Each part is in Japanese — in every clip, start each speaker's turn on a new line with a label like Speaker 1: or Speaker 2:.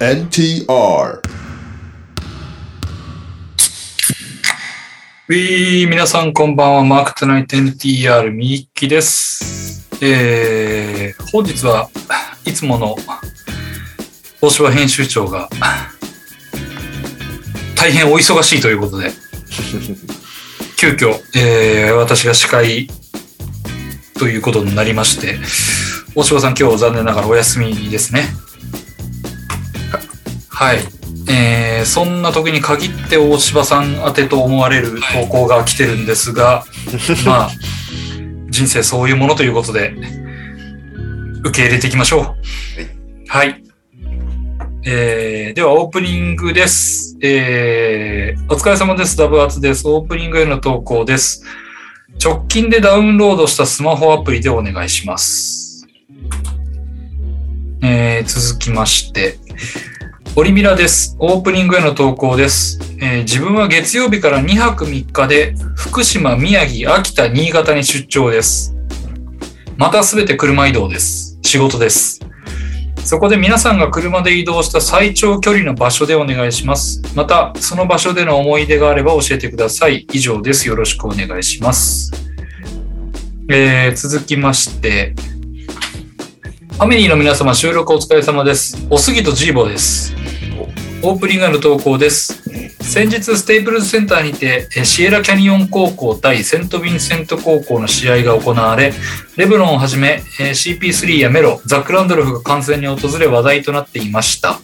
Speaker 1: NTR
Speaker 2: ウィー皆さんこんばんは、マークトナイト NTR みいきです。えー、本日はいつもの東芝編集長が大変お忙しいということで、急遽、えー、私が司会ということになりまして、大芝さん今日残念ながらお休みですね。はい。えーそんな時に限って大柴さん宛てと思われる投稿が来てるんです が、まあ、人生そういうものということで、受け入れていきましょう。はい。えーではオープニングです。えーお疲れ様です。ダブアツです。オープニングへの投稿です。直近でダウンロードしたスマホアプリでお願いします。えー続きまして、オリミラです。オープニングへの投稿です、えー自分は月曜日から2泊3日で福島、宮城、秋田、新潟に出張です。またすべて車移動です。仕事です。そこで皆さんが車で移動した最長距離の場所でお願いします。また、その場所での思い出があれば教えてください。以上です。よろしくお願いします。えー続きまして、ファミリーの皆様、収録お疲れ様です。おすぎとジーボです。オープニングへの投稿です。先日、ステープルズセンターにて、えーシエラキャニオン高校対セントヴィンセント高校の試合が行われ、レブロンをはじめ、えー CP3 やメロ、ザック・ランドルフが観戦に訪れ話題となっていました。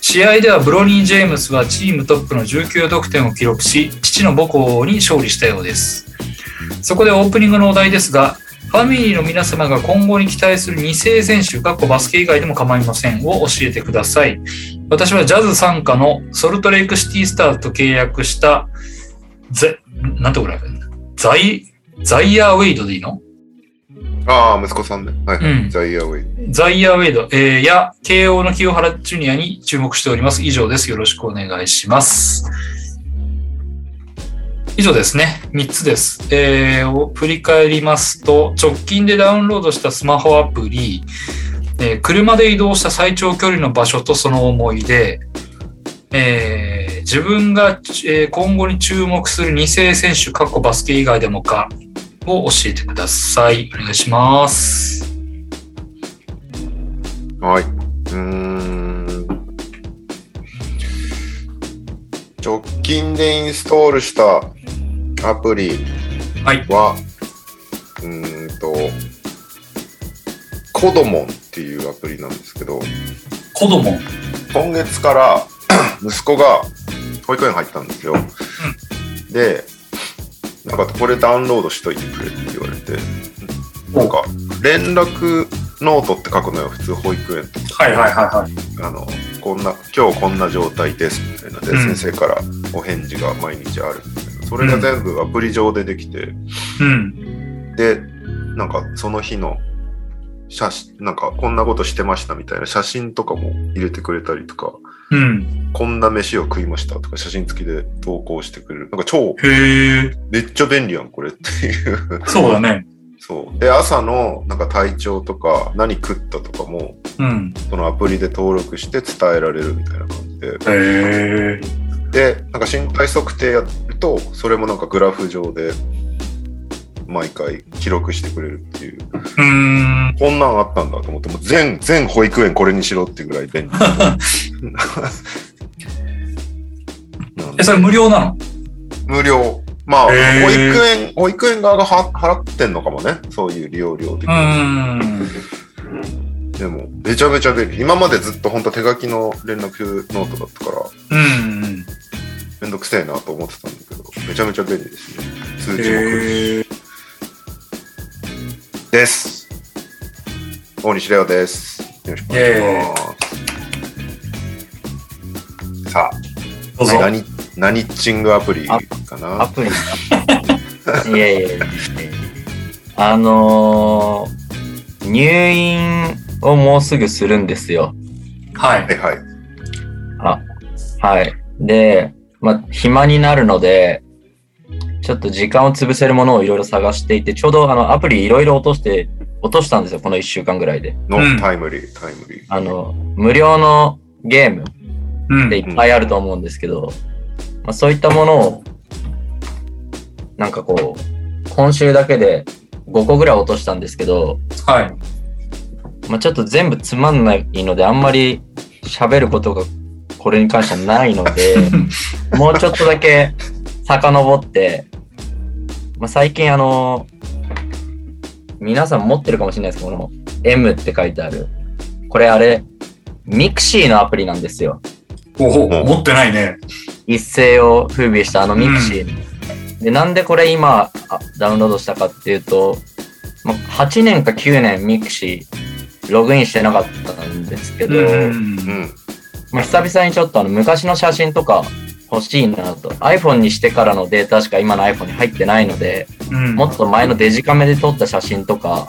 Speaker 2: 試合ではブロニー・ジェームスはチームトップの19得点を記録し、父の母校に勝利したようです。そこでオープニングのお題ですが、ファミリーの皆様が今後に期待する2世選手、かっこバスケ以外でも構いませんを教えてください。私はジャズ傘下のソルトレイクシティスターズと契約した、ぜ、なんてこれ、ザイ、ザイヤーウェイドでいいの
Speaker 1: ああ、息子さんね。はいはい。
Speaker 2: うん
Speaker 1: ザイヤーウェイ。
Speaker 2: ザイヤーウェイド、えーや慶応の清原ジュニアに注目しております。以上です。よろしくお願いします。以上ですね。3つです。えーを振り返りますと、直近でダウンロードしたスマホアプリ、えー車で移動した最長距離の場所とその思い出、えー自分が、えー今後に注目する2世選手、過去バスケ以外でもか、を教えてください。お願いします。
Speaker 1: はい。うーん。直近でインストールしたアプリ
Speaker 2: はい
Speaker 1: は、うーんと、コドモンっていうアプリなんですけど、
Speaker 2: 子供。
Speaker 1: 今月から 息子が保育園入ったんですよ。で、なんかこれダウンロードしといてくれって言われて、なんか連絡ノートって書くのよ、普通保育園って
Speaker 2: はいはいはいはい。
Speaker 1: あのこんな今日こんな状態ですみたいなで、
Speaker 2: うん
Speaker 1: 先生からお返事が毎日あるみたいなそれが全部アプリ上でできて、
Speaker 2: うん。
Speaker 1: でなんかその日の写真なんかこんなことしてましたみたいな写真とかも入れてくれたりとか
Speaker 2: うん。
Speaker 1: こんな飯を食いましたとか写真付きで投稿してくれるなんか超
Speaker 2: へえ、
Speaker 1: めっちゃ便利やんこれっていう
Speaker 2: そうだね。
Speaker 1: そうで朝のなんか体調とか何食ったとかも
Speaker 2: うん。
Speaker 1: そのアプリで登録して伝えられるみたいな感じで
Speaker 2: へえ。
Speaker 1: でなんか身体測定やるとそれもなんかグラフ上で毎回記録してくれるっていう
Speaker 2: うーん。
Speaker 1: こんなんあったんだと思ってもう全全保育園これにしろっていうぐらい便利 なん
Speaker 2: え、
Speaker 1: で
Speaker 2: それ無料なの
Speaker 1: 無料まあ保
Speaker 2: へー
Speaker 1: 育園保育園側がは払ってんのかもねそういう利用料的に、
Speaker 2: うーん。
Speaker 1: でもめちゃめちゃ便利今までずっと本当手書きの連絡ノートだったから
Speaker 2: うん。
Speaker 1: めんどくせえなと思ってたんだけどめちゃめちゃ便利ですね通知も来るし
Speaker 2: へえ。
Speaker 1: です。大西レオです。よろしくお願いします。さ
Speaker 2: どう
Speaker 1: あ、
Speaker 2: ぞ。
Speaker 1: 何、何ッチングアプリか
Speaker 3: ア
Speaker 1: な
Speaker 3: プリいやいやいやあのー入院をもうすぐするんですよ。
Speaker 2: は。
Speaker 1: はいいはい。
Speaker 3: はい。で、まあ、暇になるので、ちょっと時間を潰せるものをいろいろ探していて、ちょうどあのアプリいろいろ落として、落としたんですよ、この1週間ぐらいで。
Speaker 1: の、
Speaker 2: うん
Speaker 1: タイムリー、タイムリー。
Speaker 3: あの、無料の
Speaker 4: ゲーム
Speaker 2: うん
Speaker 4: でいっぱいあると思うんですけど、まあ、そういったものを、なんかこう、今週だけで5個ぐらい落としたんですけど、
Speaker 2: はい。
Speaker 4: まあ、ちょっと全部つまんないので、あんまり喋ることがこれに関してはないの で、もうちょっとだけ遡って、まあ、最近あの、皆さん持ってるかもしれないですけど、この M って書いてある。これあれ、ミクシーのアプリなんですよ。
Speaker 2: おほ、持ってないね。
Speaker 4: 一世を風靡したあのミクシー、でなんでこれ今あダウンロードしたかっていうと、まあ、8年か9年ミクシーログインしてなかったんですけ
Speaker 2: う。
Speaker 4: ど、
Speaker 1: うんん。
Speaker 4: まあ、久々にちょっとあの昔の写真とか欲しいなと iPhone にしてからのデータしか今の iPhone に入ってないので
Speaker 2: うん。
Speaker 4: もっと前のデジカメで撮った写真とか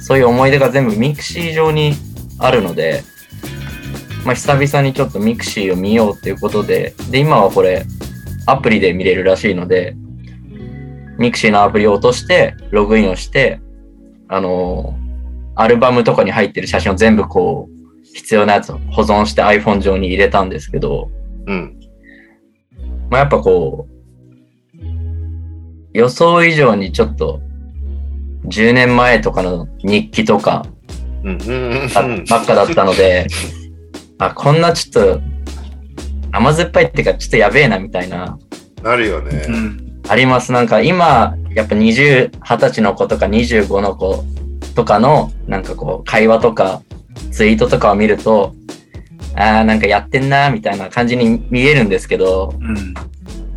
Speaker 4: そういう思い出が全部ミクシー上にあるので、まあ、久々にちょっとミクシーを見ようっていうことでで今はこれアプリで見れるらしいのでミクシーのアプリを落としてログインをしてあのーアルバムとかに入ってる写真を全部こう必要なやつを保存して iPhone 上に入れたんですけど、
Speaker 1: うん。
Speaker 4: まあ、やっぱこう、予想以上にちょっと、10年前とかの日記とか
Speaker 1: うん。うん。
Speaker 4: ばばっかだったの で、あ、こんなちょっと、甘酸っぱいっていうか、ちょっとやべえなみたいな、
Speaker 1: なるよね
Speaker 2: う。ん。
Speaker 4: あります。なんか今、やっぱ20、20歳の子とか25の子とかの、なんかこう、会話とか、ツイートとかを見ると、あーなんかやってんなみたいな感じに見えるんですけど、
Speaker 2: うん。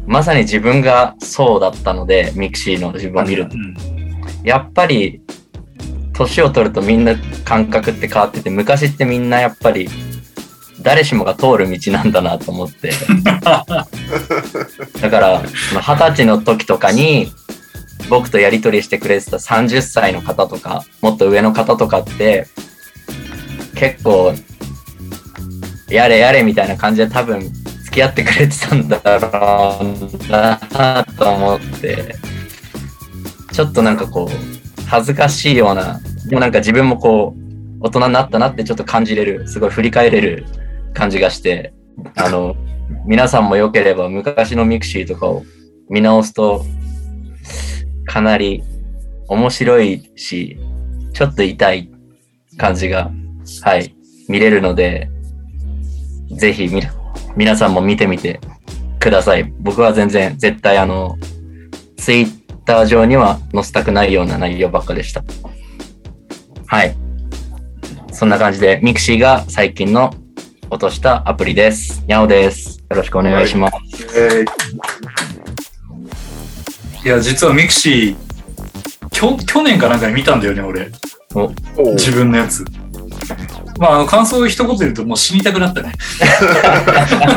Speaker 4: まさに自分がそうだったので、ミクシーの自分を見ると。やっぱり、年を取るとみんな感覚って変わってて、昔ってみんなやっぱり、誰しもが通る道なんだなと思って。だから、その二十歳の時とかに、僕とやりとりしてくれてた30歳の方とか、もっと上の方とかって、結構、やれやれみたいな感じで多分付き合ってくれてたんだろうなと思って、ちょっとなんかこう、恥ずかしいような、でもなんか自分もこう、大人になったなってちょっと感じれる、すごい振り返れる感じがして、あの、皆さんも良ければ昔のミクシーとかを見直すと、かなり面白いし、ちょっと痛い感じが、はい、見れるので、ぜひみ皆さんも見てみてください。僕は全然絶対あの、ツイッター上には載せたくないような内容ばっかでした。はい。そんな感じで、ミクシーが最近の落としたアプリです。にゃおです。よろしくお願いします。
Speaker 1: えー
Speaker 2: いや、実はミクシー、きょ去年かなんかに見たんだよね、俺。
Speaker 1: おう
Speaker 2: 自分のやつ。まあ、あの、感想を一言で言うと、もう死にたくなったね。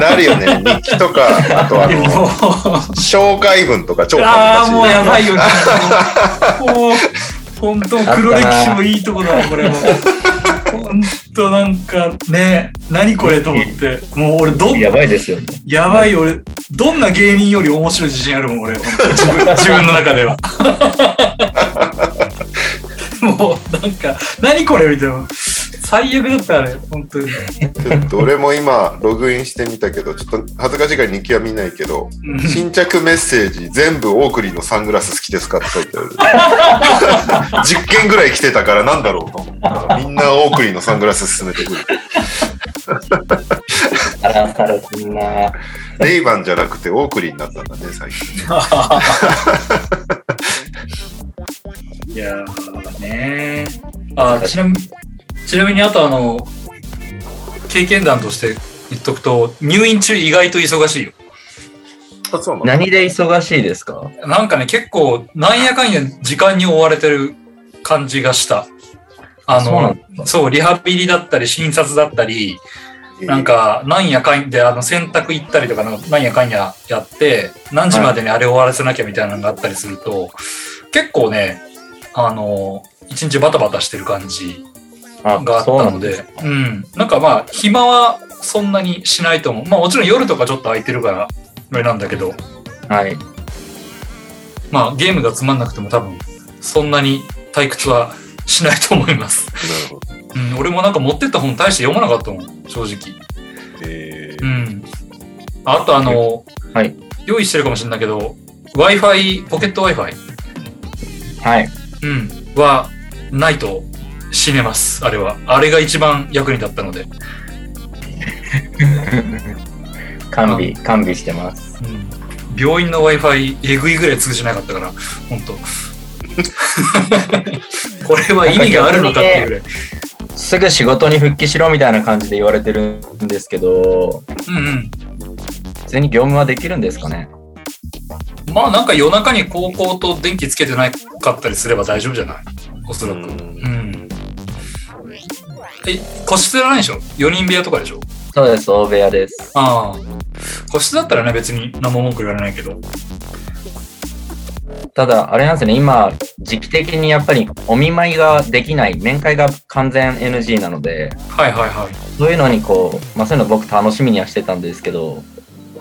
Speaker 1: なるよね。 日記とか、あとあ
Speaker 2: でも
Speaker 1: の、紹介文とか超
Speaker 2: あ
Speaker 1: 恥
Speaker 2: あ、
Speaker 1: ず
Speaker 2: もうや
Speaker 1: か
Speaker 2: ば
Speaker 1: しい。
Speaker 2: いよね。もう、本当黒歴史もいいとこだわ、これも。本当なんかね、何これと思って。もう俺、どん、
Speaker 4: やばいですよね。
Speaker 2: やばい、俺、どんな芸人より面白い自信あるもん、俺。本当自分自分の中では。もう、なんか、何これみたいな。最悪だった、あれ、本当に。
Speaker 1: ちょっと俺も今、ログインしてみたけど、ちょっと恥ずかしいから日記は見ないけど、
Speaker 2: うん
Speaker 1: 新着メッセージ、全部オークリーのサングラス好きですかって書いてある。10件 ぐらい来てたからなんだろうと思った。みんなオークリーのサングラス進めてくる。
Speaker 4: さらさらすんな。
Speaker 1: レイバンじゃなくてオークリーになったんだね、最近。
Speaker 2: いやーねーあちなみちなみにあとあの経験談として言っとくと入院中意外と忙しいよ
Speaker 1: あ、そうなの
Speaker 4: 何で忙しいですか
Speaker 2: なんかね結構なんやかんや時間に追われてる感じがしたあ
Speaker 4: そうなん
Speaker 2: のそうリハビリだったり診察だったりなん、かなんやかんであの洗濯行ったりとかなんかなんやかんややって何時までにあれ終わらせなきゃみたいなのがあったりすると結構ねあの一日バタバタしてる感じがあったので、うんなんかまあ、暇はそんなにしないと思う。まあもちろん夜とかちょっと空いてるから、あれなんだけど、
Speaker 4: はい。
Speaker 2: まあゲームがつまんなくても多分、そんなに退屈はしないと思います。
Speaker 1: なる ほど。
Speaker 2: うん、俺もなんか持ってった本大して読まなかったもん、正直。
Speaker 1: え
Speaker 2: うん。あとあの、
Speaker 4: はい
Speaker 2: 用意してるかもしれないけど、Wi-Fi、ポケット Wi-Fi、
Speaker 4: はい。
Speaker 2: うん、はないと死ねます、あれは。あれが一番役に立ったので。
Speaker 4: 完備、完備してます。
Speaker 2: うん、病院の Wi-Fi、えぐいぐらい通じなかったから、本当 これは意味があるのかっていうぐらい。
Speaker 4: すぐ仕事に復帰しろみたいな感じで言われてるんですけど、
Speaker 2: うんうん。
Speaker 4: 普通に業務はできるんですかね
Speaker 2: まあなんか夜中に高校と電気つけてなかったりすれば大丈夫じゃないおそらく。
Speaker 1: うん
Speaker 2: うん。え、個室じゃないでしょ ?4 人部屋とかでしょ
Speaker 4: そうです、大部屋です。
Speaker 2: ああ。個室だったらね、別に何も文句言われないけど。
Speaker 4: ただ、あれなんですよね、今、時期的にやっぱりお見舞いができない、面会が完全 NG なので、
Speaker 2: はいはいはい。
Speaker 4: そういうのにこう、まあそういうの僕楽しみにはしてたんですけど、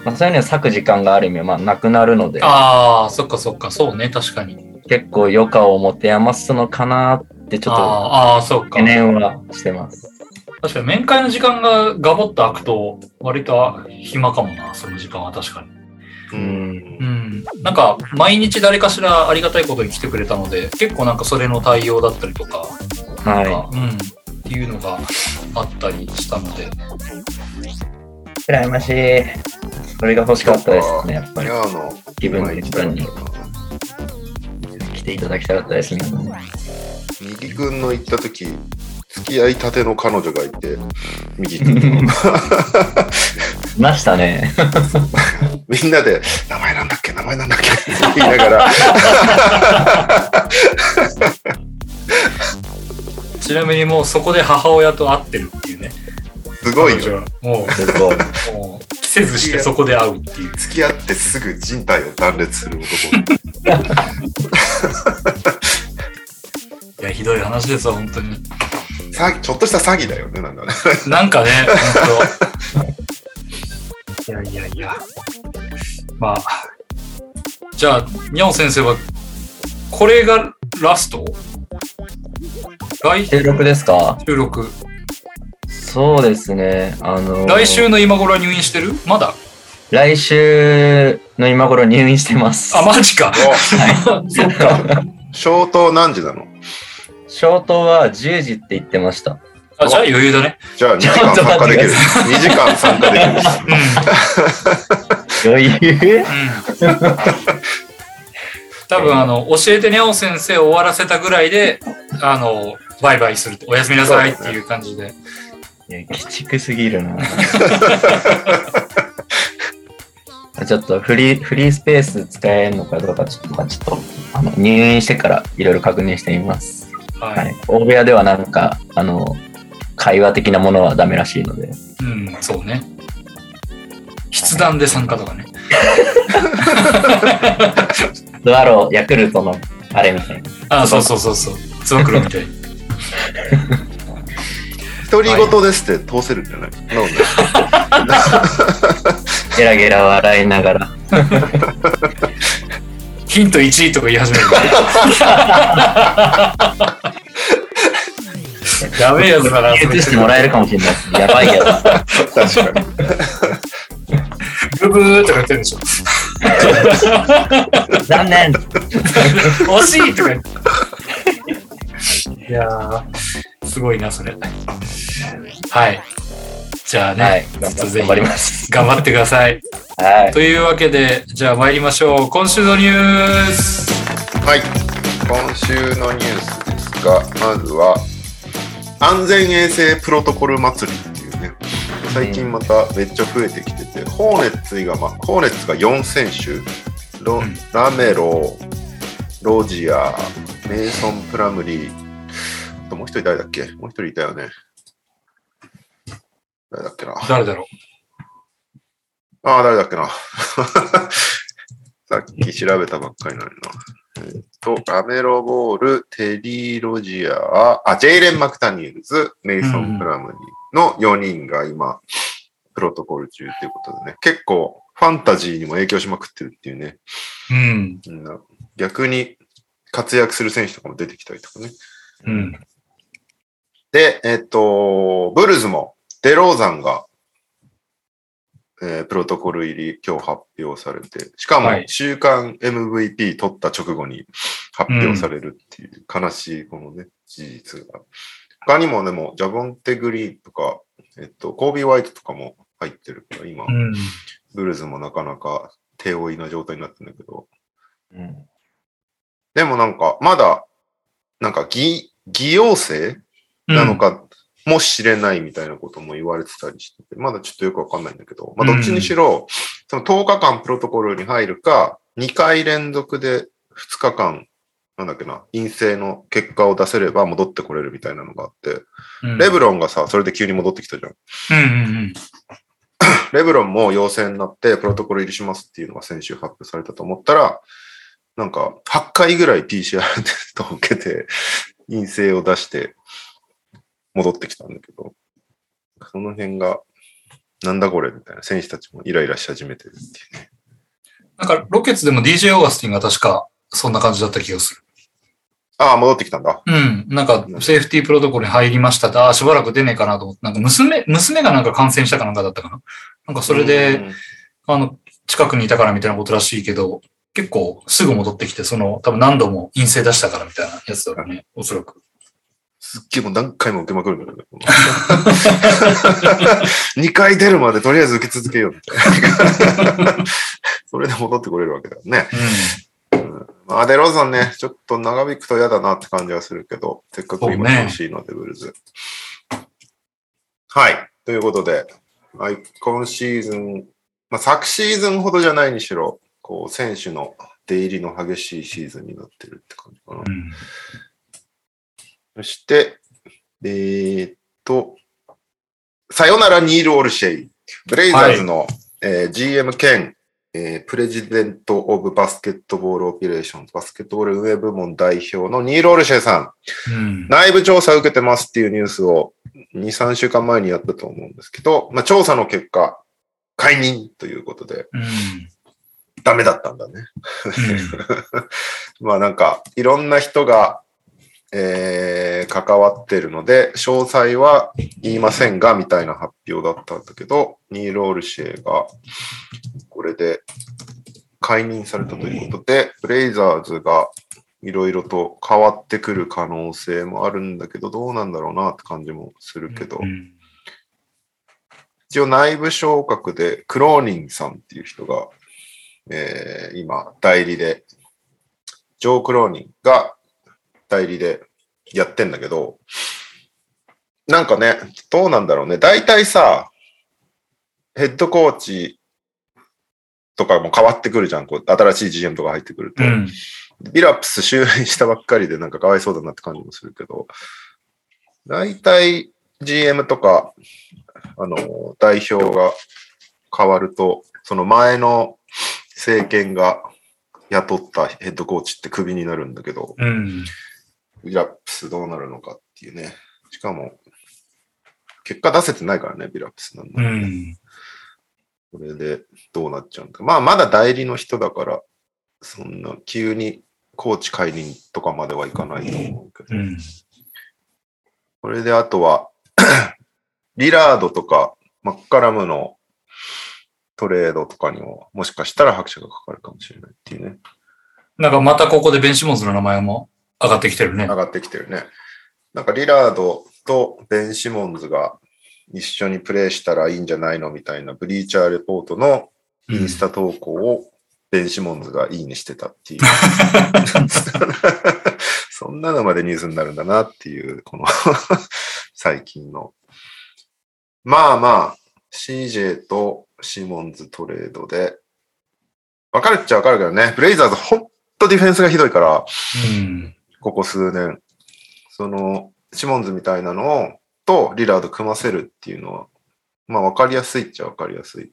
Speaker 4: まあそういうのを割く時間がある意味はまあなくなるので、
Speaker 2: ああ、そっかそっか、そうね、確かに。
Speaker 4: 結構余暇を持て余すのかなってちょっと
Speaker 2: あーあー、そっか
Speaker 4: 懸。念はしてます。
Speaker 2: 確かに面会の時間がガボッと空くと、割と暇かもな、その時間は確かに。
Speaker 1: う
Speaker 2: うんん。なんか、毎日誰かしらありがたいことに来てくれたので、結構なんかそれの対応だったりとか、
Speaker 4: は
Speaker 2: うん、っていうのがあったりしたので、
Speaker 4: い。羨ましい。それが欲しかったですね、やっぱ
Speaker 1: い
Speaker 4: り。
Speaker 1: やあの
Speaker 4: 気分
Speaker 1: 今
Speaker 4: 転
Speaker 1: 一
Speaker 4: 換
Speaker 1: 番
Speaker 4: に来ていただきたかったですね。
Speaker 1: 右軍の行った時付き合いたての彼女がいて右軍
Speaker 4: いましたね。
Speaker 1: みんなで「名前なんだっけ名前なんだっけ」って言いながら
Speaker 2: ちなみにもうそこで母親と会ってるっていうね。
Speaker 1: すごいよ
Speaker 2: も
Speaker 4: すごい。
Speaker 2: う、もう、 着せずしてそこで会うっていう。
Speaker 1: 付き合ってすぐ人体を断裂する男
Speaker 2: いや、ひどい話ですわ、本当に。
Speaker 1: 詐欺ちょっとした詐欺だよねなんかね
Speaker 2: なん かね、本当。いやいやいや。まあ、じゃあ、にゃお先生は、これがラスト来
Speaker 4: 収録ですか
Speaker 2: 収録。
Speaker 4: そうですね。あのー
Speaker 2: 来週の今頃は入院してるまだ
Speaker 4: 来週の今頃入院してます。
Speaker 2: あ、マジか。そっか。
Speaker 1: 消灯何時なの
Speaker 4: 消灯は10時って言ってました。
Speaker 2: あ、じゃあ余裕だね。
Speaker 1: じゃあ2時間参加できる2時間参加できる
Speaker 2: うん。
Speaker 4: 余裕
Speaker 2: 多分あの教えてにゃお先生を終わらせたぐらいであのバイバイするとおやすみなさいっていう感じで、
Speaker 4: いや、鬼畜すぎるな。ちょっとフリー、フリースペース使えるのかどうか、ちょっと、まあちょっと、あの、入院してからいろいろ確認してみます。
Speaker 2: はい
Speaker 4: はい。大部屋ではなんか、あの、会話的なものはダメらしいので。
Speaker 2: うんそうね筆談で参加とかね
Speaker 4: ドワロー、ヤクルトの、あれみたいな。
Speaker 2: あそうそうそうそうつば九郎みたいに
Speaker 1: 独り言ですって通せるんじゃないなんで
Speaker 4: ゲラゲラ笑いながら。
Speaker 2: ヒント1とか言い始めるやべえやつだな
Speaker 4: 映してもらえるかもしれないです。やばいやつ。
Speaker 1: 確かに
Speaker 2: ブブーとか言ってるでしょ
Speaker 4: 残念
Speaker 2: 惜しいとか言っていやーすごいなそれはいじゃあね、
Speaker 4: はい。
Speaker 2: ちょっとぜひ
Speaker 4: 頑張ります。
Speaker 2: 頑張ってください。
Speaker 4: はい。
Speaker 2: というわけで、じゃあ参りましょう。今週のニュース。
Speaker 1: はい今週のニュースですがまずは安全衛生プロトコル祭りっていうね最近まためっちゃ増えてきてて、ホーネッツ以外、まあ、ホーネッツが4選手ロ
Speaker 2: うん
Speaker 1: ラメロロジアメイソン・プラムリーあともう一人誰だっけもう一人いたよね誰だっけな
Speaker 2: 誰だろ
Speaker 1: ああ、誰だっけな。 さっき調べたばっかりなのにな。えっと、ラメロボール、テリー・ロジア、あ、ジェイレン・マクタニエルズ、メイソ
Speaker 2: うんうん
Speaker 1: ン・プラムリーの4人が今、プロトコル中ということでね、結構ファンタジーにも影響しまくってるっていうね、
Speaker 2: う。うん。
Speaker 1: みんな逆に活躍する選手とかも出てきたりとかね。
Speaker 2: うん。
Speaker 1: で、えっと、ブルズもデローザンがえープロトコル入り、今日発表されて、しかも
Speaker 2: はい
Speaker 1: 週間 MVP 取った直後に発表されるっていう悲しいこのね、事実が。他にもでも、ジャボンテグリーンとか、えっと、コービー・ワイトとかも入ってるから、今、
Speaker 2: うん。
Speaker 1: ブルーズもなかなか手負いな状態になってるんだけど、
Speaker 3: うん。
Speaker 1: でもなんか、まだ、なんか、偽、偽陽性なのかもしれないみたいなことも言われてたりしてて、まだちょっとよくわかんないんだけど、まあ、どっちにしろ、その10日間プロトコルに入るか、2回連続で2日間、なんだっけな、陰性の結果を出せれば戻ってこれるみたいなのがあって、
Speaker 2: うん、
Speaker 1: レブロンがさ、それで急に戻ってきたじゃん。
Speaker 2: うんうんうん。
Speaker 1: レブロンも陽性になってプロトコル入りしますっていうのが先週発表されたと思ったら、なんか8回ぐらい PCR テストを受けて 陰性を出して戻ってきたんだけど、その辺がなんだこれみたいな選手たちもイライラし始めてるっていうね。
Speaker 2: なんか、ロケツでも DJ オーガスティンが確か、そんな感じだった気がする。
Speaker 1: ああ、戻ってきたんだ。
Speaker 2: うん。なんか、セーフティープロトコルに入りましたって、ああ、しばらく出ねえかなと思って、なんか、娘、娘がなんか感染したかなんかだったかな。なんか、それで、
Speaker 1: うん、
Speaker 2: あの、近くにいたからみたいなことらしいけど、結構すぐ戻ってきて、その、多分何度も陰性出したからみたいなやつだろうね、おそらく。
Speaker 1: すっげえもう何回も受けまくるんだけど。2回 出るまでとりあえず受け続けようみたいな。 それで戻ってこれるわけだよね。まあ、デローザンね、ちょっと長引くと嫌だなって感じはするけど、せっかく今
Speaker 2: そうね
Speaker 1: 欲しいので、ブルーズ。はい。ということで、まあ今シーズン、まあ、昨シーズンほどじゃないにしろ、こう、選手の出入りの激しいシーズンになってるって感じかな
Speaker 2: う。ん。
Speaker 1: そして、えーっと、さよならニール・オルシェイ、ブレイザーズの、えー GM 兼、えープレジデント・オブ・バスケットボール・オペレーションズ、バスケットボール運営部門代表のニール・オルシェイさん、
Speaker 2: うん。
Speaker 1: 内部調査受けてますっていうニュースを2、3週間前にやったと思うんですけど、まあ、調査の結果、解任ということで、
Speaker 2: うん。
Speaker 1: ダメだったんだね。まあなんか、いろんな人が、えー関わってるので、詳細は言いませんが、みたいな発表だったんだけど、ニーロールシェが、これで解任されたということで、ブレイザーズがいろいろと変わってくる可能性もあるんだけど、どうなんだろうなって感じもする けど
Speaker 2: う、ん
Speaker 1: 一応内部昇格でクローニンさんっていう人が、えー今代理で、ジョー・クローニンが代理でやってんだけど、なんかね、どうなんだろうね。大体さ、ヘッドコーチとかも変わってくるじゃん。こう新しい GM とか入ってくると。
Speaker 2: うん。
Speaker 1: ビラップス就任したばっかりでなんかかわいそうだなって感じもするけど、大体 GM とか、あの、代表が変わると、その前の政権が雇ったヘッドコーチってクビになるんだけど、
Speaker 2: うん。
Speaker 1: ビラップスどうなるのかっていうね。しかも、結果出せてないからね、ビラップスなんだ、
Speaker 2: うん。
Speaker 1: これでどうなっちゃうんだまあ、まだ代理の人だから、そんな急にコーチ解任とかまではいかないと思うけ
Speaker 2: う
Speaker 1: ど。
Speaker 2: ん。
Speaker 1: これであとは、 リラードとかマッカラムのトレードとかにも、もしかしたら拍手がかかるかもしれないっていうね。
Speaker 2: なんかまたここでベンシモンズの名前も上がってきてるね。
Speaker 1: 上がってきてるね。なんかリラードとベン・シモンズが一緒にプレイしたらいいんじゃないのみたいなブリーチャーレポートのインスタ投稿をベン・シモンズがいいねしてたっていう。そんなのまでニュースになるんだなっていう、この 最近の。まあまあ、CJ とシモンズトレードで、わかるっちゃわかるけどね、ブレイザーズほんとディフェンスがひどいから、
Speaker 2: うん。
Speaker 1: ここ数年、その、シモンズみたいなのを、とリラード組ませるっていうのは、まあ分かりやすいっちゃ分かりやすい。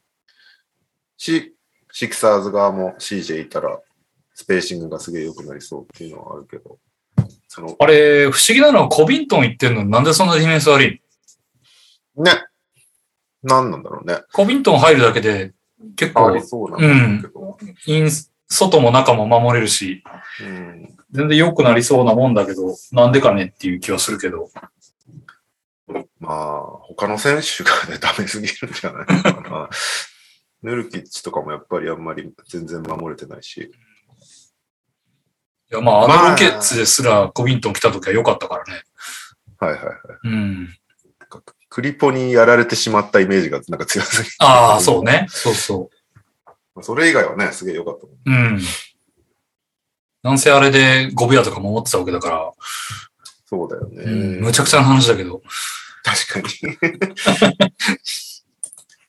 Speaker 1: し、シクサーズ側も CJ いたら、スペーシングがすげえ良くなりそうっていうのはあるけど、その、
Speaker 2: あれ、不思議なのはコビントン言ってんのになんでそんなディフェンス悪い
Speaker 1: ね、何なんだろうね。
Speaker 2: コビントン入るだけで結
Speaker 1: あり
Speaker 2: 構、
Speaker 1: そうなんだけど、
Speaker 2: イン外も中も守れるし、
Speaker 1: うん。
Speaker 2: 全然良くなりそうなもんだけど、なんでかねっていう気はするけど。
Speaker 1: まあ、他の選手がね、ダメすぎるんじゃないのかな。ヌルキッチとかもやっぱりあんまり全然守れてないし。
Speaker 2: いや、まあ、あのロケッツですらコビントン来た時は良かったからね。
Speaker 1: はいはいはい。
Speaker 2: うん。
Speaker 1: クリポにやられてしまったイメージがなんか強すぎて
Speaker 2: ああ、そうね。そうそ
Speaker 1: それ以外はね、すげえ良かったもん。
Speaker 2: う。うん。なんせあれで5秒とか守ってたわけだから、
Speaker 1: そうだよね。
Speaker 2: うん、 むちゃくちゃな話だけど。
Speaker 1: 確かに。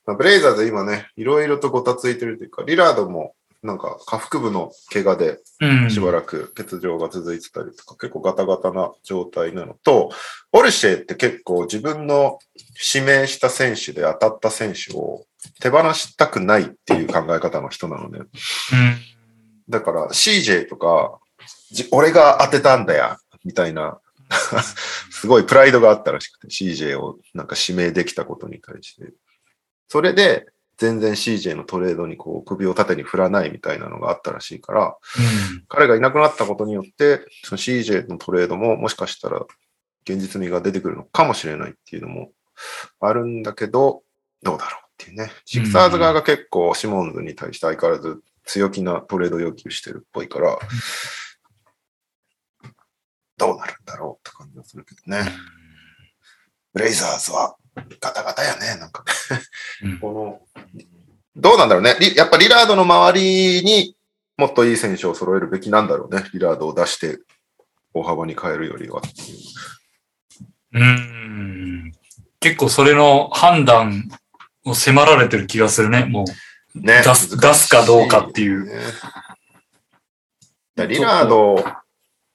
Speaker 1: まあブレイザーズ今ね、いろいろとごたついてるというか、リラードもなんか下腹部の怪我で
Speaker 2: うん。
Speaker 1: しばらく欠場が続いてたりとか、結構ガタガタな状態なのと、オルシェって結構自分の指名した選手で当たった選手を手放したくないっていう考え方の人なのね。
Speaker 2: うん。
Speaker 1: だから CJ とか、じ俺が当てたんだよ、みたいな、すごいプライドがあったらしくて、CJ をなんか指名できたことに対して。それで、全然 CJ のトレードにこう首を縦に振らないみたいなのがあったらしいから、
Speaker 2: うん。
Speaker 1: 彼がいなくなったことによって、その CJ のトレードももしかしたら現実味が出てくるのかもしれないっていうのもあるんだけど、どうだろうっていうね。シクサーズ側が結構シモンズに対して相変わらず強気なトレード要求してるっぽいから、どうなるんだろうって感じがするけどね。ブレイザーズはガタガタやね、なんか
Speaker 2: うん。
Speaker 1: この、どうなんだろうね。リやっぱリラードの周りにもっといい選手を揃えるべきなんだろうね。リラードを出して大幅に変えるよりは。
Speaker 2: うん。結構それの判断を迫られてる気がするね、もう。
Speaker 1: ね。
Speaker 2: 出す
Speaker 1: 難し
Speaker 2: 出すかどうかっていう
Speaker 1: ねだリラード、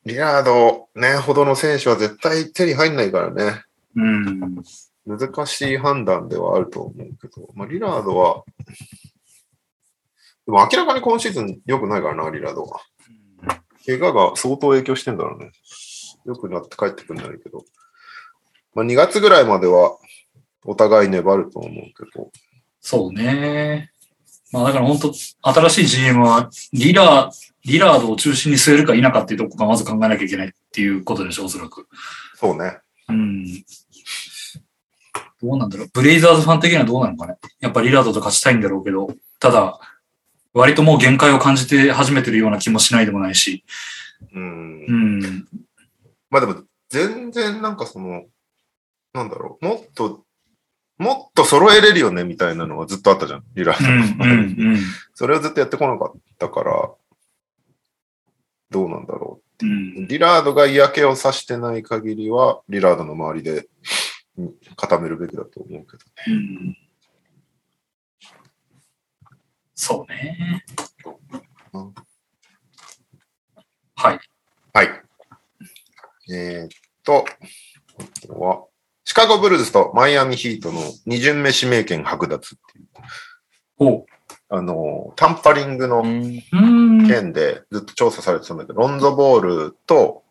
Speaker 1: リラードね、ほどの選手は絶対手に入んないからね。
Speaker 2: うん。
Speaker 1: 難しい判断ではあると思うけど、まあ、リラードは、でも明らかに今シーズン良くないからな、リラードは。怪我が相当影響してんだろうね。良くなって帰ってくるんだろうけど。まあ、2月ぐらいまではお互い粘ると思うけど。
Speaker 2: そうね。まあだから本当、新しい GM はリラー、リラードを中心に据えるか否かっていうとこがまず考えなきゃいけないっていうことでしょう、おそらく。
Speaker 1: そうね。
Speaker 2: うん。どうなんだろう。ブレイザーズファン的にはどうなのかね。やっぱリラードと勝ちたいんだろうけど、ただ、割ともう限界を感じて始めてるような気もしないでもないし。
Speaker 1: うん
Speaker 2: う。ん。
Speaker 1: まあでも、全然なんかその、なんだろう、もっと、もっと揃えれるよねみたいなのはずっとあったじゃん、リラ
Speaker 2: うん、う
Speaker 1: ード。
Speaker 2: ん、
Speaker 1: それをずっとやってこなかったから、どうなんだろ
Speaker 2: うん。う
Speaker 1: う。
Speaker 2: ん。
Speaker 1: リラードが嫌気をさしてない限りは、リラードの周りでうん固めるべきだと思うけど。
Speaker 2: うん、そうね。はい。
Speaker 1: はい。えーっと、あとは、シカゴブルーズとマイアミヒートの二巡目指名権剥奪っていう、
Speaker 2: おう。
Speaker 1: あのー、タンパリングの
Speaker 3: うん
Speaker 2: うーん。
Speaker 1: 件でずっと調査されてたんだけど、ロンゾボールと、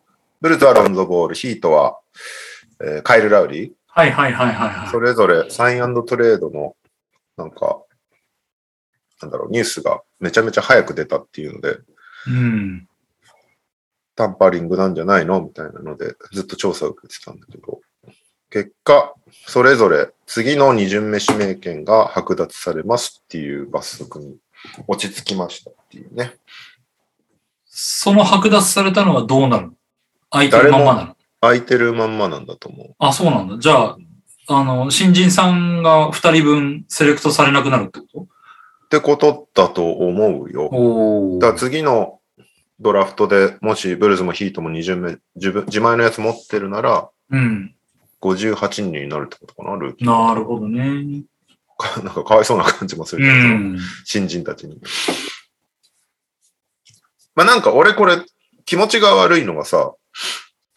Speaker 1: ブルーズはロンゾボール、ヒートは、えーカイル・ラウリ
Speaker 2: はいはいはいはいは
Speaker 1: ー、
Speaker 2: い。
Speaker 1: それぞれサイントレードの、なんか、なんだろう、ニュースがめちゃめちゃ早く出たっていうので、
Speaker 2: うん。
Speaker 1: タンパリングなんじゃないのみたいなので、ずっと調査を受けてたんだけど、結果、それぞれ次の2巡目指名権が剥奪されますっていう罰則に落ち着きましたっていうね。
Speaker 2: その剥奪されたのはどうなるの相手のまんまなの
Speaker 1: 空いてるまんまなんだと思
Speaker 2: あ、そうなんだ。じゃあ、あの、新人さんが2人分セレクトされなくなるってこ
Speaker 1: う。ってことだと思う
Speaker 2: と
Speaker 1: よ。
Speaker 2: おお。
Speaker 1: だから次のドラフトでもしブルーズもヒートも2巡目、自分、自前のやつ持ってるなら、
Speaker 2: うん。
Speaker 1: 58人になるってことかな、ルーキー。
Speaker 2: なるほどね。
Speaker 1: か なんかかわいそうな感じもする
Speaker 2: う
Speaker 1: けど。
Speaker 2: ん。
Speaker 1: 新人たちに。まあなんか俺これ気持ちが悪いのがさ、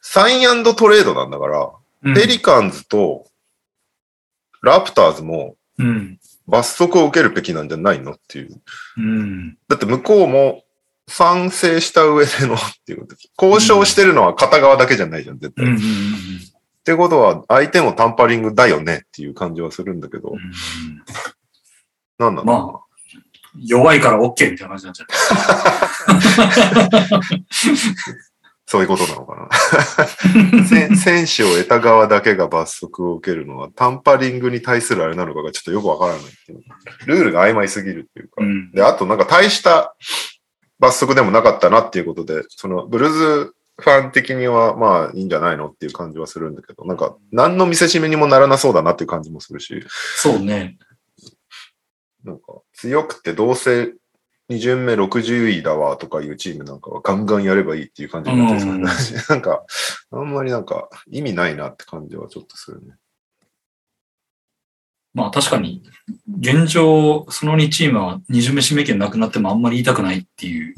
Speaker 1: サイントレードなんだから、
Speaker 2: うん
Speaker 1: ペリカンズとラプターズも
Speaker 2: うん。
Speaker 1: 罰則を受けるべきなんじゃないのっていう。
Speaker 2: うん。
Speaker 1: だって向こうも賛成した上でのっていうこと。交渉してるのは片側だけじゃないじゃん、絶
Speaker 2: う
Speaker 1: 対。
Speaker 2: ん。うん
Speaker 1: っ。てことは相手もタンパリングだよねっていう感じはするんだけど、
Speaker 2: うん
Speaker 1: なんなの
Speaker 2: まあ、弱いから OK みたいな感じなんじゃない
Speaker 1: そういうことなのかな選。選手を得た側だけが罰則を受けるのは、タンパリングに対するあれなのかがちょっとよくわからないっていう。ルールが曖昧すぎるっていうか。
Speaker 2: うん。
Speaker 1: で、あとなんか大した罰則でもなかったなっていうことで、そのブルーズファン的にはまあいいんじゃないのっていう感じはするんだけど、なんか何の見せしめにもならなそうだなっていう感じもするし、
Speaker 2: そうね。
Speaker 1: なんか強くてどうせ2巡目60位だわとかいうチームなんかはガンガンやればいいっていう感じになってるんですけど なんかあんまりなんか意味ないなって感じはちょっとするね。
Speaker 2: まあ確かに、現状、その2チームは二巡目指名権なくなってもあんまり言いたくないっていう。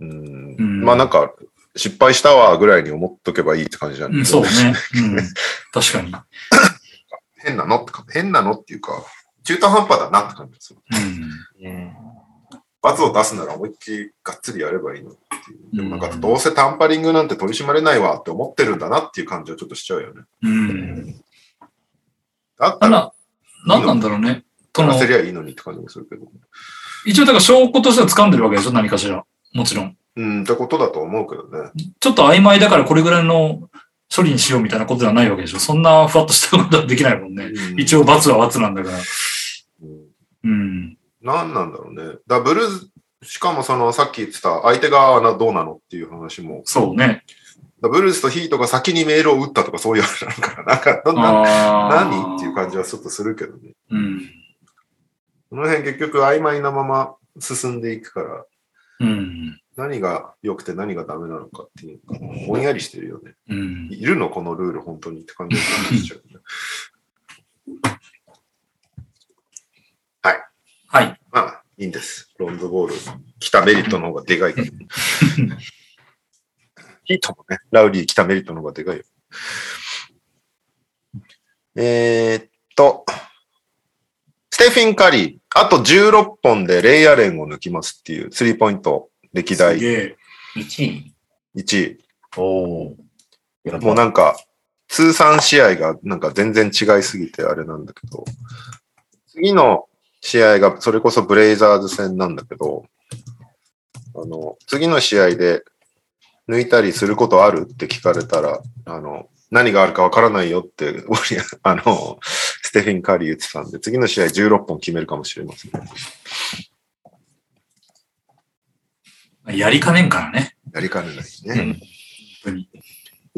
Speaker 1: うん
Speaker 2: うん
Speaker 1: まあなんか失敗したわぐらいに思っとけばいいって感じなん
Speaker 2: う
Speaker 1: で
Speaker 2: ん、
Speaker 1: すよ
Speaker 2: そう
Speaker 1: ね
Speaker 2: ね。うん。確かに。
Speaker 1: 変なのってか、変なのっていうか、中途半端だなって感じですよ。
Speaker 2: うん。
Speaker 1: 罰を出すなら思いっきりがっつりやればいいのっていう。でもなんか、
Speaker 2: うん
Speaker 1: どうせタンパリングなんて取り締まれないわって思ってるんだなっていう感じはちょっとしちゃうよね。
Speaker 2: うん。
Speaker 1: だった
Speaker 2: た
Speaker 1: ら、
Speaker 2: だ、何なんだろうね。と
Speaker 1: 取
Speaker 2: の
Speaker 1: ら、せりゃいいのにって感じもするけど。
Speaker 2: 一応だから証拠としては掴んでるわけでしょ何かしら。もちろん。
Speaker 1: うん、ってことだと思うけどね。
Speaker 2: ちょっと曖昧だからこれぐらいの処理にしようみたいなことではないわけでしょそんなふわっとしたことはできないもんね。一
Speaker 1: 応。
Speaker 2: 応罰は罰なんだから。
Speaker 1: うん
Speaker 2: うん。
Speaker 1: 何なんだろうね。だからブルーズ、しかもそのさっき言ってた相手側はどうなのっていう話も、
Speaker 2: そうね。
Speaker 1: だからブルーズとヒートが先にメールを打ったとかそういう話なのかな。なんかどんな、
Speaker 2: あー
Speaker 1: 何っていう感じはちょっとするけどね。
Speaker 2: うん。
Speaker 1: この辺結局曖昧なまま進んでいくから、
Speaker 2: うん。
Speaker 1: 何が良くて何がダメなのかっていうか、ぼんやりしてるよね。
Speaker 2: うん。
Speaker 1: いるのこのルール本当にって感じがしちゃうね。
Speaker 2: はい。
Speaker 1: まあ、いいんです。ロンドボール。来たメリットの方がでかい から。ヒートもね、ラウリー来たメリットの方がでかいよ。えーっと、ステフィン・カリー、あと16本でレイアレンを抜きますっていう、スリーポイント歴
Speaker 2: す
Speaker 1: 代
Speaker 2: げえ。
Speaker 3: 1位
Speaker 1: 1位。
Speaker 3: おお。や
Speaker 1: もう
Speaker 3: ば
Speaker 1: なんか、通算試合がなんか全然違いすぎてあれなんだけど、次の試合がそれこそブレイザーズ戦なんだけど、あの、次の試合で抜いたりすることあるって聞かれたら、あの、何があるかわからないよって、ウ ォリアあの、ステフィン・カリー言ってたんで、次の試合16本決めるかもしれません。
Speaker 2: やりかねんからね。
Speaker 1: やりかねないしね。
Speaker 3: うん
Speaker 2: 本当に。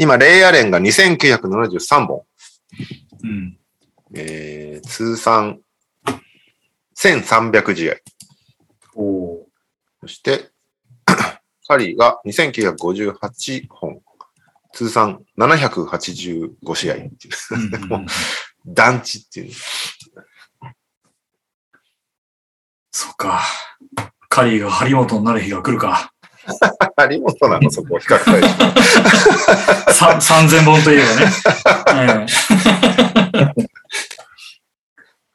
Speaker 1: 今、レイアレンが2973本。
Speaker 2: うん。
Speaker 1: えー、通算1300試合。
Speaker 2: おお
Speaker 1: そして、 カリーが2958本、通算785試合っていう、
Speaker 2: ー。うんうんうん
Speaker 1: 団地っていう。
Speaker 2: そっか。カリーが張本になる日が来るか。
Speaker 1: 張本 なの、そこ、比較対象。
Speaker 2: さ3000本といえばね。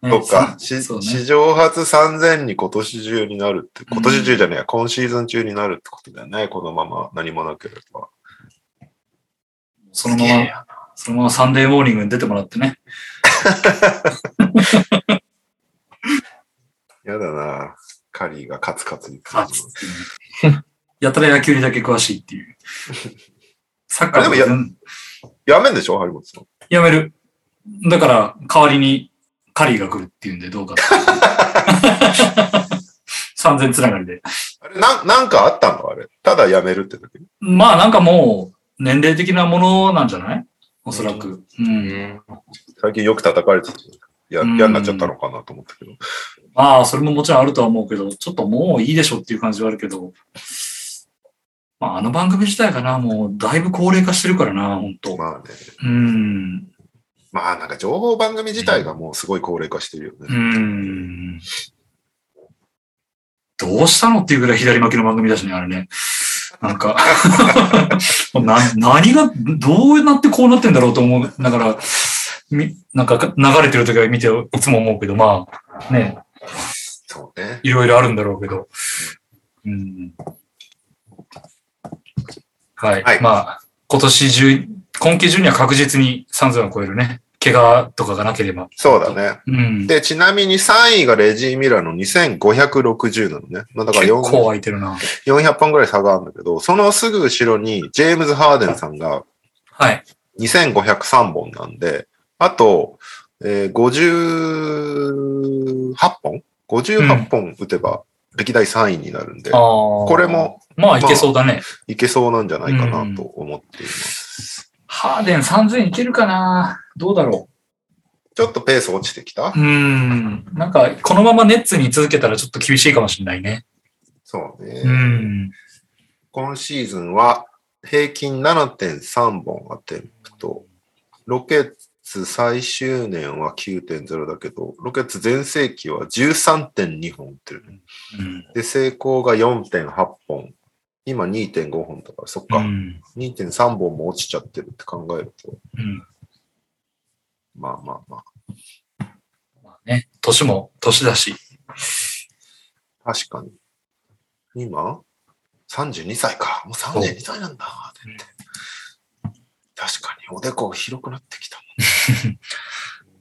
Speaker 2: ええ
Speaker 1: とか、し
Speaker 2: そうね。
Speaker 1: 史上初3000に今年中になるって、今年中じゃねえや、今シーズン中になるってことだよね、このまま何もなければ。
Speaker 2: そのまま、そのままサンデーモーニングに出てもらってね。
Speaker 1: やだなカリーがカツカツに
Speaker 2: あつってねやたら野球にだけ詳しいっていう。サッカー
Speaker 1: あでもや
Speaker 2: うん
Speaker 1: やめんでしょ、張本さん。
Speaker 2: やめる。だから、代わりにカリーが来るっていうんでどうかっていう。3000つながりで。
Speaker 1: あれ、なんなんかあったのあれ。ただやめるってだけ。
Speaker 2: まあなんかもう、年齢的なものなんじゃないおそらく。うん。
Speaker 1: 最近よく叩かれてた。や、
Speaker 2: うん
Speaker 1: 嫌になっちゃったのかなと思ったけど。
Speaker 2: まあ、それももちろんあるとは思うけど、ちょっともういいでしょっていう感じはあるけど、まあ、あの番組自体がな、もうだいぶ高齢化してるからな、本当
Speaker 1: まあね。
Speaker 2: うん。
Speaker 1: まあなんか情報番組自体がもうすごい高齢化してるよね。
Speaker 2: うん。どうしたのっていうぐらい左巻きの番組だしね、あれね。なんか な、何が、どうなってこうなってんだろうと思う。だから、みなんか流れてる時は見て、いつも思うけど、まあ、ね、
Speaker 1: そうね。
Speaker 2: いろいろあるんだろうけど。うん。はい。
Speaker 1: はい
Speaker 2: まあ、今年中、今季中には確実に3000は超えるね、怪我とかがなければ。
Speaker 1: そうだね。
Speaker 2: うん。
Speaker 1: で、ちなみに3位がレジー・ミラーの2560なのね。まあ、だから
Speaker 2: 結
Speaker 1: 4
Speaker 2: 構空いてるな。
Speaker 1: 400本ぐらい差があるんだけど、そのすぐ後ろにジェームズ・ハーデンさんが
Speaker 2: はい。
Speaker 1: 2503本なんで、あと、えー58本 ?58 本打てば歴代3位になるんで、こ
Speaker 2: こ
Speaker 1: れも。
Speaker 2: まあ、いけそうだね。
Speaker 1: いけそうなんじゃないかなと思っています。
Speaker 2: ハーデン3000いけるかなどうだろ
Speaker 1: ちょっとペース落ちてきた
Speaker 2: ううん。なんか、このままネッツに続けたらちょっと厳しいかもしれないね。
Speaker 1: そうね。
Speaker 2: うん。
Speaker 1: 今シーズンは平均7.3本アテンプト。ロケッツ最終年は9.0だけど、ロケッツ全盛期は13.2本打ってるね。
Speaker 2: うん。
Speaker 1: で、成功が4.8本。今2.5本だから、そっか。
Speaker 2: うん。
Speaker 1: 2.3本も落ちちゃってるって考えると、
Speaker 2: うん
Speaker 1: まあまあま
Speaker 2: まあね、年も年だし。
Speaker 1: あ、確かに。今 ?32 歳か。もう32歳なんだ。
Speaker 2: うん
Speaker 1: 確かに、おでこ広くなってきた。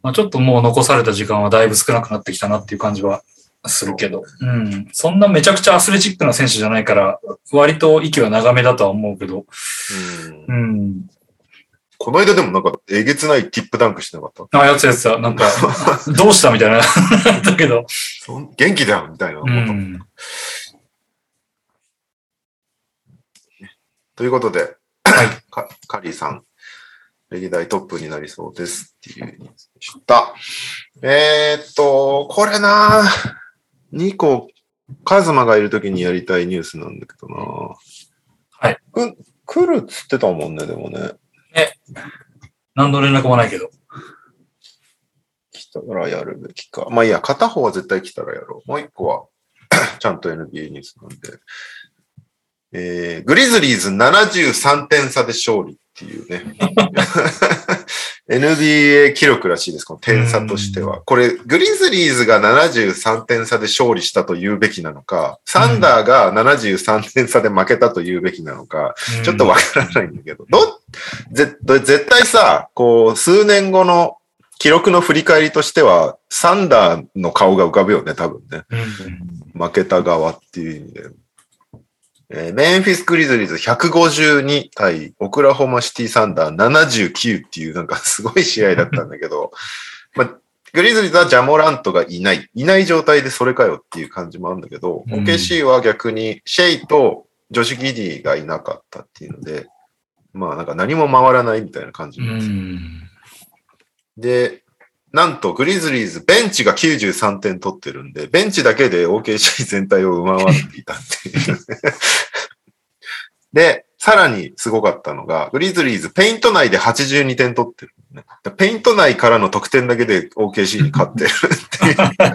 Speaker 2: まあ、ちょっともう残された時間はだいぶ少なくなってきたなっていう感じはするけど、うん。そんなめちゃくちゃアスレチックな選手じゃないから、割と息は長めだとは思うけど、
Speaker 1: うん
Speaker 2: うん。
Speaker 1: この間でもなんか、えげつないティップダンクしてなかった。
Speaker 2: あ、やつやつだ、なんか、どうしたみたいな、 だけど、
Speaker 1: そん元気だよみたいなこ
Speaker 2: う
Speaker 1: と、
Speaker 2: ん。
Speaker 1: ということで、
Speaker 2: はい
Speaker 1: かカリーさん、歴代トップになりそうですっていうニュースでした。えーっと、これな2個、カズマがいるときにやりたいニュースなんだけどな
Speaker 2: はい。
Speaker 1: く、来るっつってたもんね、でもね。
Speaker 2: 何の連絡もないけど。
Speaker 1: 来たらやるべきか。まあいいや、片方は絶対来たらやろう。もう一個は、 ちゃんと NBA ニュースなんで。えー、グリズリーズ73点差で勝利っていうね。NBA 記録らしいです、この点差としては。これ、グリズリーズが73点差で勝利したと言うべきなのか、サンダーが73点差で負けたと言うべきなのか、
Speaker 2: うん
Speaker 1: ちょっとわからないんだけど、どぜ絶対さ、こう、数年後の記録の振り返りとしては、サンダーの顔が浮かぶよね、多分ね。
Speaker 2: うん
Speaker 1: 負けた側っていう意味で。えーメンフィス・グリズリーズ152対オクラホマシティ・サンダー79っていうなんかすごい試合だったんだけど、 まあ、グリズリーズはジャモラントがいない。いない状態でそれかよっていう感じもあるんだけど、
Speaker 2: うん
Speaker 1: OKC は逆にシェイとジョシュ・ギディがいなかったっていうので、まあなんか何も回らないみたいな感じ
Speaker 2: う
Speaker 1: なんですよ
Speaker 2: ん。
Speaker 1: で、なんとグリズリーズ、ベンチが93点取ってるんで、ベンチだけで OKC 全体を上回っていたっていう。で、さらにすごかったのが、グリズリーズ、ペイント内で82点取ってる、ね。ペイント内からの得点だけで OKC に勝ってるってい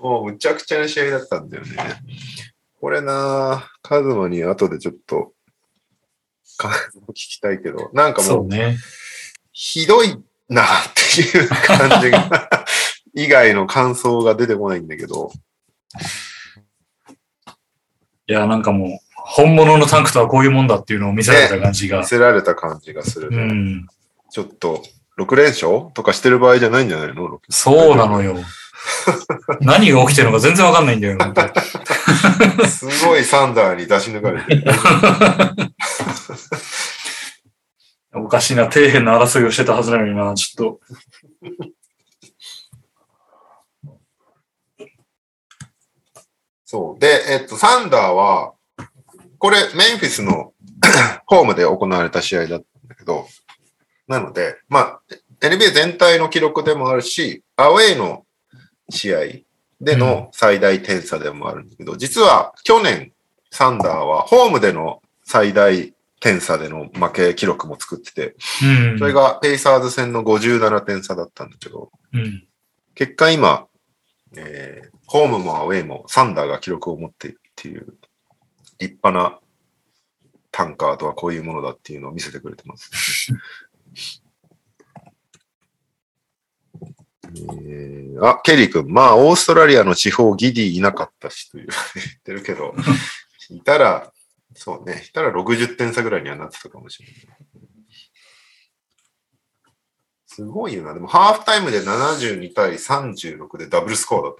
Speaker 1: う。もうむちゃくちゃな試合だったんだよね。これなぁ、カズマに後でちょっと、カズマ聞きたいけど、なんかもう
Speaker 2: そうね。
Speaker 1: ひどいなっていう感じ が、以外の感想が出てこないんだけど、
Speaker 2: いや、なんかもう、本物のタンクとはこういうもんだっていうのを見せられた感じが
Speaker 1: 見。せられた感じがする
Speaker 2: う
Speaker 1: ね、
Speaker 2: ん。
Speaker 1: ちょっと、6連勝とかしてる場合じゃないんじゃないの六
Speaker 2: そうな のよ。何が起きてるのか全然わかんないんだよ。本当
Speaker 1: すごいサンダーに出し抜かれてる。
Speaker 2: おかしいな、底辺の争いをしてたはずなのにな、ちょっと。
Speaker 1: そう。で、えっと、サンダーは、これ、メンフィスの ホームで行われた試合だったんだけど、なので、まあ、NBA 全体の記録でもあるし、アウェイの試合での最大点差でもあるんだけど、実は去年、サンダーはホームでの最大点差での負け記録も作ってて、
Speaker 2: うん。
Speaker 1: それがペイサーズ戦の57点差だったんだけど、
Speaker 2: うん。
Speaker 1: 結果今、えーホームもアウェイもサンダーが記録を持っているっていう立派なタンカーとはこういうものだっていうのを見せてくれてます。 えーあ、ケリー君、まあ、オーストラリアの地方ギディいなかったしという言ってるけど、いたら、そうね、いたら60点差ぐらいにはなってたかもしれない。すごいよな。でもハーフタイムで72対36でダブルスコアだっ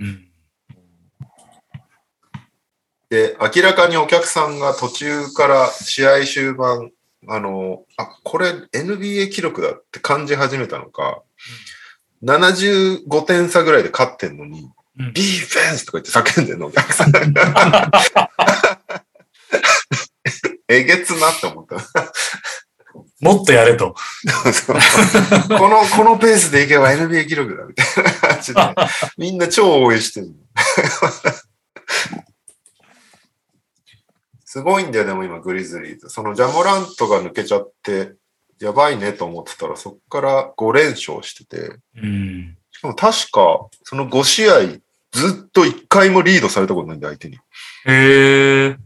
Speaker 2: うん。
Speaker 1: で、明らかにお客さんが途中から試合終盤、あの、あ、これ NBA 記録だって感じ始めたのか、75点差ぐらいで勝ってんのに、
Speaker 2: うん
Speaker 1: ディフェンスとか言って叫んでんの、お客 さんが。えげつなって思った。
Speaker 2: もっとやれと。
Speaker 1: そう この、このペースでいけば NBA 記録だ、みたいな感じで、みんな超応援してる。 すごいんだよ、でも今、グリズリーズ。そのジャモラントが抜けちゃって、やばいねと思ってたら、そっから5連勝してて、
Speaker 2: うん。
Speaker 1: しかも確か、その5試合、ずっと1回もリードされたことないんで、相手に。
Speaker 2: へえ。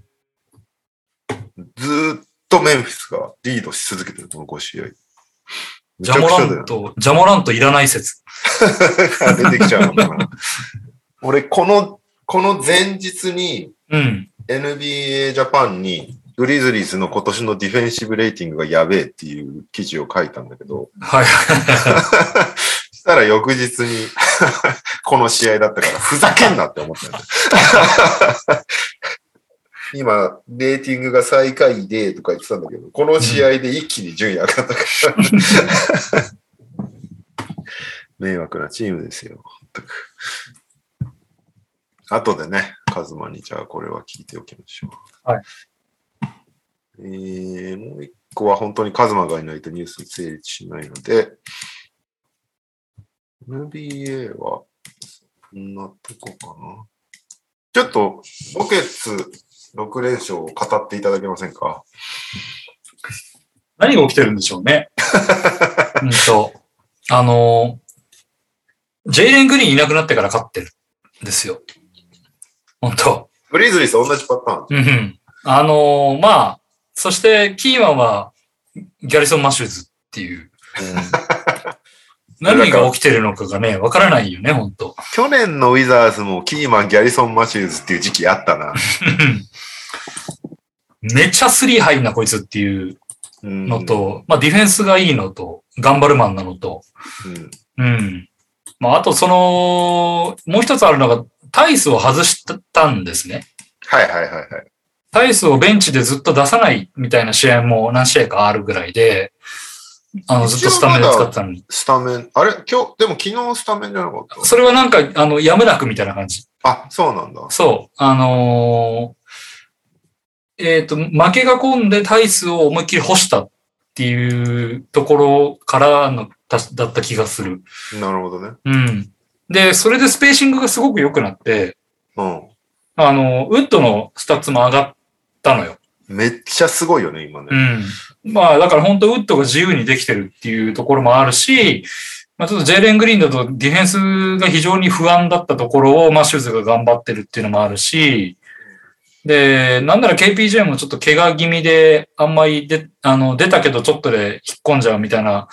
Speaker 1: ずーっとメンフィスがリードし続けてる、この5試合。め
Speaker 2: ジ
Speaker 1: ちゃ
Speaker 2: ャ
Speaker 1: く
Speaker 2: モ
Speaker 1: ちゃだ
Speaker 2: ラ
Speaker 1: よ
Speaker 2: ン。ト、ジャモラントいらない説。
Speaker 1: 出てきちゃうのかな。俺、この、この前日に
Speaker 2: うん。
Speaker 1: NBA ジャパンにグリズリーズの今年のディフェンシブレーティングがやべえっていう記事を書いたんだけど、
Speaker 2: はい。
Speaker 1: したら翌日に この試合だったからふざけんなって思ったんだよ 今、レーティングが最下位でとか言ってたんだけど、この試合で一気に順位上がったから。迷惑なチームですよ。全く。後でね、カズマにじゃあこれは聞いておきましょう。
Speaker 2: はい。
Speaker 1: えー、もう一個は本当にカズマがいないとニュースに成立しないので、NBA はこんなとこかな。ちょっと、ロケッツ6連勝を語っていただけませんか
Speaker 2: 何が起きてるんでしょうね。 うんと、あのー、ジェイレン・グリーンいなくなってから勝ってるんですよ。本当
Speaker 1: グリズリーズと同じパターン。
Speaker 2: うんうん。あのーまあ、そしてキーマンはギャリソン・マシューズっていう。何が起きてるのかがね、わからないよね、本当
Speaker 1: 去年のウィザーズもキーマン、ギャリソン・マシューズっていう時期あったな。
Speaker 2: うんめちゃスリー入んな、こいつっていう
Speaker 1: うん
Speaker 2: のと、まあディフェンスがいいのと、頑張るマンなのと、
Speaker 1: うん
Speaker 2: うん。まあ、あとその、もう一つあるのが、タイスを外したんですね。
Speaker 1: はいはいはいはい。
Speaker 2: タイスをベンチでずっと出さないみたいな試合も何試合かあるぐらいで、あの、ずっとスタメンを使ってたのに。
Speaker 1: スタメン。あれ今日、でも昨日スタメンじゃなかった
Speaker 2: それはなんか、あの、やむなくみたいな感じ。
Speaker 1: あ、そうなんだ。
Speaker 2: そう。あのーえっ、と、負けが込んでタイスを思いっきり干したっていうところからのただった気がする。
Speaker 1: なるほどね。
Speaker 2: うん。で、それでスペーシングがすごく良くなって、
Speaker 1: う
Speaker 2: あの、ウッドのスタッツも上がったのよ。
Speaker 1: ん。めっちゃすごいよね、今ね。
Speaker 2: うん。まあ、だから本当ウッドが自由にできてるっていうところもあるし、まあちょっとジェイレン・グリーンだとディフェンスが非常に不安だったところをマシューズが頑張ってるっていうのもあるし、で、なんなら KPJ もちょっと怪我気味で、あんまりで、あの、出たけどちょっとで引っ込んじゃうみたいな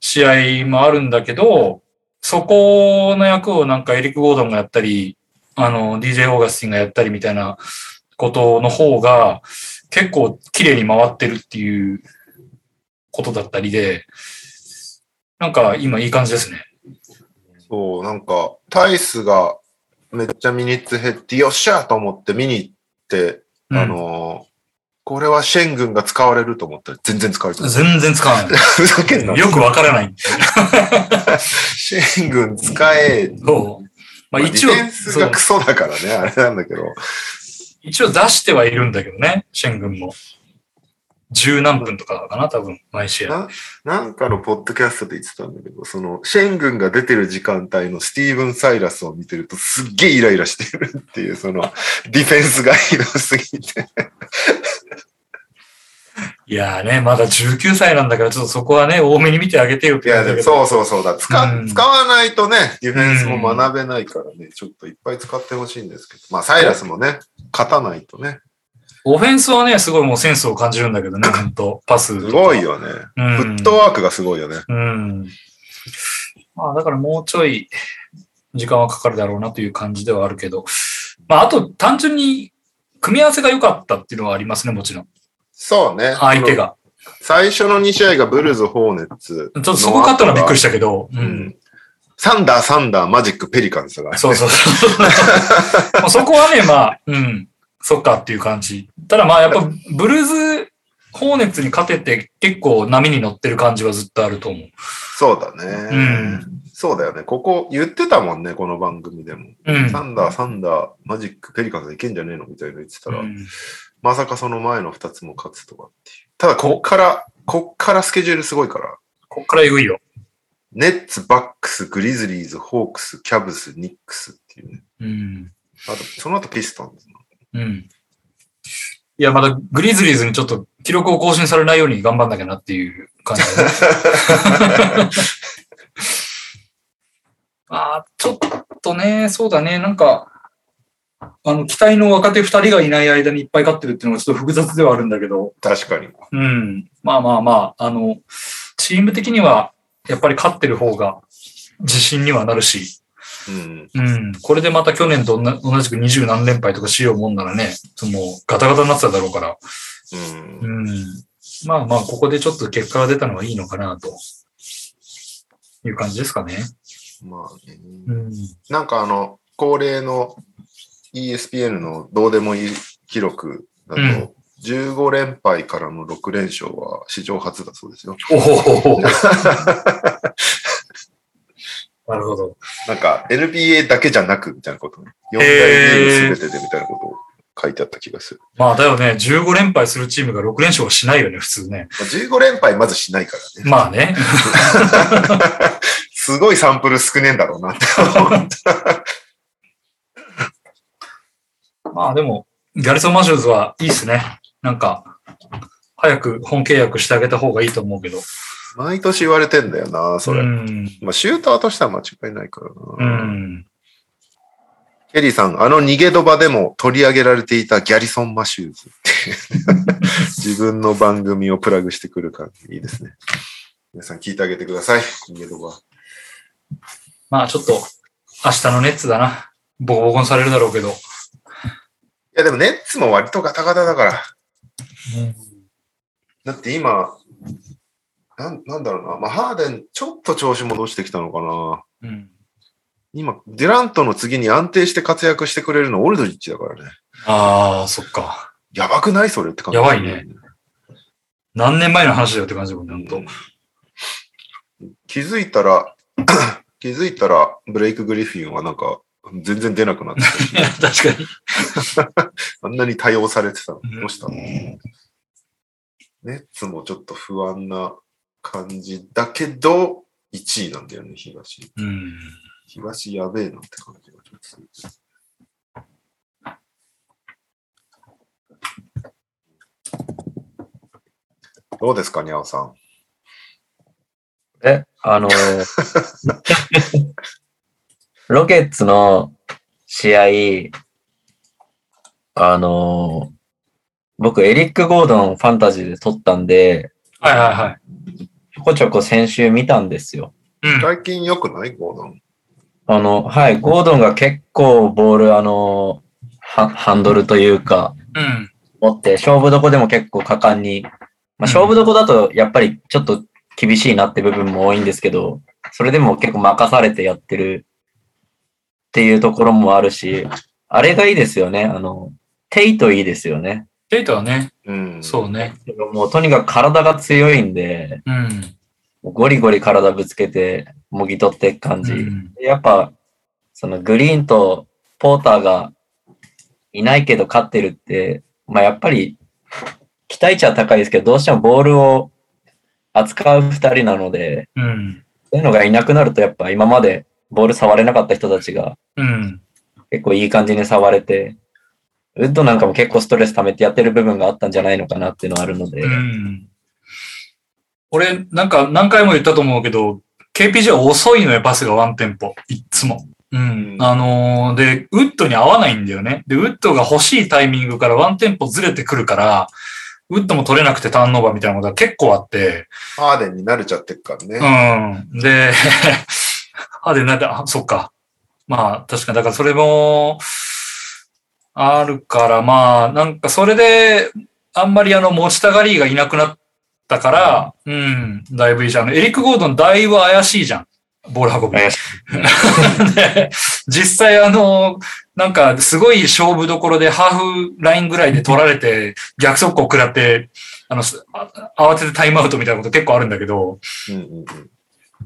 Speaker 2: 試合もあるんだけど、そこの役をなんかエリック・ゴードンがやったり、あの、DJ ・オーガスティンがやったりみたいなことの方が、結構綺麗に回ってるっていうことだったりで、なんか今いい感じですね。
Speaker 1: そう、なんか、タイスがめっちゃミニッツ減って、よっしゃーと思って見に行って、
Speaker 2: うん
Speaker 1: あのーこれはシェン軍が使われると思ったら全然使われてない。
Speaker 2: 全然使わな
Speaker 1: ふざけんな。
Speaker 2: い。よくわからない。
Speaker 1: シェン軍使え。
Speaker 2: そう。
Speaker 1: ま
Speaker 2: まあ
Speaker 1: あ
Speaker 2: 一応
Speaker 1: ディフェン、ス
Speaker 2: そ
Speaker 1: が
Speaker 2: う
Speaker 1: クソだからね、あれなんだけど。
Speaker 2: 一応出してはいるんだけどね、シェン軍も。十何分とかかな、多分、毎試合。
Speaker 1: ななんかのポッドキャストで言ってたんだけど、その、シェン軍が出てる時間帯のスティーブン・サイラスを見てるとすっげえイライラしてるっていう、そ の、ディフェンスがひどすぎて。
Speaker 2: いやーね、まだ19歳なんだから、ちょっとそこはね、多めに見てあげてよっ
Speaker 1: い
Speaker 2: て
Speaker 1: や、
Speaker 2: 感じ
Speaker 1: で
Speaker 2: だ
Speaker 1: も
Speaker 2: けど。
Speaker 1: そうそうそうだ使、
Speaker 2: うん
Speaker 1: 使わないとね、ディフェンスも学べないからね、ちょっといっぱい使ってほしいんですけど、まあ、サイラスもね、勝たないとね、
Speaker 2: オフェンスはね、すごいもうセンスを感じるんだけどね、ほんと、パス。
Speaker 1: すごい。よね。
Speaker 2: う
Speaker 1: フ
Speaker 2: ん
Speaker 1: ッ。トワークがすごいよね。
Speaker 2: うん。まあ、だからもうちょい時間はかかるだろうなという感じではあるけど、まあ、あと単純に組み合わせが良かったっていうのはありますね、もちろん。
Speaker 1: そうね。
Speaker 2: 相手が。
Speaker 1: 最初の2試合がブルズ、ホーネッツ。
Speaker 2: ちょっとそこ勝ったのはびっくりしたけど、う。
Speaker 1: うんん。サンダー、サンダー、マジック、ペリカンズが。
Speaker 2: そうそうそう。 もうそこはね、まあ、うん、そっかっていう感じ。ただまあ、やっぱ、ブルーズ、ホーネッツに勝てて、結構波に乗ってる感じはずっとあると思う。
Speaker 1: そうだね、
Speaker 2: うん
Speaker 1: そうだよね。ここ言ってたもんね、この番組でも。
Speaker 2: うん。
Speaker 1: サンダー、サンダー、マジック、ペリカンズいけんじゃねえのみたいなの言ってたら、
Speaker 2: うん
Speaker 1: まさかその前の2つも勝つとかっていう。ただ、こっから、こっからスケジュールすごいから。
Speaker 2: こっからえぐいよ。
Speaker 1: ネッツ、バックス、グリズリーズ、ホークス、キャブス、ニックスっていうね。
Speaker 2: うん。
Speaker 1: あと、その後ピストンズ。
Speaker 2: うん。いや、まだグリズリーズにちょっと記録を更新されないように頑張んなきゃなっていう感じだね。あーちょっとね、そうだね、なんか、あの、期待の若手2人がいない間にいっぱい勝ってるっていうのがちょっと複雑ではあるんだけど、
Speaker 1: 確かに。
Speaker 2: うん。まあまあまあ、あの、チーム的にはやっぱり勝ってる方が自信にはなるし、
Speaker 1: うん。
Speaker 2: うん、これでまた去年と同同じく二十何連敗とかしようもんならね、もうガタガタになってただろうから、
Speaker 1: うん
Speaker 2: う。ん、まあまあ、ここでちょっと結果が出たのはいいのかなという感じですかね。
Speaker 1: まあね。
Speaker 2: うん、
Speaker 1: なんかあの、恒例の ESPN のどうでもいい記録だと、
Speaker 2: うん
Speaker 1: 15連敗からの6連勝は史上初だそうですよ。
Speaker 2: お ほほほなるほど。
Speaker 1: なんか NBA だけじゃなくみたいなこと、ね、4大リーグ全てでみたいなことを書いてあった気がする。
Speaker 2: まあだよね、15連敗するチームが6連勝はしないよね、普通ね。
Speaker 1: まあ15連敗まずしないからね。
Speaker 2: まあね。
Speaker 1: すごいサンプル少ねえんだろうなって思う
Speaker 2: まあでも、ギャリソン・マシューズはいいっすね。なんか、早く本契約してあげた方がいいと思うけど。
Speaker 1: 毎年言われてんだよな、それ。
Speaker 2: うん。
Speaker 1: まあ、シューターとしては間違いないから
Speaker 2: う
Speaker 1: な。
Speaker 2: ん。
Speaker 1: ケリーさん、あの逃げドバでも取り上げられていたギャリソン・マシューズっていう 自分の番組をプラグしてくる感じ、いいですね。皆さん聞いてあげてください。逃げドバ。
Speaker 2: まあちょっと、明日のネッツだな。ボコボコにされるだろうけど。
Speaker 1: いや、でもネッツも割とガタガタだから。だって今、なんなんだろうな。まあ、ハーデン、ちょっと調子戻してきたのかな。
Speaker 2: うん。
Speaker 1: 今、デュラントの次に安定して活躍してくれるのオルドリッチだからね。
Speaker 2: ああ、そっか。
Speaker 1: やばくないそれって感じ。
Speaker 2: やばいね。何年前の話だよって感じだもんね、ほんと。
Speaker 1: 気づいたら、 気づいたら、ブレイク・グリフィンはなんか、全然出なくな ってたし、
Speaker 2: いや、確かに。
Speaker 1: あんなに多用されてたの。
Speaker 2: うん
Speaker 1: どうしたのネッツもちょっと不安な感じだけど、1位なんだよね、東。
Speaker 2: うん。
Speaker 1: 東やべえなって感じがちょっとする。どうですか、にゃおさん。
Speaker 4: え、あのーロケッツの試合、あのー僕、エリック・ゴードンファンタジーで撮ったんで、
Speaker 2: はいはいはい。
Speaker 4: ちょこちょこ先週見たんですよ。
Speaker 2: うん。
Speaker 1: 最近良くないゴードン。
Speaker 4: あの、はい、ゴードンが結構ボール、あのーはハンドルというか、
Speaker 2: うん。
Speaker 4: 持って、勝負どこでも結構果敢に、まあ、勝負どこだとやっぱりちょっと厳しいなって部分も多いんですけど、それでも結構任されてやってるっていうところもあるし、あれがいいですよね。あの、テイトいいですよね。
Speaker 2: データはね、
Speaker 1: うん。
Speaker 2: そうね。
Speaker 4: もうとにかく体が強いんで、
Speaker 2: うん。
Speaker 4: ゴリゴリ体ぶつけて、もぎ取っていく感じ。
Speaker 2: うん
Speaker 4: やっぱ、そのグリーンとポーターがいないけど勝ってるって、まあやっぱり期待値は高いですけど、どうしてもボールを扱う二人なので、
Speaker 2: うん。
Speaker 4: そういうのがいなくなるとやっぱ今までボール触れなかった人たちが
Speaker 2: うん。
Speaker 4: 結構いい感じに触れて、ウッドなんかも結構ストレス溜めてやってる部分があったんじゃないのかなっていうのはあるので、
Speaker 2: うん。俺、なんか何回も言ったと思うけど、KPG は遅いのよ、パスがワンテンポ。いっつも。うん。あのーで、ウッドに合わないんだよね。で、ウッドが欲しいタイミングからワンテンポずれてくるから、ウッドも取れなくてターンオーバーみたいなことが結構あって、
Speaker 1: ハーデンに慣れちゃってっからね。
Speaker 2: うん。で、 あ、で、なんか、あ、そっか。まあ、確かに、だからそれも、あるから、まあ、なんかそれで、あんまりあの、持ちたがりがいなくなっったから、うん、だいぶいいじゃん。あのエリック・ゴードンだいぶ怪しいじゃん。ボール運び。
Speaker 4: 怪
Speaker 2: で実際あの、なんかすごい勝負どころでハーフラインぐらいで取られて逆速攻食らって、あの、すあ慌ててタイムアウトみたいなこと結構あるんだけど、
Speaker 1: うんうんうん。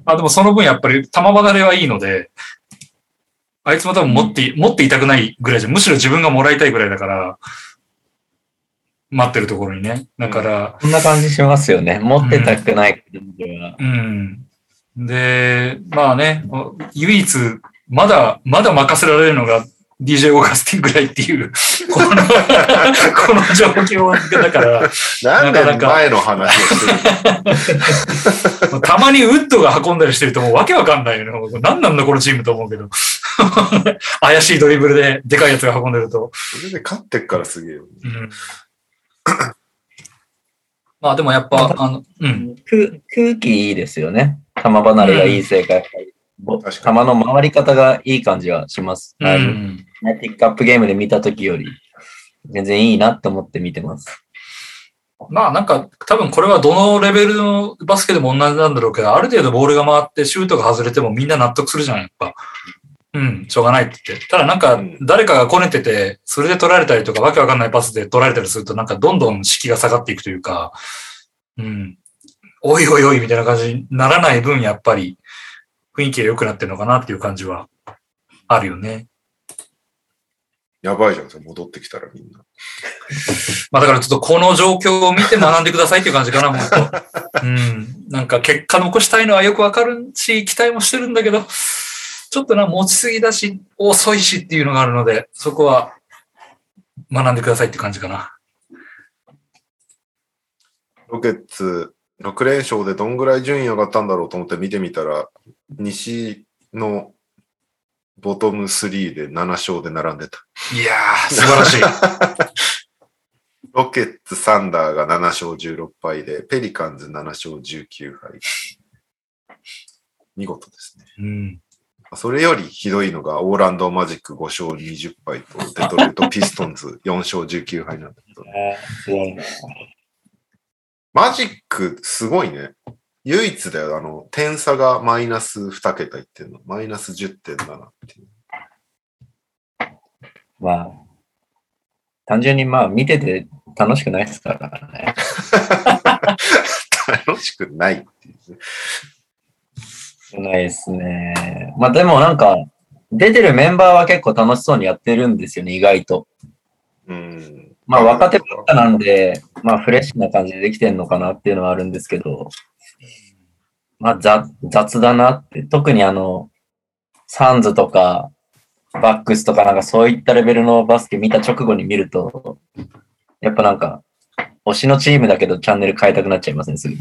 Speaker 2: あ、でもその分やっぱり球離れはいいので、あいつも多分持って、持っていたくないぐらいじゃん、むしろ自分がもらいたいぐらいだから、待ってるところにね。だから、
Speaker 4: こんな感じしますよね。持ってたくない感じは。
Speaker 2: うん。で、まあね、お唯一、まだ、まだ任せられるのが DJ オーガスティンぐらいっていう、この、この状況だから、
Speaker 1: 何
Speaker 2: なかな
Speaker 1: 年
Speaker 2: か
Speaker 1: 前の話をするの
Speaker 2: たまにウッドが運んだりしてるともうわけわかんないよね。何なんだこのチームと思うけど。 怪しいドリブルででかいやつが運んでると。
Speaker 1: それで勝ってっからすげえよ。
Speaker 2: うんまあでもやっぱ、あの、うん。
Speaker 4: く空気いいですよね。球離れがいいせいか、やっぱりぼ球
Speaker 1: 確かに
Speaker 4: の回り方がいい感じはします。
Speaker 2: う
Speaker 4: だいぶ
Speaker 2: ん。
Speaker 4: ピックアップゲームで見た時より、全然いいなって思って見てます。
Speaker 2: まあなんか多分これはどのレベルのバスケでも同じなんだろうけど、ある程度ボールが回ってシュートが外れてもみんな納得するじゃん、やっぱ。うん、しょうがないって言って。ただなんか
Speaker 1: うん
Speaker 2: 誰かがこねてて、それで取られたりとかわけわかんないパスで取られたりするとなんかどんどん敷が下がっていくというか、うん、おいおいおいみたいな感じにならない分やっぱり雰囲気が良くなってるのかなっていう感じはあるよね。
Speaker 1: やばいじゃん、それ戻ってきたらみんな。
Speaker 2: まあだからちょっとこの状況を見て学んでくださいっていう感じか な、本当。うん。なんか結果残したいのはよくわかるし、期待もしてるんだけど、ちょっとな、持ちすぎだし、遅いしっていうのがあるので、そこは学んでくださいって感じかな。
Speaker 1: ロケッツ6連勝でどんぐらい順位上がったんだろうと思って見てみたら、西のボトム3で7勝で並んでた。
Speaker 2: いやー、素晴らしい。
Speaker 1: ロケッツ、サンダーが7勝16敗で、ペリカンズ7勝19敗。見事ですね。
Speaker 2: うん。
Speaker 1: それよりひどいのが、オーランドマジック5勝20敗と、デトロイト・ピストンズ4勝19敗なんだけど。マジックすごいね。唯一だよ、あの、点差がマイナス2桁いってんの。マイナス10.7っていう。
Speaker 4: まあ、単純にまあ見てて楽しくないですからね。
Speaker 1: 楽しくないっていうね。
Speaker 4: ないですね。まあでもなんか、出てるメンバーは結構楽しそうにやってるんですよね、意外と。
Speaker 1: うん。
Speaker 4: まあ若手ばっかなんで、まあフレッシュな感じでできてんのかなっていうのはあるんですけど、まあ雑雑だなって、特にあの、サンズとか、バックスとかなんかそういったレベルのバスケ見た直後に見ると、やっぱなんか、推しのチームだけどチャンネル変えたくなっちゃいますね、すぐ。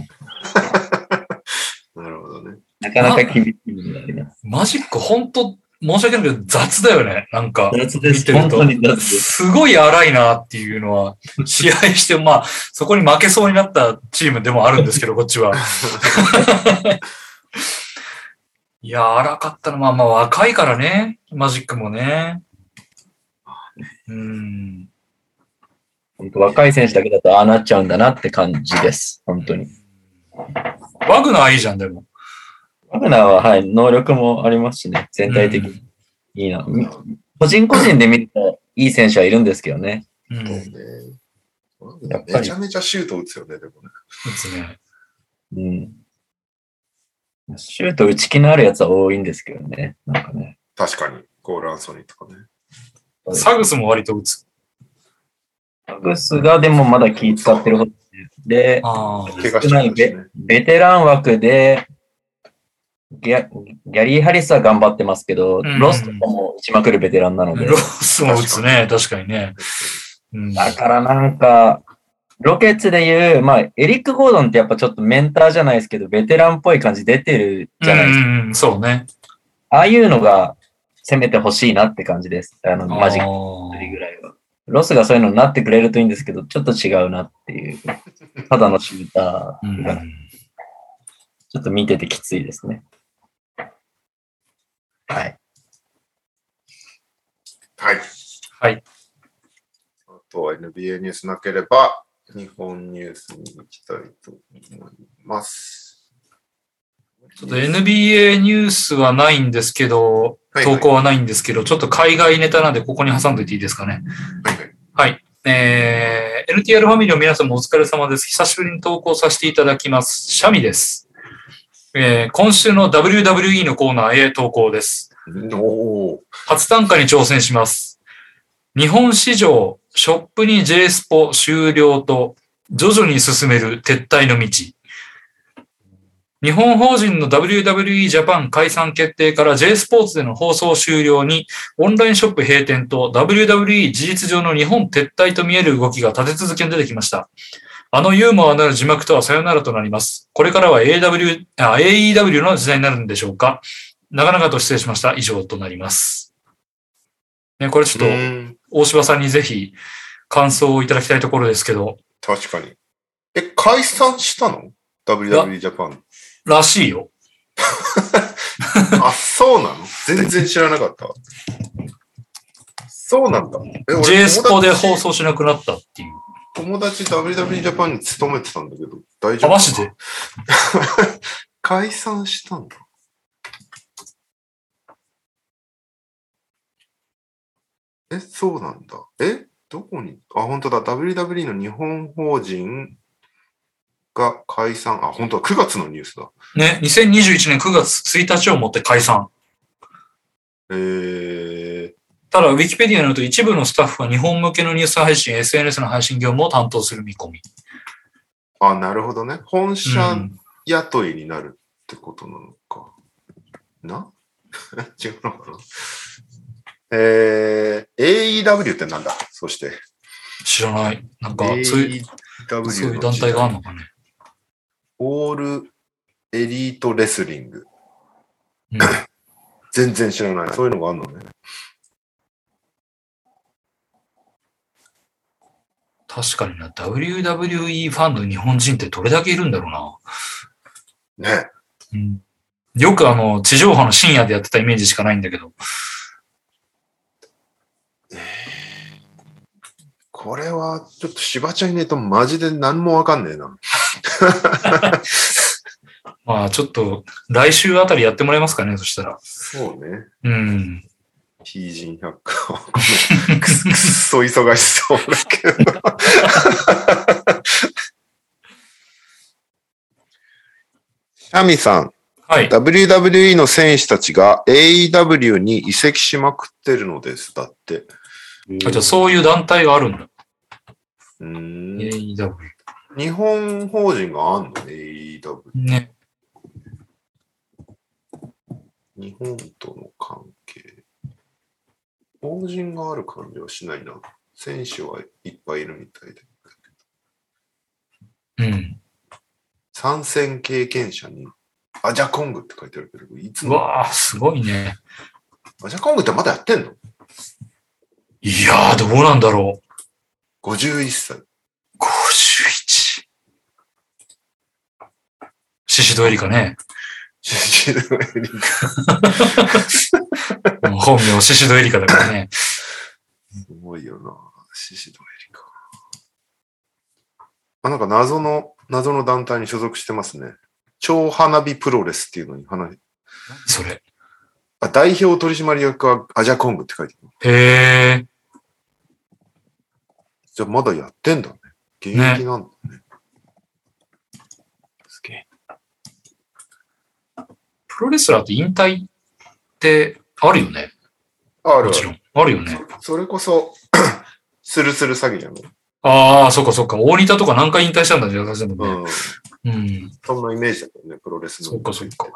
Speaker 1: なるほどね。
Speaker 4: なかなか厳しいものがあります。
Speaker 2: マジック、本当申し訳ないけど、雑だよね。なんか。
Speaker 4: 雑で
Speaker 2: 見
Speaker 4: す。
Speaker 2: てる
Speaker 4: 本
Speaker 2: と
Speaker 4: 当に雑です。
Speaker 2: すごい荒いなっていうの は、試合して、まあ、そこに負けそうになったチームでもあるん ですけど、こっちは。 いや、荒かったのまあまあ若いからね、マジックもね。うん。
Speaker 4: 本当若い選手だけだとああなっちゃうんだなって感じです。本当に。
Speaker 2: ワグナーいいじゃん、でも。
Speaker 4: ワグナーは、はい、能力もありますしね。全体的にいいな。み個人個人で見るといい選手はいるんですけどね。
Speaker 2: うん。うん。
Speaker 1: そう
Speaker 2: で
Speaker 1: ね
Speaker 4: やっぱり
Speaker 1: めちゃめちゃシュート打つよね、でもね。
Speaker 2: すね。
Speaker 4: うん。シュート打ち気のあるやつは多いんですけどね。なんかね。
Speaker 1: 確かに。コール・アンソニーとかね。
Speaker 2: サグスも割と打つ。
Speaker 4: サグスがでもまだ気使ってるほどで、
Speaker 2: ああ。
Speaker 1: 怪我しちゃうしね。
Speaker 4: ベテラン枠で、ギャギャリー・ハリスは頑張ってますけど、
Speaker 2: ん
Speaker 4: ロスとかも打ちまくるベテランなので
Speaker 2: ロ、スも打つね、確かにね。うん。
Speaker 4: だからなんか、ロケッツでいう、まあ、エリック・ゴードンってやっぱちょっとメンターじゃないですけど、ベテランっぽい感じ出てるじゃないですか。
Speaker 2: うんうんうん、そうね。
Speaker 4: ああいうのが攻めてほしいなって感じです。あの、マジック
Speaker 2: あー
Speaker 4: ぐらいは。ロスがそういうのになってくれるといいんですけど、ちょっと違うなっていう。ただのシュータ
Speaker 2: う
Speaker 4: ー
Speaker 2: ん
Speaker 4: が、ちょっと見ててきついですね。はい。
Speaker 1: はい。
Speaker 2: はい。
Speaker 1: あとは NBA ニュースなければ、日本ニュースに行きたいと思います。
Speaker 2: ちょっと NBA ニュースはないんですけど、
Speaker 1: はいはい
Speaker 2: 投稿はないんですけど、ちょっと海外ネタなんでここに挟んどいていいですかね。
Speaker 1: はいはい
Speaker 2: はい。えー、NTR ファミリーの皆さんもお疲れ様です。久しぶりに投稿させていただきます。シャミです。えー、今週の WWE のコーナーへ投稿です。
Speaker 1: おー
Speaker 2: 初単価に挑戦します。日本市場、ショップに J スポ終了と、徐々に進める撤退の道。日本法人の WWE ジャパン解散決定から J スポーツでの放送終了に、オンラインショップ閉店と WWE 事実上の日本撤退と見える動きが立て続けに出てきました。あのユーモアなる字幕とはさよならとなります。これからは AW あ AEW の時代になるんでしょうかなかなかと失礼しました。以上となります。ね、これちょっ
Speaker 1: う
Speaker 2: と
Speaker 1: ーん
Speaker 2: 大柴さんにぜひ感想をいただきたいところですけど、
Speaker 1: 確かに。え、解散したの ?WWE ジャパン。
Speaker 2: らしいよ。
Speaker 1: あ、そうなの全然知らなかった。そうなんだ。え俺
Speaker 2: J スポで
Speaker 1: 友達
Speaker 2: 放送しなくなったっていう。
Speaker 1: 友達 WWE ジャパンに勤めてたんだけど、大丈夫
Speaker 2: あ、マジで
Speaker 1: 解散したんだ。え、そうなんだ。え、どこにあ、本当だ。WWE の日本法人が解散。あ、本当だ。9月のニュースだ。
Speaker 2: ね、2021年9月1日をもって解散。
Speaker 1: えー、
Speaker 2: ただ、ウィキペディアによると一部のスタッフは日本向けのニュース配信、SNS の配信業務を担当する見込み。
Speaker 1: あ、なるほどね。本
Speaker 2: う
Speaker 1: 社
Speaker 2: ん
Speaker 1: 雇いになるってことなのか。な 違うのかなえー、AEW ってなんだそして。
Speaker 2: 知らない。なんか、そういう、
Speaker 1: AEW
Speaker 2: そういう団体があるのかね。
Speaker 1: オールエリートレスリング。
Speaker 2: うん
Speaker 1: 全然知らない。そういうのがあるのね。
Speaker 2: 確かにな、WWE ファンの日本人ってどれだけいるんだろうな。
Speaker 1: ね。
Speaker 2: うんよくあの、地上波の深夜でやってたイメージしかないんだけど。
Speaker 1: これは、ちょっとしばちゃんいねえとマジで何もわかんねえな。
Speaker 2: まあちょっと、来週あたりやってもらえますかね、そしたら。
Speaker 1: そう ね。
Speaker 2: うん。
Speaker 1: 非人百科は。ごめんくすくっそ忙しそうだけど。 シャミさん、
Speaker 2: はい。
Speaker 1: WWE の選手たちが AEW に移籍しまくってるのです。だって。
Speaker 2: あじゃあそういう団体があるんだ。
Speaker 1: うーん
Speaker 2: AEW。
Speaker 1: 日本法人があんの ?AEW。
Speaker 2: ね。
Speaker 1: 日本との関係。法人がある感じはしないな。選手はいっぱいいるみたいで。
Speaker 2: うん。
Speaker 1: 参戦経験者に、アジャコングって書いてあるけど、いつ
Speaker 2: う
Speaker 1: も、
Speaker 2: わあすごいね。
Speaker 1: アジャコングってまだやってんの
Speaker 2: いやー、どうなんだろう。
Speaker 1: ?51 歳。
Speaker 2: 51。シシドエリカね。
Speaker 1: す
Speaker 2: 本名シシドエリカだからね。
Speaker 1: ごいよな。シシドエリカ。あ、なんか謎の、謎の団体に所属してますね。超花火プロレスっていうのに話、
Speaker 2: それ。
Speaker 1: あ、代表取締役はアジャコングって書いてある。
Speaker 2: へえ。
Speaker 1: じゃあまだやってんだね。現役なんだね。すげえ。
Speaker 2: プロレスラーって引退ってあるよね。
Speaker 1: ある
Speaker 2: も
Speaker 1: あ
Speaker 2: ち
Speaker 1: る
Speaker 2: ろん。あるよね。
Speaker 1: それこそ、 スルスル詐欺じゃん。
Speaker 2: ああ、そっかそっか。大仁田とか何回引退したんだじゃあ、私でも
Speaker 1: う
Speaker 2: ね。
Speaker 1: ん。
Speaker 2: うん。
Speaker 1: そんなイメージだったよね、プロレスの。
Speaker 2: そっかそっか。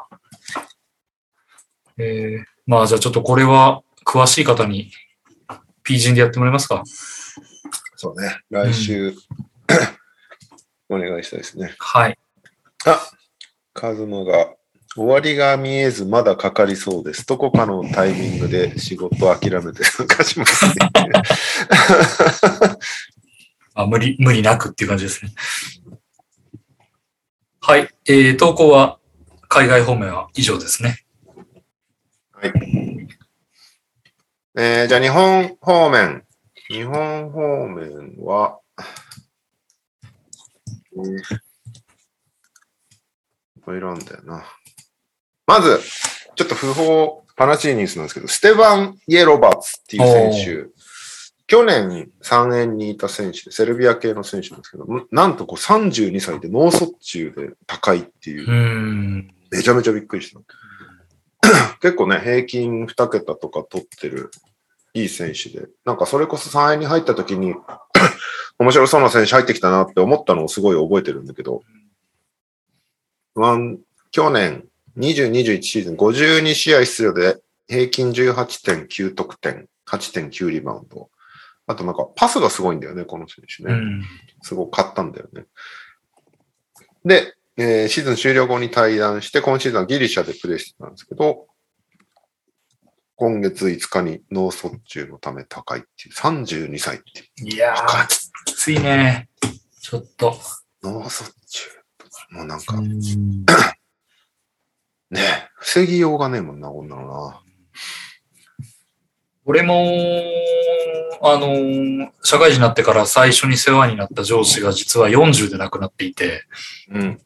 Speaker 2: えー、まあじゃあちょっとこれは詳しい方に P 人でやってもらえますか。
Speaker 1: そうね。来週、 お願いしたいですね。
Speaker 2: はい。
Speaker 1: カズマが、終わりが見えずまだかかりそうです。どこかのタイミングで仕事を諦めて参加しますね。
Speaker 2: あ無理、無理なくっていう感じですね。はい。えー、投稿は海外方面は以上ですね。
Speaker 1: えーじゃあ日本方面。日本方面は、いっぱいいるんだよな。まず、ちょっと不法、悲しいニュースなんですけど、ステバン・イエロバツっていう選手、去年3円にいた選手で、セルビア系の選手なんですけど、むなんとこう32歳で脳卒中で高いっていう
Speaker 2: う、ん。
Speaker 1: めちゃめちゃびっくりした。 結構ね、平均2桁とか取ってるいい選手で、なんかそれこそ3円に入った時に、 面白そうな選手入ってきたなって思ったのをすごい覚えてるんだけど、ワン去年20、21シーズン52試合出場で平均18.9得点、8.9リバウンド。あとなんかパスがすごいんだよね、この選手ね。
Speaker 2: うん。
Speaker 1: すごく買ったんだよね。で、えーシーズン終了後に対談して、今シーズンはギリシャでプレーしてたんですけど、今月5日に脳卒中のため高いっていう、32歳っていう。
Speaker 2: いやー、きついね。ちょっと。
Speaker 1: 脳卒中とか、もうなんか
Speaker 2: う、ん
Speaker 1: ね、防ぎようがねえもんな、こんなのな。
Speaker 2: 俺も、あのー、社会人になってから最初に世話になった上司が実は40で亡くなっていて、
Speaker 1: うん。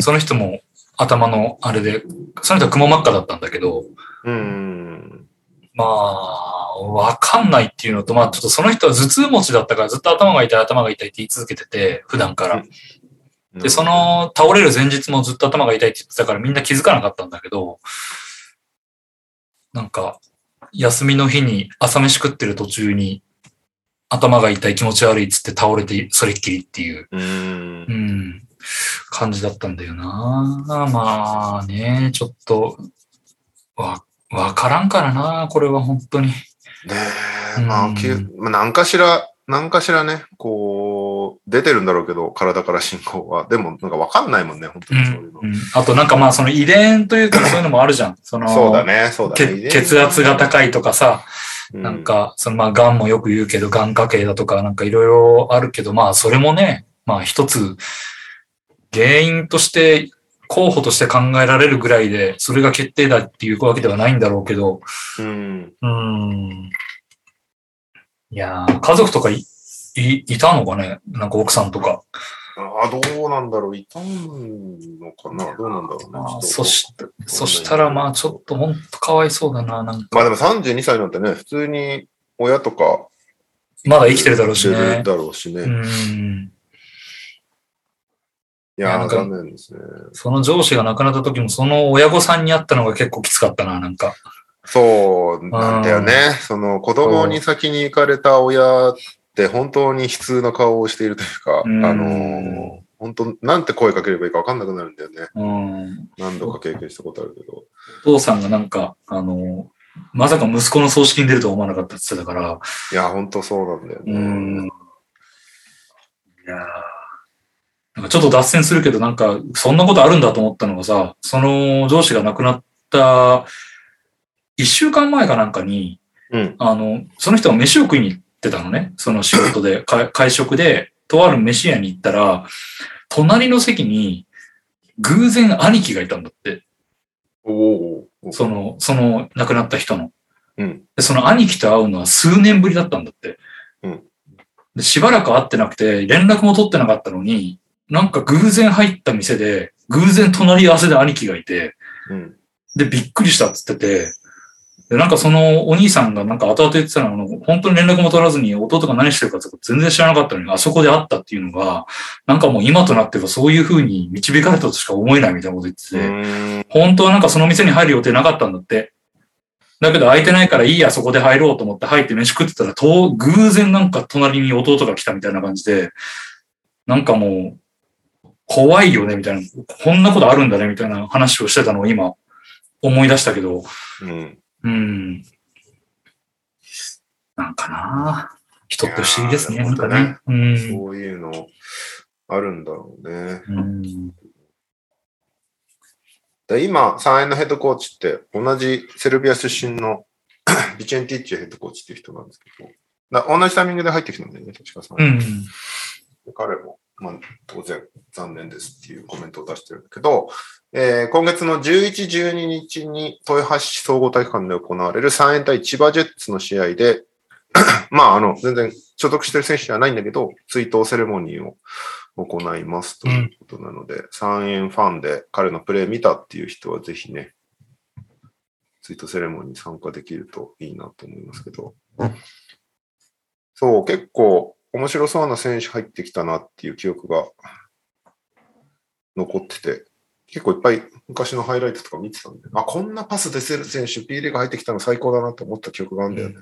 Speaker 2: その人も頭のあれで、その人は雲真っ赤だったんだけど、
Speaker 1: うん。
Speaker 2: まあ、わかんないっていうのと、まあちょっとその人は頭痛持ちだったからずっと頭が痛い頭が痛いって言い続けてて、普段から。で、そ、の倒れる前日もずっと頭が痛いって言ってたからみんな気づかなかったんだけど、なんか、休みの日に朝飯食ってる途中に頭が痛い気持ち悪いっつって倒れてそれっきりっていう、
Speaker 1: う。
Speaker 2: うんん、感じだったんだよな。まあね、ちょっと、わ、わからんからな、これは本当に。
Speaker 1: ねえ、ま
Speaker 2: う
Speaker 1: あ、
Speaker 2: ん
Speaker 1: きゅまあ、何かしら、何かしらね、こう、出てるんだろうけど、体から進行は。でも、なんかわかんないもんね、本当にそういうの。
Speaker 2: うんあとなんかまあその遺伝というかそういうのもあるじゃん。その、
Speaker 1: そうだね、そうだね。
Speaker 2: 血血圧が高いとかさ、
Speaker 1: う
Speaker 2: なん、か、そのまあ、癌もよく言うけど、癌家系だとか、なんかいろいろあるけど、まあ、それもね、まあ、一つ、原因として、候補として考えられるぐらいで、それが決定だっていうわけではないんだろうけど、
Speaker 1: うん。
Speaker 2: うーん。いやー家族とかい、い、いたのかねなんか奥さんとか。
Speaker 1: あ、どうなんだろう、痛むのかな、どうなんだろうね。ちょっと
Speaker 2: そし、そしたら、まあ、ちょっとほんとかわいそうだな、なん
Speaker 1: まあ
Speaker 2: か。
Speaker 1: でも32歳なんてね、普通に親とか、
Speaker 2: まだ生きてるだろうし
Speaker 1: 生きて
Speaker 2: ね
Speaker 1: る。だろうしね。
Speaker 2: う
Speaker 1: い
Speaker 2: ん。
Speaker 1: や
Speaker 2: なん
Speaker 1: ー、
Speaker 2: か
Speaker 1: 残念ですね。
Speaker 2: その上司が亡くなった時も、その親御さんに会ったのが結構きつかったな、なんか。
Speaker 1: そうなんだよね。その子供に先に行かれた親って本当に悲痛な顔をしているというか、あ
Speaker 2: うん
Speaker 1: のー、本当、なんて声かければいいか分かんなくなるんだよね。
Speaker 2: うん。
Speaker 1: 何度か経験したことあるけど。
Speaker 2: お父さんがなんか、あの、まさか息子の葬式に出るとは思わなかったって言ってたから、
Speaker 1: いや、本当そうなんだよね。
Speaker 2: うん。いやーなんかちょっと脱線するけど、なんか、そんなことあるんだと思ったのがさ、その上司が亡くなった一週間前かなんかに、
Speaker 1: うん。
Speaker 2: あの、その人が飯を食いに行ってたのね。その仕事で、か会食で、とある飯屋に行ったら、隣の席に、偶然兄貴がいたんだって。
Speaker 1: おおおお
Speaker 2: その、その亡くなった人の。
Speaker 1: うん。
Speaker 2: で、その兄貴と会うのは数年ぶりだったんだって。
Speaker 1: うん
Speaker 2: で、しばらく会ってなくて、連絡も取ってなかったのに、なんか偶然入った店で、偶然隣り合わせで兄貴がいて、
Speaker 1: うん。
Speaker 2: で、びっくりしたっつってて、で、なんかそのお兄さんがなんか後々言ってたのは、あの本当に連絡も取らずに弟が何してるかとか全然知らなかったのに、あそこで会ったっていうのが、なんかもう今となってはそういう風に導かれたとしか思えないみたいなこと言って
Speaker 1: う
Speaker 2: て、
Speaker 1: ーん
Speaker 2: 本当はなんかその店に入る予定なかったんだって。だけど空いてないからいいや、そこで入ろうと思って入って飯食ってたら、と偶然なんか隣に弟が来たみたいな感じで、なんかもう、怖いよね、みたいな。こんなことあるんだね、みたいな話をしてたのを今、思い出したけど、
Speaker 1: うん。
Speaker 2: うん。なんかな人って不思議です
Speaker 1: いや
Speaker 2: ね、
Speaker 1: ー
Speaker 2: なんか
Speaker 1: な
Speaker 2: ね。うん。
Speaker 1: そういうのあるんだろうね。
Speaker 2: うん
Speaker 1: で今、3円のヘッドコーチって、同じセルビア出身の ビチェンティッチヘッドコーチっていう人なんですけど、な同じタイミングで入ってきたんだよね、確かさ、
Speaker 2: うん。
Speaker 1: で彼も、まあ、当然残念ですっていうコメントを出してるんだけど、えー今月の11、12日に豊橋市総合体育館で行われる3円対千葉ジェッツの試合で、 まあ、あの、全然所属してる選手ではないんだけど、追悼セレモニーを行いますということなので、3円ファンで彼のプレー見たっていう人はぜひね、ツイートセレモニーに参加できるといいなと思いますけど、そう、結構面白そうな選手入ってきたなっていう記憶が残ってて、結構いっぱい昔のハイライトとか見てたんで、あ、こんなパス出せる選手、P リーグ入ってきたの最高だなと思った記憶があるんだよね。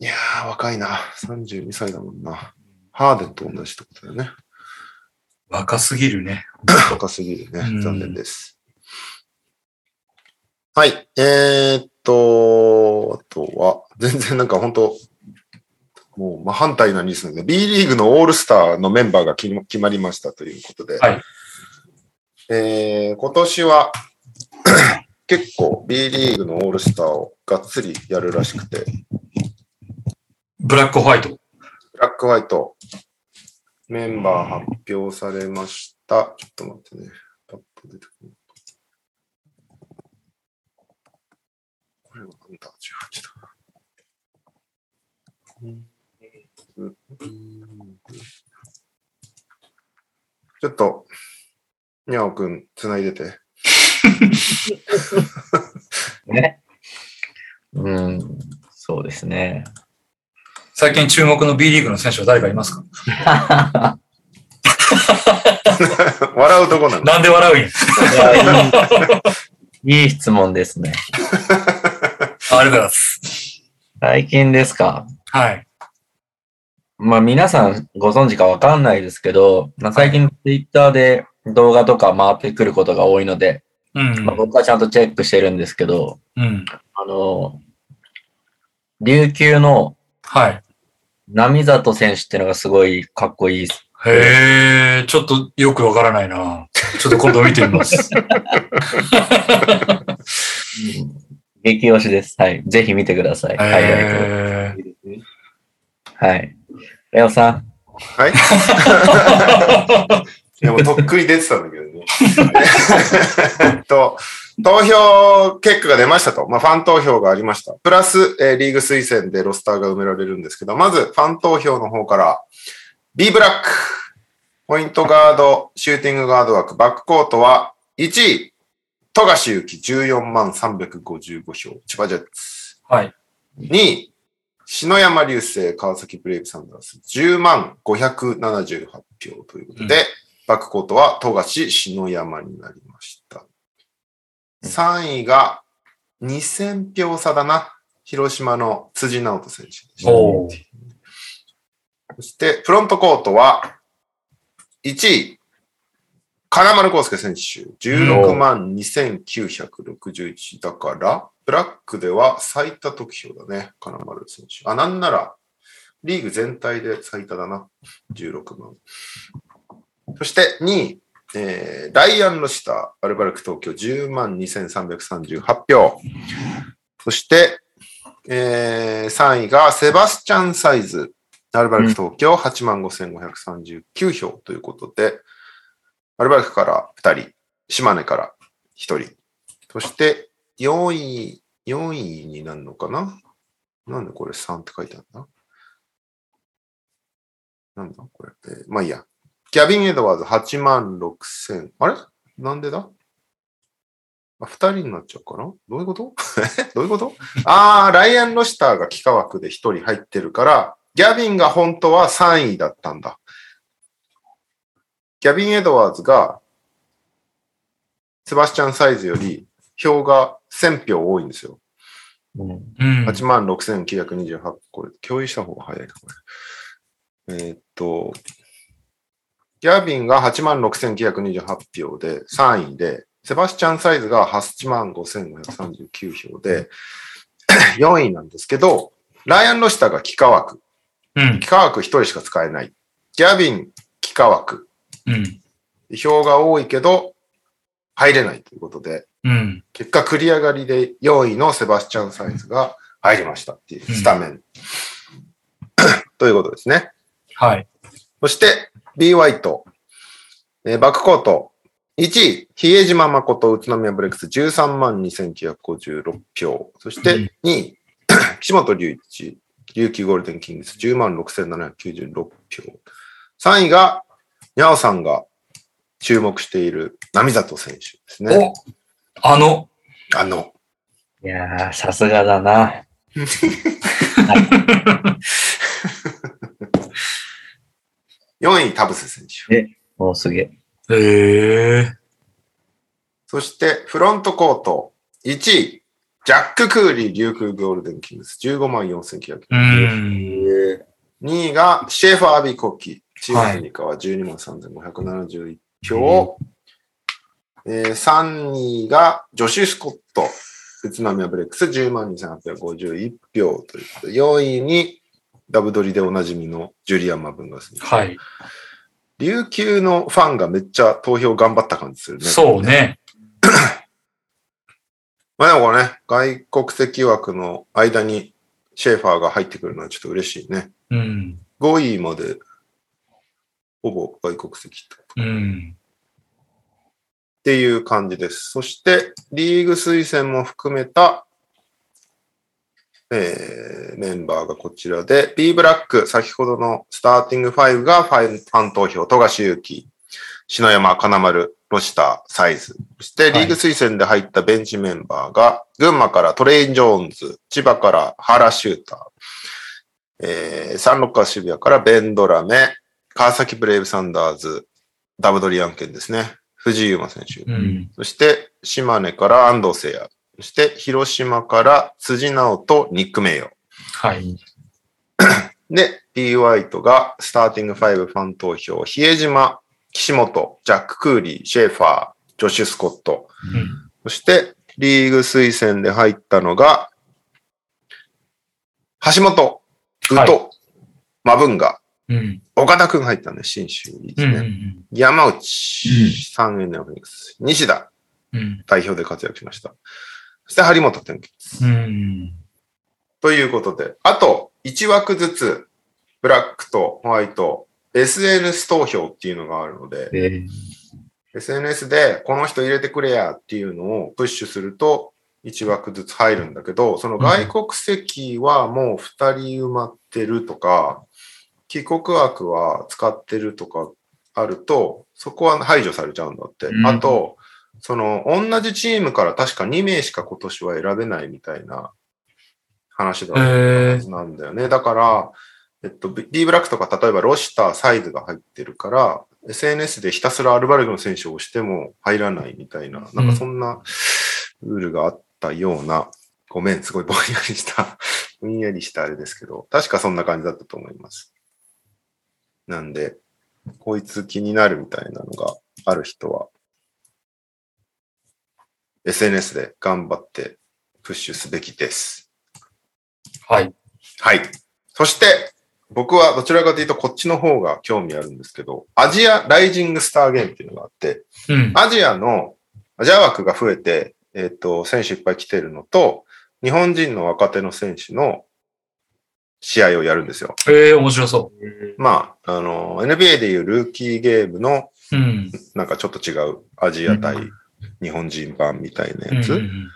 Speaker 1: いやー、若いな。32歳だもんな。ハーデンと同じってことだよ ね。
Speaker 2: 若すぎるね。
Speaker 1: 若すぎる
Speaker 2: う
Speaker 1: ね。
Speaker 2: ん
Speaker 1: 残念です。はい。えーっと、あとは、全然なんか本当もう真反対なニュースなんで、B リーグのオールスターのメンバーが決ま決まりましたということで、
Speaker 2: はい
Speaker 1: えー今年は 結構 B リーグのオールスターをがっつりやるらしくて、
Speaker 2: ブラックホワイト。
Speaker 1: ブラックホワイト、メンバー発表されました。ちょっと待ってね。パッと出てこない。これはなんだ ?18 だ。ちょっと、にゃおくん、つないでて。
Speaker 3: ね。うん、そうです ね。
Speaker 2: 最近注目の B リーグの選手は誰かいますか
Speaker 1: 笑うとこなの。
Speaker 2: なんで笑うんや。
Speaker 3: いやいいいい質問ですね。
Speaker 2: あありがとうございます。
Speaker 3: 最近ですか。
Speaker 2: はい。
Speaker 3: まあ皆さんご存知かわかんないですけど、まあ、最近ツイッターで動画とか回ってくることが多いので、
Speaker 2: うん
Speaker 3: まあ、。僕はちゃんとチェックしてるんですけど、
Speaker 2: うん。
Speaker 3: あの、琉球の
Speaker 2: はい。
Speaker 3: 波里選手っていうのがすごいかっこいいです
Speaker 2: へえ、ちょっとよくわからないな。ちょっと今度見てみ ます。
Speaker 3: 激推しです。はい。ぜひ見てください。ハイライ
Speaker 2: へえ。
Speaker 3: ト。はい。レオさん。
Speaker 1: はい。いや、もうとっくに出てたんだけどね。えっと、投票結果が出ましたと。まあ、ファン投票がありました。プラス、えーリーグ推薦でロスターが埋められるんですけど、まず、ファン投票の方から、B ブラック、ポイントガード、シューティングガード枠、バックコートは、1位、富樫勇樹14万355票、千葉ジェッツ。
Speaker 2: はい。
Speaker 3: うん
Speaker 1: 2位、篠山流星、川崎ブレイブサンダース、10万578票ということで、
Speaker 2: う
Speaker 1: バックコートは富樫篠山になりました。
Speaker 3: うん
Speaker 1: 3位が2000票差だな。広島の辻直人選手でした。
Speaker 2: おー
Speaker 1: そして、フロントコートは、1位、金丸康介選手、16万2961だから、ブラックでは最多得票だね、金丸選手。あ、なんなら、リーグ全体で最多だな、16万。そして、2位、えーライアン・ロシター、アルバルク東京、10万2338票。そして、えー3位がセバスチャン・サイズ、アルバルク東京、8万5539票ということで、アルバルクから2人、島根から1人。そして、4位、4位になるのかななんでこれ3って書いてあるんだなんだこれ、えーまあいいや。ギャビン・エドワーズ8万6000。あれなんでだあ、2人になっちゃうかなどういうこと えどういうことああ、ライアン・ロシターが幾何枠で1人入ってるから、ギャビンが本当は3位だったんだ。ギャビン・エドワーズが、セバスチャン・サイズより票が1000票多いんですよ。
Speaker 2: うん。
Speaker 1: 8万6928。これ、共有した方が早いな、これ。えーっと、ギャビンが8万6928票で3位で、セバスチャン・サイズが8万5539票で、4位なんですけど、ライアン・ロシターが幾何枠。
Speaker 2: うん。
Speaker 1: 幾何枠1人しか使えない。ギャビン、幾何枠。
Speaker 2: うん。
Speaker 1: 票が多いけど、入れないということで、
Speaker 2: うん。
Speaker 1: 結果繰り上がりで4位のセバスチャン・サイズが入りましたっていうスタメン。 ということですね。
Speaker 2: はい。
Speaker 1: そして、B ワイト、えーバックコート、1位、比江島誠、宇都宮ブレックス、13万2956票。そして2位、岸本隆一、琉球ゴールデンキングス、10万6796票。 3位が、にゃおさんが注目している波里選手ですね。
Speaker 2: おあの、
Speaker 1: あの、
Speaker 3: いやー、さすがだな。
Speaker 1: 4位、田臥選手。
Speaker 3: もうすげえ。
Speaker 2: へえ。
Speaker 1: そして、フロントコート、1位、ジャック・クーリー、琉球ゴールデンキングス、15万4900
Speaker 2: うん。
Speaker 1: 2位がシェーファー・アビコッキ。チームニカは12万3571票。えー3位がジョシュ・スコット。宇都宮ブレックス10万2851票ということで、4位にダブドリでおなじみのジュリアン・マブンガス。
Speaker 2: はい。
Speaker 1: 琉球のファンがめっちゃ投票頑張った感じするね。
Speaker 2: そう。ね。
Speaker 1: まあでもこれね、外国籍枠の間にシェーファーが入ってくるのはちょっと嬉しいね。
Speaker 2: うん。
Speaker 1: 5位までほぼ外国籍ってこと
Speaker 2: うん。
Speaker 1: っていう感じです。そして、リーグ推薦も含めた、えーメンバーがこちらで、B ブラック、先ほどのスターティング5がファイファン投票、富樫勇樹、篠山、金丸、ロシター、サイズ。そして、リーグ推薦で入ったベンチメンバーが、群馬からトレイン・ジョーンズ、千葉から原シューター、えー、サンロッカー渋谷からベンドラメ、川崎ブレイブサンダーズ、ダブドリアン県ですね。藤井優馬選手。
Speaker 2: うん。
Speaker 1: そして、島根から安藤聖也。そして、広島から辻直とニック名誉。
Speaker 2: はい。
Speaker 1: で、P ワイトがスターティング5ファン投票、比江島、岸本、ジャック・クーリー、シェーファー、ジョシュ・スコット。
Speaker 2: うん
Speaker 1: そして、リーグ推薦で入ったのが、橋本、宇
Speaker 2: は
Speaker 1: 都、マブンガ、
Speaker 2: うん。
Speaker 1: 岡田くん入ったんで、新州いいです
Speaker 2: うん
Speaker 1: ね。
Speaker 2: うん
Speaker 1: 山内、三円でフェニックス、西田、
Speaker 2: うん。
Speaker 1: 代表で活躍しました。そして、張本天気。
Speaker 2: うん。
Speaker 1: ということで、あと1枠ずつ、ブラックとホワイト、SNS 投票っていうのがあるので、
Speaker 3: えー
Speaker 1: SNS でこの人入れてくれやっていうのをプッシュすると、1枠ずつ入るんだけど、その外国籍はもう2人埋まってるとか、帰国枠は使ってるとかあると、そこは排除されちゃうんだって。
Speaker 3: うん
Speaker 1: あと、その同じチームから確か2名しか今年は選べないみたいな話だった
Speaker 2: へ
Speaker 1: はずなんだよね。だから、えっと、B B ブラックとか、例えばロシター、サイズが入ってるから、SNS でひたすらアルバルクの選手を押しても入らないみたいな、なんかそんなルールがあったような、ごめん、すごいぼんやりした、 ぼんやりしたあれですけど、確かそんな感じだったと思います。なんで、こいつ気になるみたいなのがある人は、SNS で頑張ってプッシュすべきです。
Speaker 2: はい。
Speaker 1: はい。そして、僕はどちらかというとこっちの方が興味あるんですけど、アジアライジングスターゲームっていうのがあって、
Speaker 2: うん。
Speaker 1: アジアの、アジア枠が増えて、えっ、と、選手いっぱい来てるのと、日本人の若手の選手の試合をやるんですよ。
Speaker 2: ええ、面白そ
Speaker 1: まあ、あの、NBA でいうルーキーゲームの、
Speaker 2: う。うん。
Speaker 1: なんかちょっと違うアジア対日本人版みたいなやつ。
Speaker 2: うん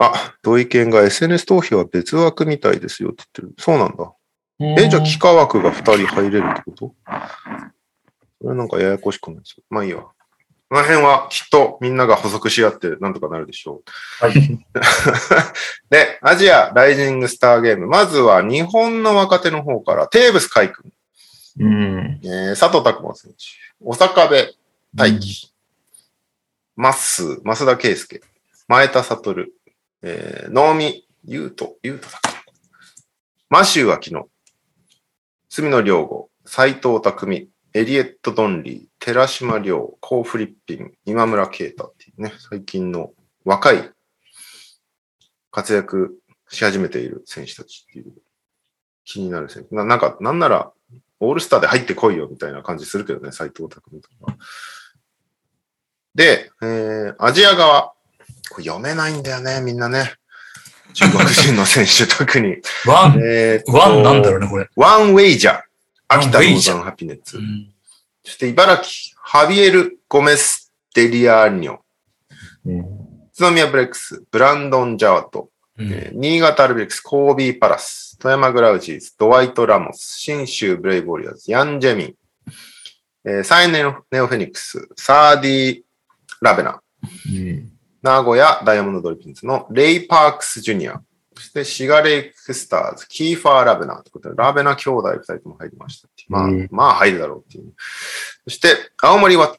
Speaker 1: あ、同意見が SNS 投票は別枠みたいですよって言ってる。そうなんだ。え、じゃあ、幾何枠が2人入れるってことそれなんかややこしくないですよ。まあいいわ。この辺はきっとみんなが補足し合ってなんとかなるでしょう。
Speaker 2: はい
Speaker 1: で、アジアライジングスターゲーム。まずは日本の若手の方から、テーブス海君、
Speaker 3: うん。
Speaker 1: えー佐藤拓磨選手、小坂部大輝、まっすー、増田圭介、前田悟、えー、能見優斗、優斗だっけマシューは昨日、住野良吾、斎藤匠、エリエット・ドンリー、寺島亮、コー・フリッピン、今村啓太っていうね、最近の若い活躍し始めている選手たちっていう、気になる選手。ななんか、なんなら、オールスターで入ってこいよみたいな感じするけどね、斎藤匠とか。で、えー、アジア側。これ読めないんだよね、みんなね。中国人の選手、特に。
Speaker 2: ワン、
Speaker 1: えーと
Speaker 2: ワンなんだろうね、これ。
Speaker 1: ワンウェイジャー。秋田
Speaker 2: ワンウェイ
Speaker 1: ロー
Speaker 2: ジャ
Speaker 1: ザ
Speaker 2: ー
Speaker 1: ンハピネッツ
Speaker 2: う。ん
Speaker 1: そして茨城、ハビエル・ゴメス・デリアーニョ。
Speaker 3: うん
Speaker 1: 宇都宮ブレックス、ブランドン・ジャワト、
Speaker 2: うん
Speaker 1: えー新潟アルビレックス、コービーパラス、富山グラウジーズ、ドワイト・ラモス、新州ブレイブ・オリアーズ、ヤン・ジェミン、えーサイネオ・ネオフェニックス、サーディ・ラベナ、名古屋ダイヤモンドドルフィンズのレイ・パークス・ジュニア、そしてシガレイクスターズ、キーファー・ラベナということで、ラベナ兄弟2人とも入りましたっていう。まあ、
Speaker 3: うん
Speaker 1: まあ入るだろうっていう。そして、青森は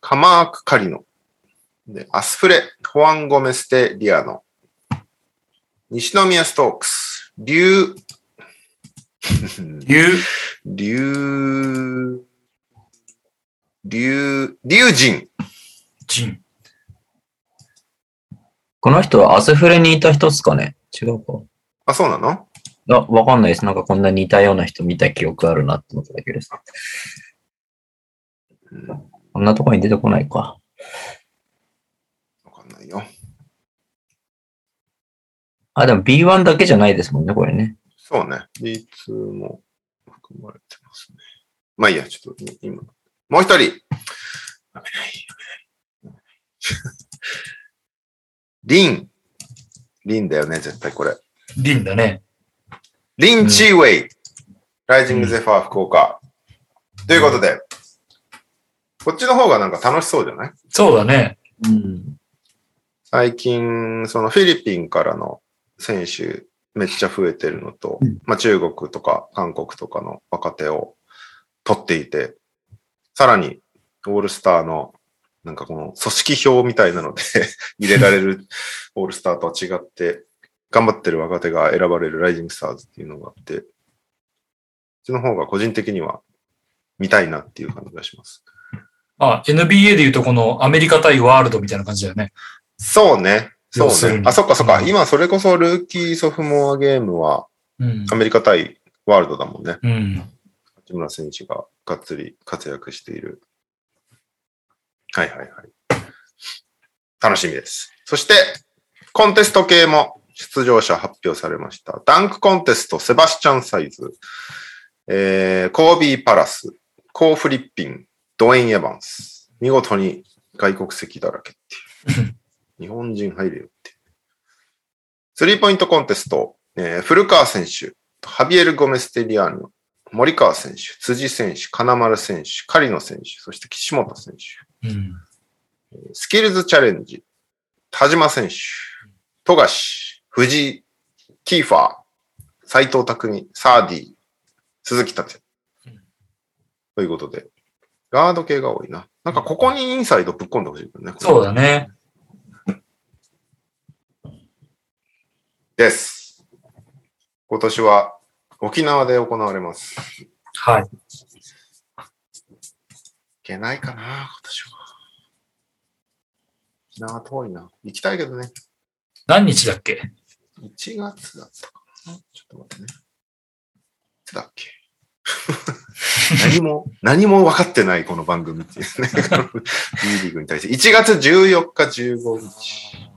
Speaker 1: カマーク・カリノ、でアスプレ、ホアン・ゴメステ・リアノ、西宮ストークス、竜、
Speaker 2: いう、
Speaker 1: 竜、竜、竜神、
Speaker 2: ジン。
Speaker 3: この人はアスフレにいた人っすかね違うか。
Speaker 1: あ、そうなの
Speaker 3: あ、わかんないです。なんかこんな似たような人見た記憶あるなって思っただけです。
Speaker 1: うん
Speaker 3: こんなとこに出てこないか。
Speaker 1: わかんないよ。
Speaker 3: あ、でも B1 だけじゃないですもんね、これね。
Speaker 1: そうね。B2 も含まれてますね。まあいいや、ちょっと今。もう一人やめないやめないやめないリン。リンだよね、絶対これ。
Speaker 2: リンだね。
Speaker 1: リン・チーウェイ。ライジング・ゼファー福岡。ということで、こっちの方がなんか楽しそうじゃない
Speaker 2: そうだね。
Speaker 3: うん。
Speaker 1: 最近、そのフィリピンからの選手めっちゃ増えてるのと、
Speaker 3: うん
Speaker 1: まあ中国とか韓国とかの若手を取っていて、さらにオールスターのなんかこの組織表みたいなので 入れられるオールスターとは違って、頑張ってる若手が選ばれるライジングスターズっていうのがあって、そっちの方が個人的には見たいなっていう感じがします。
Speaker 2: あ、NBA でいうとこのアメリカ対ワールドみたいな感じだよね。
Speaker 1: そうね。そう
Speaker 2: 要する
Speaker 1: ね。
Speaker 2: に
Speaker 1: あ、そっかそっか。
Speaker 2: うん
Speaker 1: 今それこそルーキーソフモアゲームは
Speaker 2: うん
Speaker 1: ア。メリカ対ワールドだもんね。
Speaker 2: うん。
Speaker 1: 八村選手ががっつり活躍している。はいはいはい。楽しみです。そして、コンテスト系も出場者発表されました。ダンクコンテスト、セバスチャンサイズ、えー、コービー・パラス、コー・フリッピン、ドエイン・エヴァンス。見事に外国籍だらけっていう。日本人入れよっていう。スリーポイントコンテスト、えー、古川選手、ハビエル・ゴメステリアーニョ、森川選手、辻選手、金丸選手、狩野選手、そして岸本選手、
Speaker 2: うん。
Speaker 1: スキルズチャレンジ、田島選手、富樫、藤井、キーファー、斎藤匠、サーディ、鈴木達也。ということで、ガード系が多いな。なんかここにインサイドぶっ込んでほしいけどね。
Speaker 2: そうだね。
Speaker 1: です。今年は沖縄で行われます。い
Speaker 2: はい。
Speaker 1: けないかな、今年は。沖縄遠いな。行きたいけどね。
Speaker 2: 何日だっけ
Speaker 1: 1月だったかなちょっと待ってね。いつだっけ何も、何も分かってないこの番組っていうね。この B リーグに対して。1月14日15日。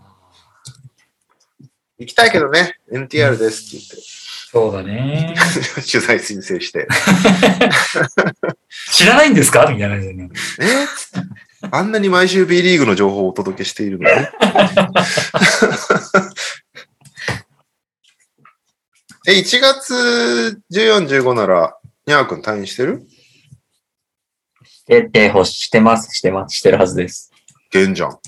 Speaker 1: 行きたいけどね、NTR ですって
Speaker 2: そうだね。
Speaker 1: 言って、取材申請して。
Speaker 2: 知らないんですかみたいな感じでね。
Speaker 1: えーつってあんなに毎週 B リーグの情報をお届けしているのね。え、1月14、15なら、にゃーくん退院してる
Speaker 3: しててほし、してます、してます、してるはずです。
Speaker 1: ゲンじゃん。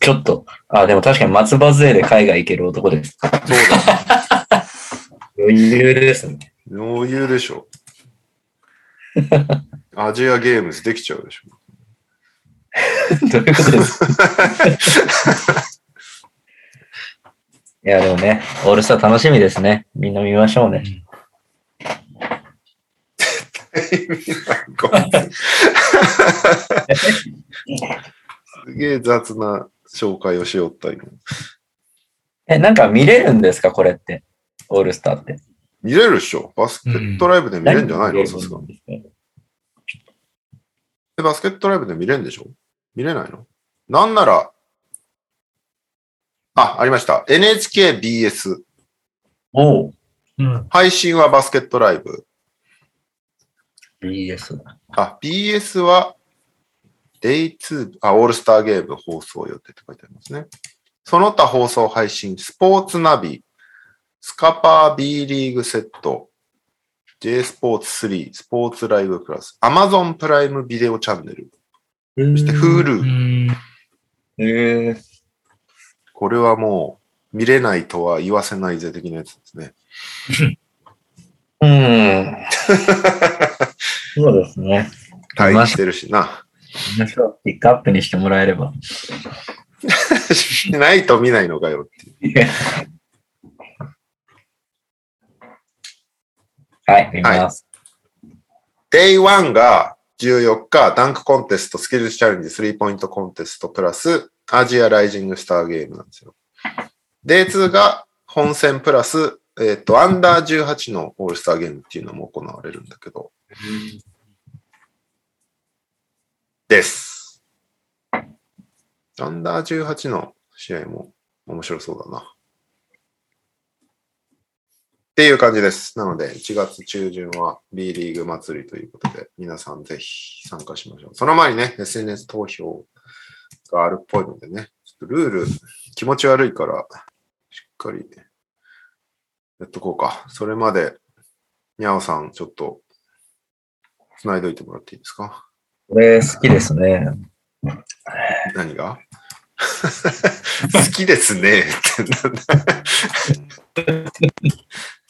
Speaker 3: ちょっと、あ、でも確かに松葉杖で海外行ける男です。
Speaker 1: そうだ。
Speaker 3: 余裕ですね。
Speaker 1: 余裕でしょ。アジアゲームズできちゃうでしょ。
Speaker 3: どういうことですかいや、でもね、オールスター楽しみですね。みんな見ましょうね。
Speaker 1: すげえ雑な紹介をしよった今。
Speaker 3: え、なんか見れるんですかこれって。オールスターって。
Speaker 1: 見れるでしょ。バスケットライブで見れるんじゃないのさすがに。えバスケットライブで見れるんでしょ見れないのなんなら、あ、ありました。NHKBS。
Speaker 3: おう。
Speaker 2: うん。
Speaker 1: 配信はバスケットライブ。
Speaker 3: BS
Speaker 1: あ、BS は、デイ2、あ、オールスターゲーム放送予定って書いてありますね。その他放送配信、スポーツナビ、スカパー B リーグセット、J スポーツ3、スポーツライブプラス、Amazon プライムビデオチャンネル、そして Hulu。
Speaker 2: ん。
Speaker 4: えー、
Speaker 1: これはもう見れないとは言わせないぜ的なやつですね。
Speaker 4: うん。そうですね。
Speaker 1: 退
Speaker 4: 見ま
Speaker 1: 院
Speaker 4: し
Speaker 1: したてるしな。
Speaker 4: 話をピックアップにしてもらえれば。
Speaker 1: しないと見ないのかよっていう。
Speaker 4: はい、見ます。
Speaker 1: Day1 が14日、ダンクコンテスト、スキルズチャレンジ、スリーポイントコンテスト、プラス、アジアライジングスターゲームなんですよ。Day2 が本戦プラス、えっ、と、アンダー18のオールスターゲームっていうのも行われるんだけど、です。アンダー18の試合も面白そうだな。っていう感じです。なので、1月中旬は B リーグ祭りということで、皆さんぜひ参加しましょう。その前にね、SNS 投票があるっぽいのでね、ちょっとルール気持ち悪いから、しっかりやっとこうか。それまで、にゃおさん、ちょっと、繋いどいてもらっていいですか
Speaker 4: これ好きですね。
Speaker 1: 何が 好きですね ってなんだ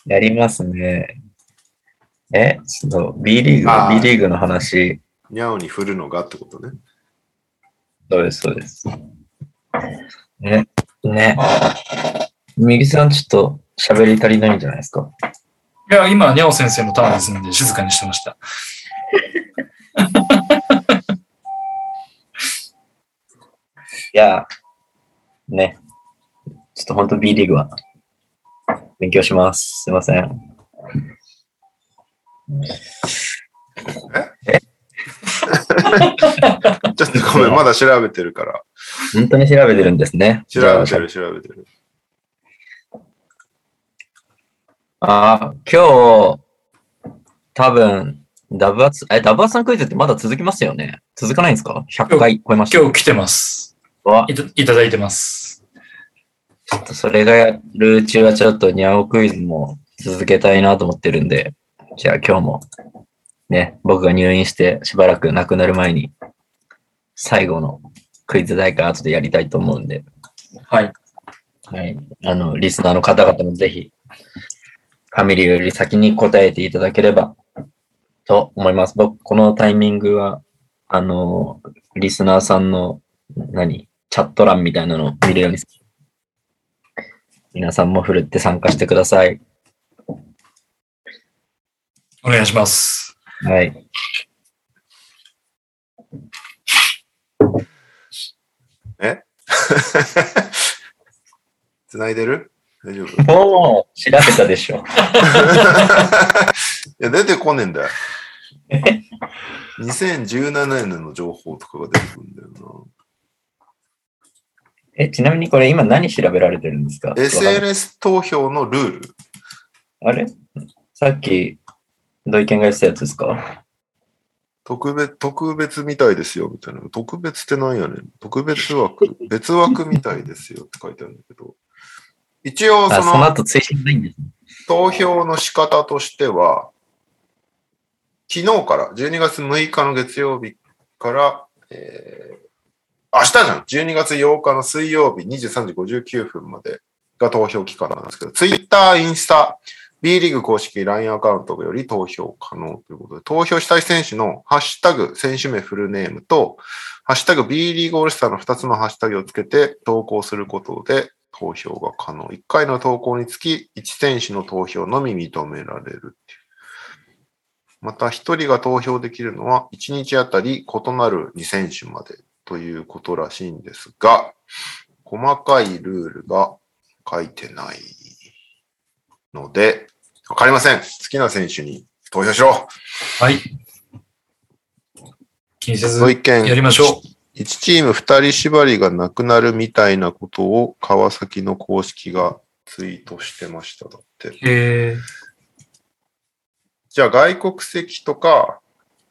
Speaker 4: やりますね。え、ちょっと B リーグ
Speaker 1: あー
Speaker 4: B リーグの話、
Speaker 1: にゃおに振るのがってことね。
Speaker 4: そうです、そうです。ね、ね。右さんちょっと喋り足りないんじゃないですか。
Speaker 2: いや、今、にゃお先生のターンですので、静かにしてました。
Speaker 4: いや、ね。ちょっと本当 B リーグは勉強します。すいません。
Speaker 1: ちょっとごめん、まだ調べてるから。
Speaker 4: 本当に調べてるんですね。
Speaker 1: 調べてる、調べてる。
Speaker 4: ああ、今日、多分、ダブアツ、え、ダブアツさんクイズってまだ続きますよね続かないんですか ?100 回超えました。
Speaker 2: 今日来てます。
Speaker 4: わ
Speaker 2: いたいただいてます。
Speaker 4: ちょっとそれがやるうちはちょっとニャオクイズも続けたいなと思ってるんで、じゃあ今日も、ね、僕が入院してしばらく亡くなる前に、最後のクイズ大会後でやりたいと思うんで、
Speaker 2: はい。
Speaker 4: はい。あの、リスナーの方々もぜひ、ファミリーより先に答えていただければと思います。僕、このタイミングは、あの、リスナーさんの、何、チャット欄みたいなのを見るように、皆さんもふるって参加してください。
Speaker 2: お願いします。
Speaker 4: はい。
Speaker 1: 繋いでる大丈夫い
Speaker 4: もう、調べたでしょ。
Speaker 1: や、出てこねえ んだよ。2017年の情報とかが出てくるんだよ
Speaker 4: え、ちなみにこれ今何調べられてるんですか
Speaker 1: な。SNS 投票のルール。
Speaker 4: あれさっき、土井健が言ってたやつですか
Speaker 1: 特別、特別みたいですよ、みたいな。特別ってなんやねん。特別枠、別枠みたいですよって書いてあるんだけど。一応、
Speaker 4: あ、
Speaker 1: そ
Speaker 4: その
Speaker 1: の
Speaker 4: 後追伸ないんですね。
Speaker 1: 投票の仕方としては、昨日から、12月6日の月曜日から、えー、明日じゃん !12 月8日の水曜日23時59分までが投票期間なんですけど、Twitter、インスタ、B リーグ公式 LINE アカウントより投票可能ということで、投票したい選手のハッシュタグ、選手名フルネームと、ハッシュタグ B リーグオールスターの2つのハッシュタグをつけて投稿することで投票が可能。1回の投稿につき1選手の投票のみ認められるっていう。また1人が投票できるのは1日あたり異なる2選手までということらしいんですが、細かいルールが書いてないので、わかりません。好きな選手に投票しろ。
Speaker 2: はい。気にせず
Speaker 1: ご、意見
Speaker 2: やりましょ
Speaker 1: 1チーム2人縛りがなくなるみたいなことを川崎の公式がツイートしてましただって。
Speaker 2: う。えー、
Speaker 1: じゃあ外国籍とか、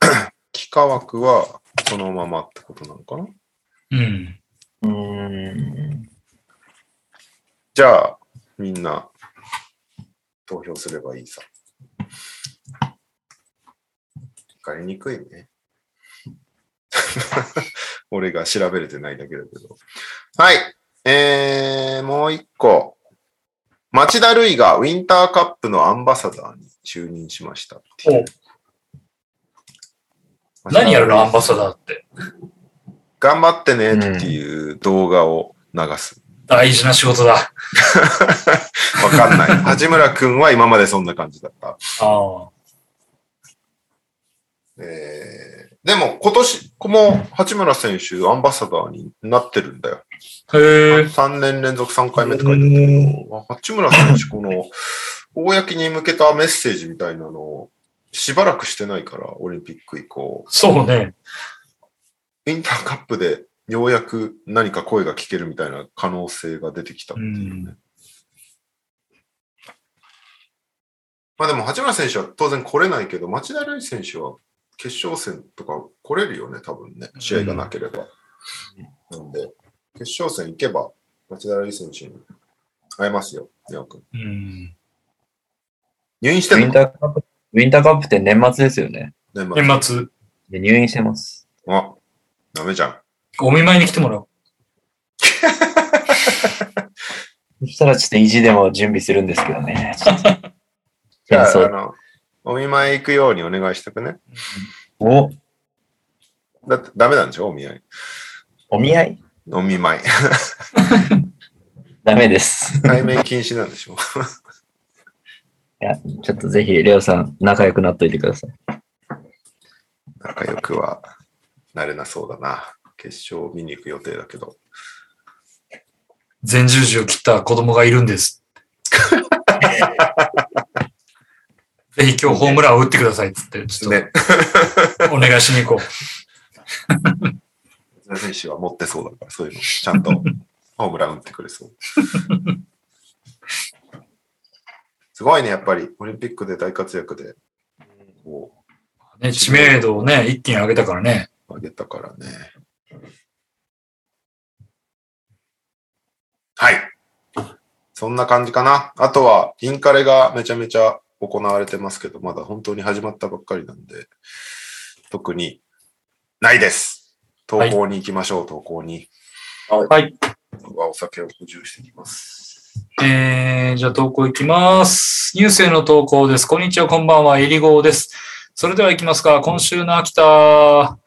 Speaker 1: 幾何枠はそのままってことなのかな
Speaker 2: うん。
Speaker 4: うーん。
Speaker 1: じゃあ、みんな、投票すればいいさ。わかりにくいね。 俺が調べれてないだけだけど。はい。えー、もう一個。町田瑠唯がウィンターカップのアンバサダーに就任しましたっていう。
Speaker 2: 何やるのアン
Speaker 1: バ
Speaker 2: バサダーって。
Speaker 1: 頑張ってねっていう動画を流す。
Speaker 2: 大事な仕事だ。
Speaker 1: わかん ない。八村くんは今までそんな感じだった。
Speaker 2: ああ。
Speaker 1: えー、でも今年も八村選手アンバサダーになってるんだよ。
Speaker 2: へえ。
Speaker 1: 3年連続3回目って書いてあるけど、八村選手、この、公に向けたメッセージみたいなのを、しばらくしてないから、オリンピック以降。
Speaker 2: そうね。
Speaker 1: インターカップで、ようやく何か声が聞けるみたいな可能性が出てきたっていうね。まあでも、八村選手は当然来れないけど、町田瑠唯選手は決勝戦とか来れるよね、多分ね。試合がなければ。なんで、決勝戦行けば、町田瑠唯選手に会えますよ、ニャオ君。
Speaker 2: うん。
Speaker 1: 入院して
Speaker 3: ウ
Speaker 1: ん
Speaker 3: ィン
Speaker 1: の
Speaker 3: ターカップ、ウィンターカップって年末ですよね。
Speaker 1: 年末。
Speaker 2: 年末、
Speaker 3: で入院してます。
Speaker 1: あ、ダメじゃん。
Speaker 2: お見舞いに来てもらお
Speaker 3: そ
Speaker 2: う。
Speaker 3: したらちょっと意地でも準備するんですけど ね。
Speaker 1: じゃあ、
Speaker 3: そう
Speaker 1: あの、お見舞い行くようにお願いしとくね。
Speaker 3: お、
Speaker 1: だってダメなんでしょお見合い。
Speaker 3: お見合い
Speaker 1: お見舞い。
Speaker 3: ダメです。
Speaker 1: 対面禁止なんでしょ
Speaker 3: ちょっとぜひ、レオさん、仲良くなっといてください。
Speaker 1: 仲良くはなれなそうだな。決勝見に行く予定だけど。
Speaker 2: 全十字を切った子供がいる んです。ぜひ今日ホームランを打ってくださいっつって、ちょっ
Speaker 1: ね。
Speaker 2: とお願いしに行こ
Speaker 1: 松田選手は持ってそうだから、そういうの。ちゃんとホームラン打ってくれそう。すごいね、やっぱり。オリンピックで大活躍で、こ
Speaker 2: う。ね、知名度をね、一気に上げたからね。
Speaker 1: う、上げたからね。はい。そんな感じかな。あとは、インカレがめちゃめちゃ行われてますけど、まだ本当に始まったばっかりなんで、特にないです。投稿に行きましょう、投稿に。
Speaker 2: はい。
Speaker 1: 僕はお酒を補充してきます。
Speaker 2: えー、じゃあ投稿いきます。ニュースへの投稿です。こんにちは、こんばんは、えりごうです。それではいきますか。今週の秋田、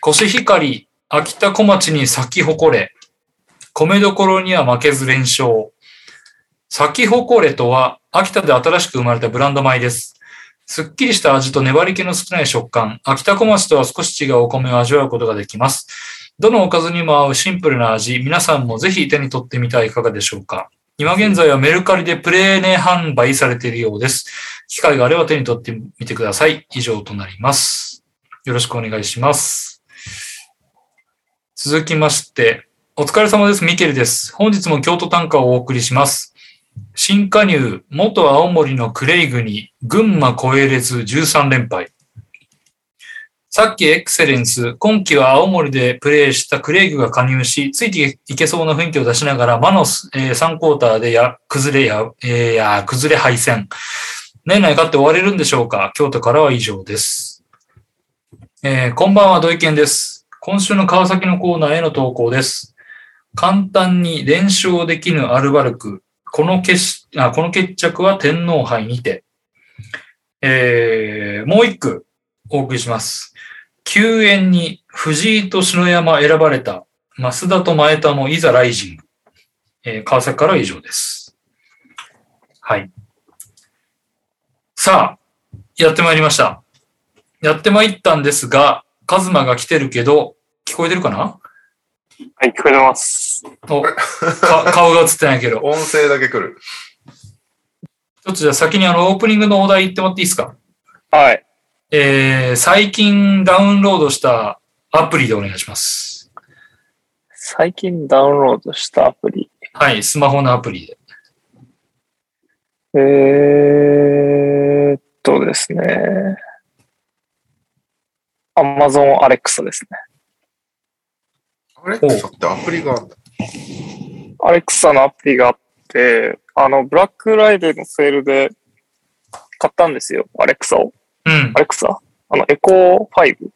Speaker 2: コシヒカリ、秋田小町に咲き誇れ。米どころには負けず連勝。咲き誇れとは、秋田で新しく生まれたブランド米です。すっきりした味と粘り気の少ない食感。秋田小町とは少し違うお米を味わうことができます。どのおかずにも合うシンプルな味、皆さんもぜひ手に取ってみてはいかがでしょうか。今現在はメルカリでプレーネ販売されているようです。機会があれば手に取ってみてください。以上となります。よろしくお願いします。続きまして、お疲れ様です。ミケルです。本日も京都短歌をお送りします。新加入、元青森のクレイグに、群馬超えれず13連敗。さっきエクセレンス、今季は青森でプレーしたクレイグが加入し、ついていけそうな雰囲気を出しながら、マノス、えー3クォーターでや崩れや、えーや崩れ敗戦。年内勝って終われるんでしょうか京都からは以上です。えーこんばんは、土井健です。今週の川崎のコーナーへの投稿です。簡単に連勝できぬアルバルク。この決しあこの決着は天皇杯にて。えーもう一句お送りします。救援に藤井と篠山選ばれた増田と前田もいざライジング。えー川崎からは以上です。はい。さあ、やってまいりました。やってまいったんですが、カズマが来てるけど、聞こえてるかな
Speaker 5: はい、聞こえてます。
Speaker 2: おか顔が映ってないけど。
Speaker 1: 音声だけ来る。
Speaker 2: ちょっとじゃあ先にあのオープニングのお題言ってもらっていいですか
Speaker 5: はい。
Speaker 2: えー、最近ダウンロードしたアプリでお願いします。
Speaker 5: 最近ダウンロードしたアプリ。
Speaker 2: はい、スマホのアプリで。
Speaker 5: えーっとですね。Amazon Alexa ですね。
Speaker 1: アレクサってアプリがあんだ。
Speaker 5: Alexa のアプリがあって、あの、ブラックフライデーのセールで買ったんですよ。アレクサを。
Speaker 2: うん
Speaker 5: ア。レクサあの、エコー5
Speaker 2: はい
Speaker 5: を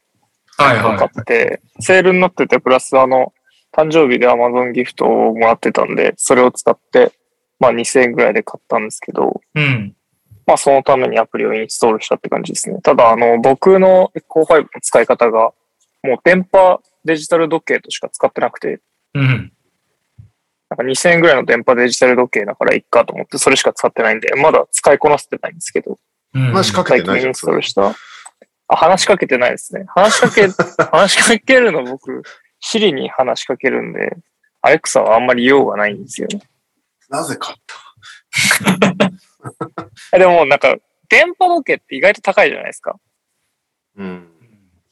Speaker 5: 買
Speaker 2: は
Speaker 5: って、セールになってて、プラスあの、誕生日で Amazon ギフトをもらってたんで、それを使って、まあ2000円ぐらいで買ったんですけど、
Speaker 2: い。うん。
Speaker 5: まあそのためにアプリをインストールしたって感じですね。ただあの、僕の Echo 5の使い方が、もう電波デジタル時計としか使ってなくて、
Speaker 2: うん。
Speaker 5: なんか2000円ぐらいの電波デジタル時計だからいっかと思って、それしか使ってないんで、まだ使いこなせてないんですけど、
Speaker 2: うん。
Speaker 1: 話しかけ
Speaker 5: 最
Speaker 1: てない
Speaker 5: 近
Speaker 1: じ
Speaker 5: イ
Speaker 1: ゃ
Speaker 5: ン
Speaker 1: ん、
Speaker 5: ス
Speaker 1: そ
Speaker 5: トー
Speaker 1: れ
Speaker 5: ル。した。あ、話しかけてないですね。話しか け、話しかけるの僕、シリに話しかけるんで、アレクサはあんまり用がないんですよね。
Speaker 1: なぜか。
Speaker 5: えでもなんか、電波時計って意外と高いじゃないですか。
Speaker 1: うん。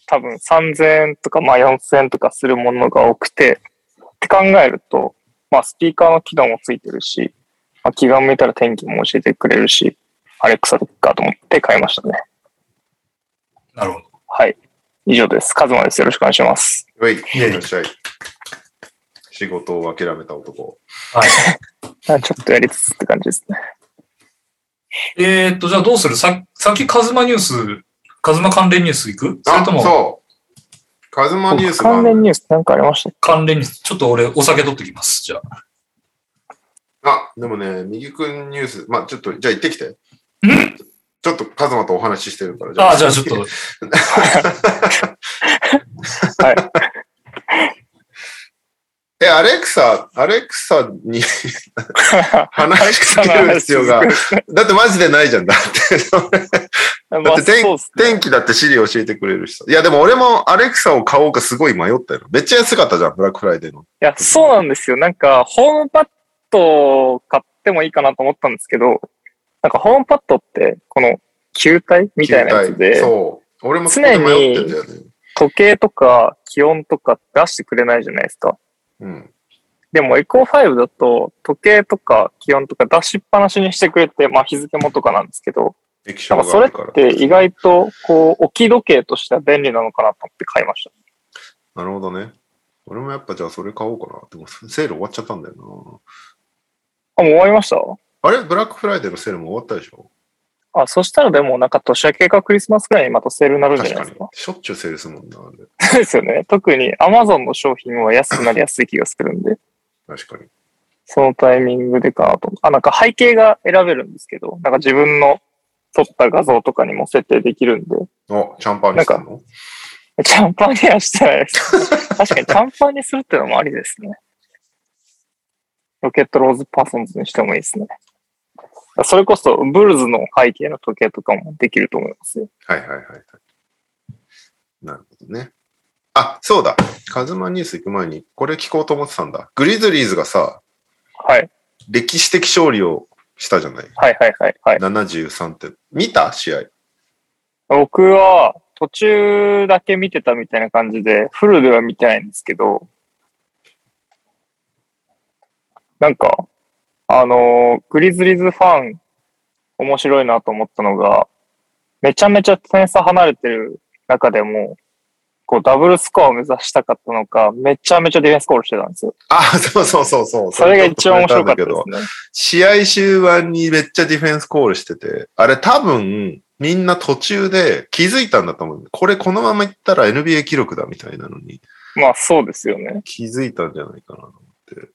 Speaker 5: 多分3000円とか、まあ4000円とかするものが多くて、って考えると、まあスピーカーの機能もついてるし、まあ、気が向いたら天気も教えてくれるし、アレクサでいっかと思って買いましたね。
Speaker 2: なるほど。
Speaker 5: はい。以上です。カズマです。よろしくお願いします。
Speaker 1: うい、
Speaker 2: いえいえ
Speaker 1: いらっしゃい。仕事を諦めた男。
Speaker 2: はい。
Speaker 5: あちょっとやりつつって感じですね。
Speaker 2: えーっと、じゃあどうするささっきカズマニュース、カズマ関連ニュースいくそれ
Speaker 1: あ、
Speaker 2: とも
Speaker 1: そう。カズマニュースがあ
Speaker 5: 関連
Speaker 1: る。
Speaker 5: ニュースなんかありましたっ
Speaker 2: 関連ニュース、ちょっと俺お酒取ってきます。じゃあ。
Speaker 1: あ、でもね、右くんニュース、まあちょっと、じゃあ行ってきて。ちょっとカズマとお話ししてるから。
Speaker 2: ああ、じゃあちょっと。。
Speaker 1: え、アレクサ、アレクサに 話しかける必要 が。だってマジでないじゃん。だって、それ
Speaker 5: け
Speaker 1: だっ
Speaker 5: まあ、
Speaker 1: て
Speaker 5: そ
Speaker 1: 天,、
Speaker 5: うですね。
Speaker 1: 天気だってシリ教えてくれる人。いや、でも俺もアレクサを買おうかすごい迷ったよ。めっちゃ安かったじゃん、ブラックフライデーの。
Speaker 5: いや、そうなんですよ。なんか、ホームパッドを買ってもいいかなと思ったんですけど、なんかホームパッドって、この球体みたいなやつで、
Speaker 1: そう。俺もそこで迷ってんだよね。
Speaker 5: 時計とか気温とか出してくれないじゃないですか。
Speaker 1: うん。
Speaker 5: でも、エコー5だと、時計とか気温とか出しっぱなしにしてくれて、まあ日付もとかなんですけど、
Speaker 1: 液晶
Speaker 5: なん
Speaker 1: が
Speaker 5: かそ
Speaker 1: あ
Speaker 5: れ
Speaker 1: るから
Speaker 5: っ。て意外と、こう、置き時計としては便利なのかなと思って買いました。
Speaker 1: なるほどね。俺もやっぱじゃあそれ買おうかな。でもセール終わっちゃったんだよ
Speaker 5: あ、もう終わりました
Speaker 1: な。あれブラックフライデーのセールも終わったでしょ
Speaker 5: あ、そしたらでもなんか年明けかクリスマスくらいにまたセールになるんじゃ
Speaker 1: 確
Speaker 5: な
Speaker 1: か
Speaker 5: いで
Speaker 1: に
Speaker 5: すか。。
Speaker 1: しょっちゅうセールするもんな、あれ。
Speaker 5: そうですよね。特に Amazon の商品は安くなりやすい気がするんで、
Speaker 1: 確かに。
Speaker 5: そのタイミングでかなと。あ、なんか背景が選べるんですけど、なんか自分の撮った画像とかにも設定できるんで、
Speaker 1: お、チャンパーにしたの
Speaker 5: チャンパンにはしてないです。確かにチャンパンにするってのもありですね。ロケットローズパーソンズにしてもいいですね。それこそ、ブルズの背景の時計とかもできると思いますよ。
Speaker 1: はいはいはいはい。なるほどね。あ、そうだ。カズマニュース行く前に、これ聞こうと思ってたんだ。グリズリーズがさ、
Speaker 5: はい。
Speaker 1: 歴史的勝利をしたじゃない。
Speaker 5: はいはいはいはい。
Speaker 1: 73点。見た試合。
Speaker 5: 僕は途中だけ見てたみたいな感じで、フルでは見てないんですけど、なんか、あのーグリズリーズファン、面白いなと思ったのが、めちゃめちゃ点差離れてる中でも、こうダブルスコアを目指したかったのか、めちゃめちゃディフェンスコールしてたんですよ。
Speaker 1: あ、そうそうそうそう。
Speaker 5: それが一番面白かった
Speaker 1: それちょと触れんだけど
Speaker 5: です
Speaker 1: 試
Speaker 5: ね。
Speaker 1: 合終盤にめっちゃディフェンスコールしてて、あれ多分、みんな途中で気づいたんだと思う。これこのままいったら NBA 記録だみたいなのに
Speaker 5: まあそうですよね。
Speaker 1: 気づいたんじゃないかなと思って。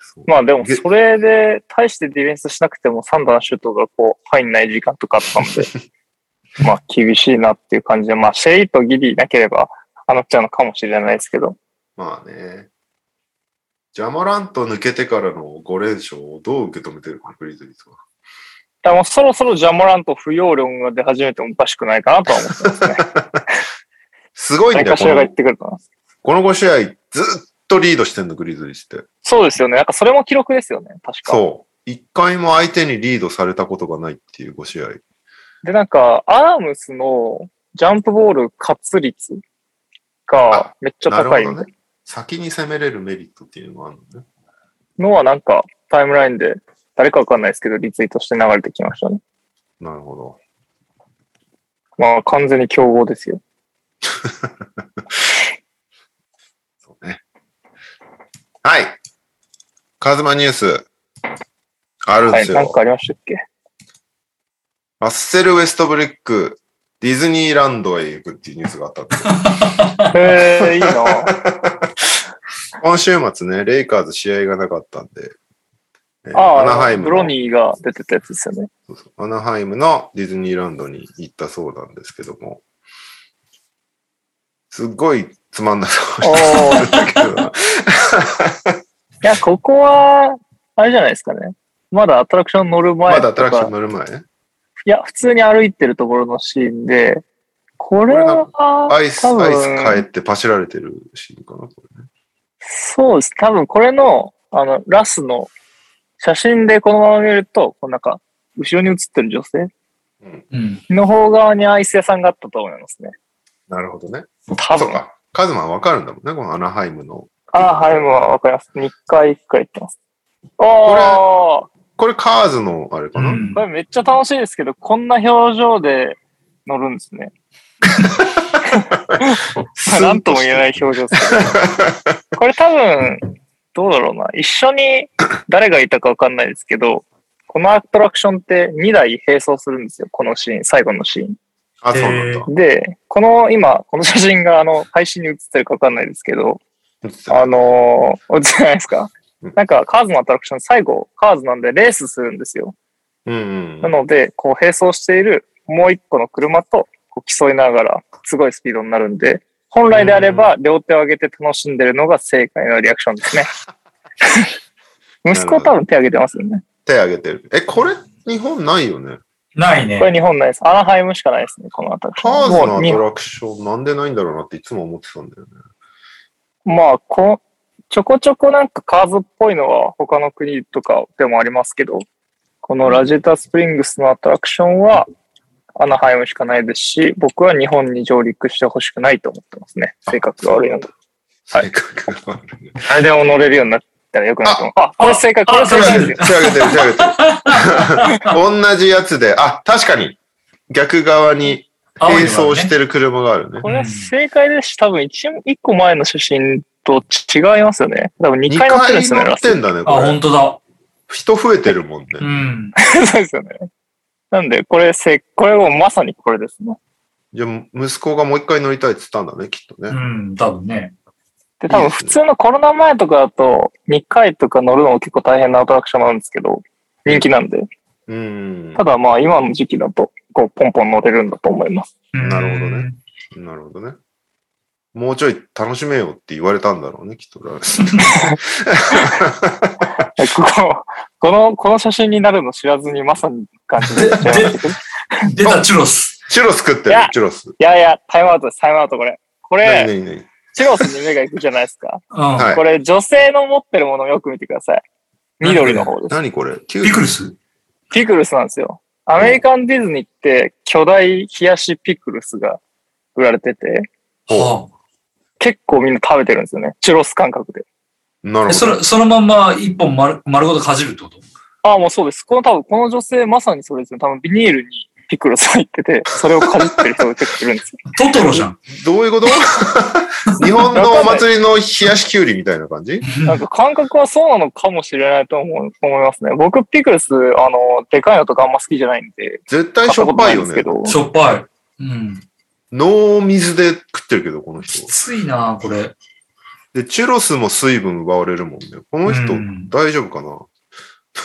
Speaker 1: そう
Speaker 5: まあでもそれで、大してディフェンスしなくてもサンダーのシュートがこう入んない時間とかあったので、 まあ厳しいなっていう感じで、まあシェリーとギリーなければ、あなっちゃうのかもしれないですけど、
Speaker 1: まあね。ジャマラント抜けてからの5連勝をどう受け止めてるか、グリズリーズは。
Speaker 5: でもそろそろジャモランと不要論が出始めてもおかしくないかなとは思ってますね。
Speaker 1: すごいん
Speaker 5: 何
Speaker 1: だよ、
Speaker 5: かし
Speaker 1: こ
Speaker 5: らが
Speaker 1: の
Speaker 5: 言ってくると思います。
Speaker 1: この5試合ずっとリードしてんの、グリズリーズって。
Speaker 5: そうですよね。なんかそれも記録ですよね。確か。
Speaker 1: そう。一回も相手にリードされたことがないっていう5試合。
Speaker 5: で、なんか、アームスのジャンプボール勝つ率がめっちゃ
Speaker 1: なる
Speaker 5: 高い
Speaker 1: ほ
Speaker 5: みた
Speaker 1: ど
Speaker 5: い
Speaker 1: ね。先に攻めれるメリットっていうのがあるのね。
Speaker 5: のはなんかタイムラインで誰かわかんないですけど、リツイートして流れてきましたね。
Speaker 1: なるほど。
Speaker 5: まあ、完全に競合ですよ。
Speaker 1: そうね。はい。カズマニュース。あるん
Speaker 5: は
Speaker 1: で
Speaker 5: い、
Speaker 1: す
Speaker 5: なん
Speaker 1: よ。
Speaker 5: かありましたっけ
Speaker 1: ラッセル・ウェストブリック、ディズニーランドへ行くっていうニュースがあったんですよ
Speaker 5: へ え、いいな。
Speaker 1: 今週末ね、レイカーズ試合がなかったんで、えーアナ
Speaker 5: あ
Speaker 1: ハイ
Speaker 5: あ、
Speaker 1: ム
Speaker 5: ブロ
Speaker 1: の
Speaker 5: ニーが出てたやつですよね。
Speaker 1: そうそうアナハイムのディズニーランドに行ったそうなんですけども、すっごいつまんな そう
Speaker 5: お
Speaker 1: に
Speaker 5: お。い
Speaker 1: してたけどな
Speaker 5: や、ここは、あれじゃないですかね。まだアトラクション乗る前
Speaker 1: ま
Speaker 5: とか。
Speaker 1: だアトラクション乗る前
Speaker 5: いや、普通に歩いてるところのシーンで、これは、
Speaker 1: アイス、
Speaker 5: 多分
Speaker 1: アイス変えてパシられてるシーンかなこれね
Speaker 5: そうです。多分これの、あの、ラスの写真でこのまま見ると、こうなんか、後ろに写ってる女性
Speaker 2: うん。
Speaker 5: の方側にアイス屋さんがあったと思いますね。
Speaker 1: なるほどね。
Speaker 5: 多
Speaker 1: そう
Speaker 5: 分。
Speaker 1: か。カズマはわかるんだもんね、このアナハイムの。
Speaker 5: あーはい、もうわかります。2回、1回行ってます。ああ、
Speaker 1: これカーズのあれか
Speaker 2: う
Speaker 1: な、
Speaker 2: ん
Speaker 5: これめっちゃ楽しいですけど、こんな表情で乗るんですね。まあなんとも言えない表情ですけど。これ多分、どうだろうな。一緒に誰がいたかわかんないですけど、このアトラクションって2台並走するんですよ。このシーン、最後のシーン。
Speaker 1: あ、そうなんだ。
Speaker 5: で、この今、この写真があの、配信に映ってるかわかんないですけど、あのー、映ってないですか
Speaker 1: うん
Speaker 5: なんか、カーズのアトラクション、最後、カーズなんでレースするんですよ。
Speaker 1: うんうん
Speaker 5: な。ので、こう並走しているもう一個の車とこう競いながら、すごいスピードになるんで、本来であれば両手を上げて楽しんでるのが正解のリアクション ですね。息子は多分手上げてますよね。
Speaker 1: 手挙げてる。え、これ、日本ないよね。
Speaker 2: ない
Speaker 5: こ
Speaker 2: ね。
Speaker 5: れ日本ないです。アナハイムしかないですね、このアトラクシ
Speaker 1: カ
Speaker 5: ョ
Speaker 1: ー
Speaker 5: ン。
Speaker 1: ズの
Speaker 5: も
Speaker 1: ア
Speaker 5: うに
Speaker 1: トラクション、なんでないんだろうなっていつも思ってたんだよね。
Speaker 5: まあこ、ちょこちょこなんかカーズっぽいのは他の国とかでもありますけど、このラジエタスプリングスのアトラクションはアナハイムしかないですし、僕は日本に上陸してほしくないと思ってますね。性格が悪いなと。
Speaker 1: 性格が悪いね。
Speaker 5: 誰でも乗れるようになったらよくなると思う。あ、これ正解、これ
Speaker 2: あ
Speaker 1: 手
Speaker 5: 正
Speaker 1: 挙
Speaker 5: 解
Speaker 1: げ
Speaker 5: で
Speaker 1: て
Speaker 5: す
Speaker 1: る、手
Speaker 5: よ。
Speaker 1: 挙げてる、手挙げてる。同じやつで、あ、確かに、逆側に
Speaker 2: 青い
Speaker 1: 並
Speaker 2: のはね
Speaker 1: 走してる車があるね。
Speaker 5: これ正解ですし、多分一一個前の写真と違いますよね。多分2
Speaker 1: 2
Speaker 5: 回乗ってる
Speaker 1: 回
Speaker 5: んですよね、
Speaker 1: 乗
Speaker 5: ラ
Speaker 1: って
Speaker 5: ス。
Speaker 1: んだね、こ
Speaker 2: あ、本
Speaker 1: れ。
Speaker 2: 当だ。
Speaker 1: 人増えてるもんね。
Speaker 2: うん。
Speaker 5: そうですよね。なんで、これ正、これもまさにこれですね。
Speaker 1: じゃあ、息子がもう一回乗りたいって言ったんだね、きっと
Speaker 2: う
Speaker 1: ね。
Speaker 2: ん、多分ね。
Speaker 5: で、多
Speaker 1: いい
Speaker 5: 分
Speaker 1: ですね
Speaker 5: 普通のコロナ前とかだと、2回とか乗るのも結構大変なアトラクションなんですけど、人気なんで。
Speaker 1: うん。
Speaker 5: ただまあ今の時期だと、こう、ポンポン乗れるんだと思います。
Speaker 2: うん
Speaker 1: なるほどね。なるほどね。もうちょい楽しめよって言われたんだろうね、きっと。
Speaker 5: でここ、この、この写真になるの知らずにまさに感じで。
Speaker 2: 出た、チュロス。
Speaker 1: チュロス食って
Speaker 5: い
Speaker 1: る
Speaker 5: や、
Speaker 1: チュロス。
Speaker 5: いやいや、タイムアウトです、タイムアウトこれ。こ
Speaker 1: 何
Speaker 5: れ、
Speaker 1: 何何
Speaker 5: チロスに目が行くじゃないですか。
Speaker 2: うん。
Speaker 1: はい
Speaker 5: これ、女性の持ってるものをよく見てください。緑の方です。
Speaker 1: 何これキュウ
Speaker 2: ピクルス
Speaker 5: ピクルスなんですよ。アメリカンディズニーって巨大冷やしピクルスが売られてて、
Speaker 2: は
Speaker 5: 結構みんな食べてるんですよね。チュロス感覚で。
Speaker 1: な
Speaker 2: あ
Speaker 1: るほ
Speaker 2: えそ
Speaker 1: ど。
Speaker 2: れ、そのまんま一本丸丸ごとかじるってこと
Speaker 5: ああ、もうそうです。この多分、この女性まさにそれですね。多分ビニールにピクルス入ってて、それをかじってる人が結構いるんですよ。
Speaker 2: トトロじゃん。
Speaker 1: どういうこと日本のお祭りの冷やしきゅうりみたいな感じ
Speaker 5: なんか感覚はそうなのかもしれないと思う思いますね。僕、ピクルス、あの、でかいのとかあんま好きじゃないんで、
Speaker 1: 絶対
Speaker 5: 買っ
Speaker 1: したょ
Speaker 5: こ
Speaker 1: っ
Speaker 5: とな
Speaker 1: ぱ
Speaker 5: い
Speaker 1: い
Speaker 5: んで
Speaker 1: よ
Speaker 5: すけ
Speaker 1: ね。
Speaker 5: ど。
Speaker 2: しょっぱい。うん。
Speaker 1: 脳水で食ってるけど、この
Speaker 2: き
Speaker 1: 人。
Speaker 2: ついな、これ。
Speaker 1: で、チュロスも水分奪われるもんね。この人、
Speaker 2: うん
Speaker 1: 大丈夫かな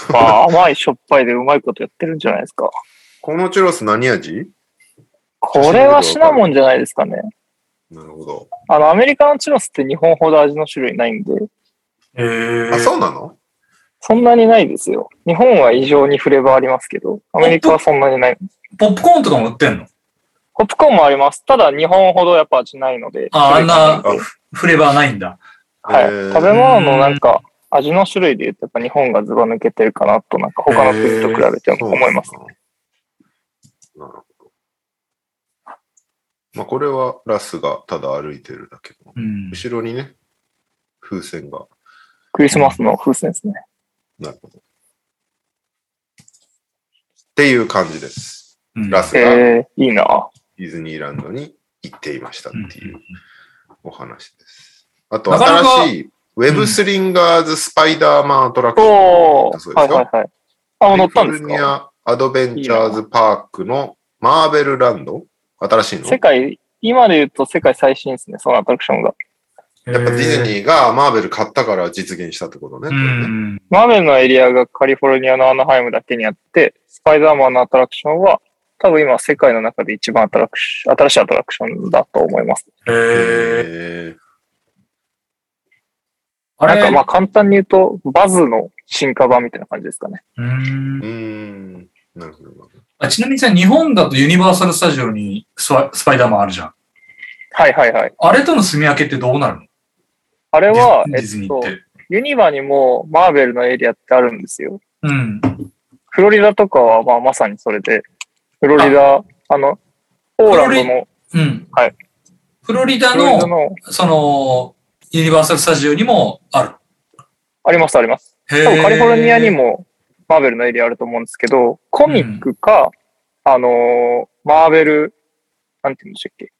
Speaker 5: まあ、甘いしょっぱいでうまいことやってるんじゃないですか。
Speaker 1: このチュロス何味
Speaker 5: これはシナモンじゃないですかね。
Speaker 1: なるほど。
Speaker 5: あの、アメリカのチュロスって日本ほど味の種類ないんで、
Speaker 2: へえ
Speaker 1: あ、そうなの
Speaker 5: そんなにないですよ。日本は異常にフレーバーありますけど、アメリカはそんなにない。
Speaker 2: ポップコーンとかも売ってんの
Speaker 5: ポップコーンもあります。ただ日本ほどやっぱ味ないので。
Speaker 2: ああんな
Speaker 5: 種類がい
Speaker 2: フレーバーないんだ。
Speaker 5: はい。
Speaker 1: えー
Speaker 5: 食べ物のなんか、味の種類で言うとやっぱ日本がズバ抜けてるかなと、なんか他の国と比べても思います。
Speaker 1: そうなのかな。なるほど。まあ、これはラスがただ歩いてるだけの。
Speaker 2: うん。
Speaker 1: 後ろにね、風船が。
Speaker 5: クリスマスの風船ですね。
Speaker 1: なるほど。っていう感じです。
Speaker 2: うん
Speaker 1: ラスがデ
Speaker 5: えー、いいな
Speaker 1: ィズニーランドに行っていましたっていううんお話です。あと、
Speaker 2: なかなか
Speaker 1: 新しいウェブスリンガーズ・スパイダーマンアトラクション
Speaker 5: お
Speaker 1: だそう
Speaker 5: ー、
Speaker 1: ですよ
Speaker 5: はいはいはい。あ、乗っ
Speaker 1: カ
Speaker 5: たん
Speaker 1: リ
Speaker 5: で
Speaker 1: フォ
Speaker 5: す
Speaker 1: ルニ
Speaker 5: か
Speaker 1: アアドベンチャーズパークのマーベルランド新しいの
Speaker 5: 世界、今で言うと世界最新ですね、そのアトラクションが。
Speaker 1: やっぱディズニーがマーベル買ったから実現したってことね。
Speaker 2: う
Speaker 1: これね
Speaker 2: ん。
Speaker 5: マーベルのエリアがカリフォルニアのアナハイムだけにあって、スパイダーマンのアトラクションは、多分今世界の中で一番アトラクシ新しいアトラクションだと思います。
Speaker 2: へ
Speaker 1: へ
Speaker 2: え。あ
Speaker 5: なん
Speaker 2: れ
Speaker 5: かまあ簡単に言うと、バズの進化版みたいな感じですかね。
Speaker 2: う
Speaker 1: ーうんん。なるほど。
Speaker 2: あちなみにさ、日本だとユニバーサル・スタジオにスワスパイダーマンあるじゃん。
Speaker 5: はいはいはい。
Speaker 2: あれとの住み分けってどうなるの
Speaker 5: あれは、
Speaker 2: デ
Speaker 5: え
Speaker 2: ィズニ
Speaker 5: っ
Speaker 2: ーっ
Speaker 5: と、
Speaker 2: て。
Speaker 5: ユニバにもマーベルのエリアってあるんですよ。
Speaker 2: うん。
Speaker 5: フロリダとかはまあまさにそれで、フロリダ、あの、オーランドの、
Speaker 2: うん。
Speaker 5: はい。
Speaker 2: フロリダ
Speaker 5: フロリダ
Speaker 2: の、
Speaker 5: の、
Speaker 2: その、ユニバーサル・スタジオにもある。
Speaker 5: ありますあります。
Speaker 2: へ
Speaker 5: 多
Speaker 2: え。
Speaker 5: 分カリフォルニアにもマーベルのエリアあると思うんですけど、コミックか、あのーマーベル、なんて言うんでしたっけ、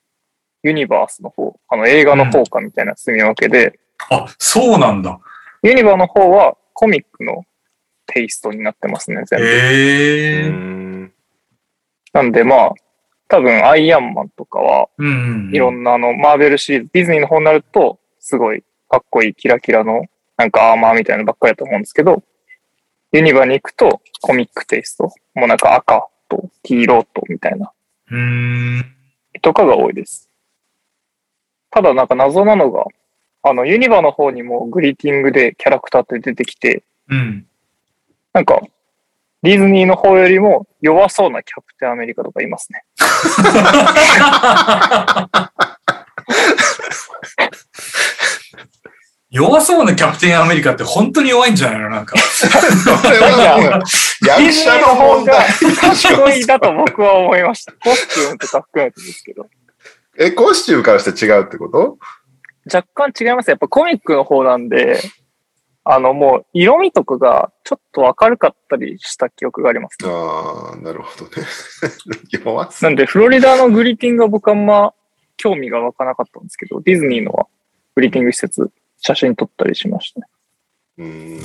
Speaker 5: ユニバースの方、あの映画の方かみたいな住み分けで、
Speaker 2: あ、そうなんだ。
Speaker 5: ユニバーの方はコミックのテイストになってますね、全部。
Speaker 1: う
Speaker 2: へえ。
Speaker 1: ん。
Speaker 5: なんでまあ、多分アイアンマンとかは、
Speaker 2: うん。
Speaker 5: いろんなあの、マーベルシリーズ、ディズニーの方になると、すごいかっこいいキラキラの、なんかアーマーみたいなのばっかりだと思うんですけど、ユニバに行くとコミックテイスト。もうなんか赤と黄色とみたいな、
Speaker 2: うん。
Speaker 5: とかが多いです。ただなんか謎なのが、あの、ユニバの方にもグリーティングでキャラクターって出てきて、
Speaker 2: うん。
Speaker 5: なんか、ディズニーの方よりも弱そうなキャプテンアメリカとかいます ね。
Speaker 2: 弱そうなキャプテンアメリカって本当に弱いんじゃないのなん か。
Speaker 1: それはもう、
Speaker 5: デ
Speaker 1: 役
Speaker 5: ィズニ
Speaker 1: 者
Speaker 5: ーの
Speaker 1: の
Speaker 5: 方
Speaker 1: 問
Speaker 5: がか
Speaker 1: 題。
Speaker 5: っ こいいだと僕は思いました。 コスチュームとか含めてですけど。
Speaker 1: え、コスチュームからして違うってこと
Speaker 5: 若干違います。やっぱコミックの方なんで、あのもう色味とかがちょっと明るかったりした記憶があります。
Speaker 1: ああ、なるほどね。 弱す
Speaker 5: なんでフロリダのグリーティングは僕あんま興味が湧かなかったんですけど、ディズニーのはグリーティング施設写真撮ったりしましたね。
Speaker 1: うーん。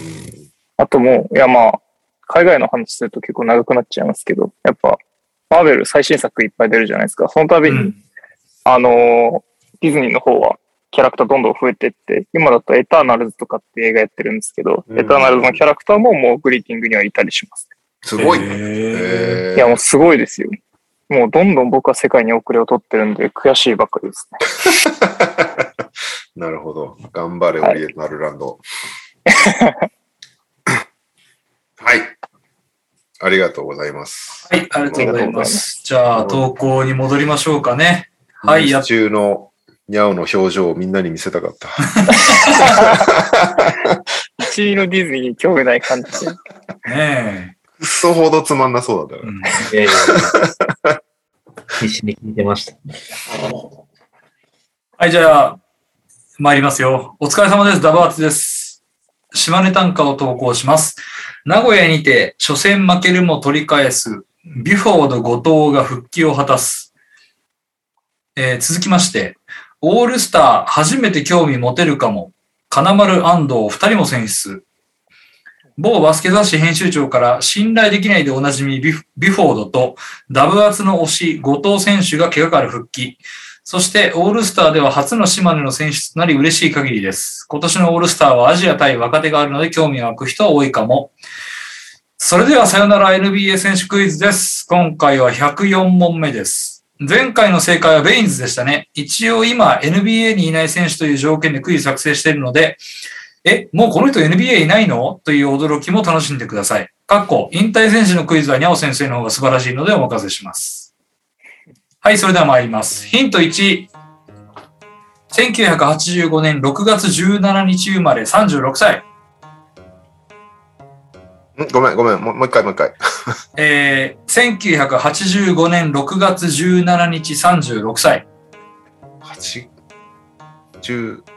Speaker 5: あともう、いやまあ、海外の話すると結構長くなっちゃいますけど、やっぱマーベル最新作いっぱい出るじゃないですか。その度
Speaker 2: う
Speaker 5: に、
Speaker 2: ん
Speaker 5: あのーディズニーの方はキャラクターどんどん増えてって、今だとエターナルズとかって映画やってるんですけど、
Speaker 1: うん
Speaker 5: エターナルズのキャラクターももうグリーティングにはいたりします。
Speaker 1: すごい
Speaker 2: へ
Speaker 1: ね。え
Speaker 2: え
Speaker 1: ー
Speaker 5: いや、もうすごいですよ。もうどんどん僕は世界に遅れを取ってるんで悔しいばっかりですね。
Speaker 1: なるほど。頑張れ、オリエンタルランド。 はい。ありがとうございます。
Speaker 2: はい、ありがとうござい
Speaker 5: ありがとうござい
Speaker 2: ま。
Speaker 5: ます
Speaker 2: じゃあ、投稿に戻りましょうかね。はい、や
Speaker 1: や
Speaker 2: っ
Speaker 1: 中のニャオの表情をみんなに見せたかった。
Speaker 5: 一位のディズニーに興味ない 感じで。
Speaker 2: ぱね。
Speaker 1: くそほどつまんなそうだったか
Speaker 2: う
Speaker 1: ら。
Speaker 2: ん
Speaker 3: いやいやいや必死に聞いてました。
Speaker 2: はい、じゃあ、参りますよ。お疲れ様です。ダバーツです。島根短歌を投稿します。名古屋にて、初戦負けるも取り返す、ビュフォード後藤が復帰を果たす。えー続きまして、オールスター初めて興味持てるかも、金丸安藤2人も選出。某バスケ雑誌編集長から信頼できないでおなじみビフビュフォードとダブアツの推し後藤選手が怪我から復帰。そして、オールスターでは初の島根の選出となり嬉しい限りです。今年のオールスターはアジア対若手があるので興味が湧く人は多いかも。それではさよなら NBA 選手クイズです。今回は104問目です。前回の正解はベインズでしたね。一応今 NBA にいない選手という条件でクイズ作成しているので、え、もうこの人 NBA いないのという驚きも楽しんでください。かっこ、引退選手のクイズはニャオ先生の方が素晴らしいのでお任せします。はい、それでは参ります。ヒント1。1985年6月17日生まれ36歳。
Speaker 1: んごめん、ごめん。もうもう一回、もう一回。
Speaker 2: えー、1985年6月17日36歳。
Speaker 1: 8、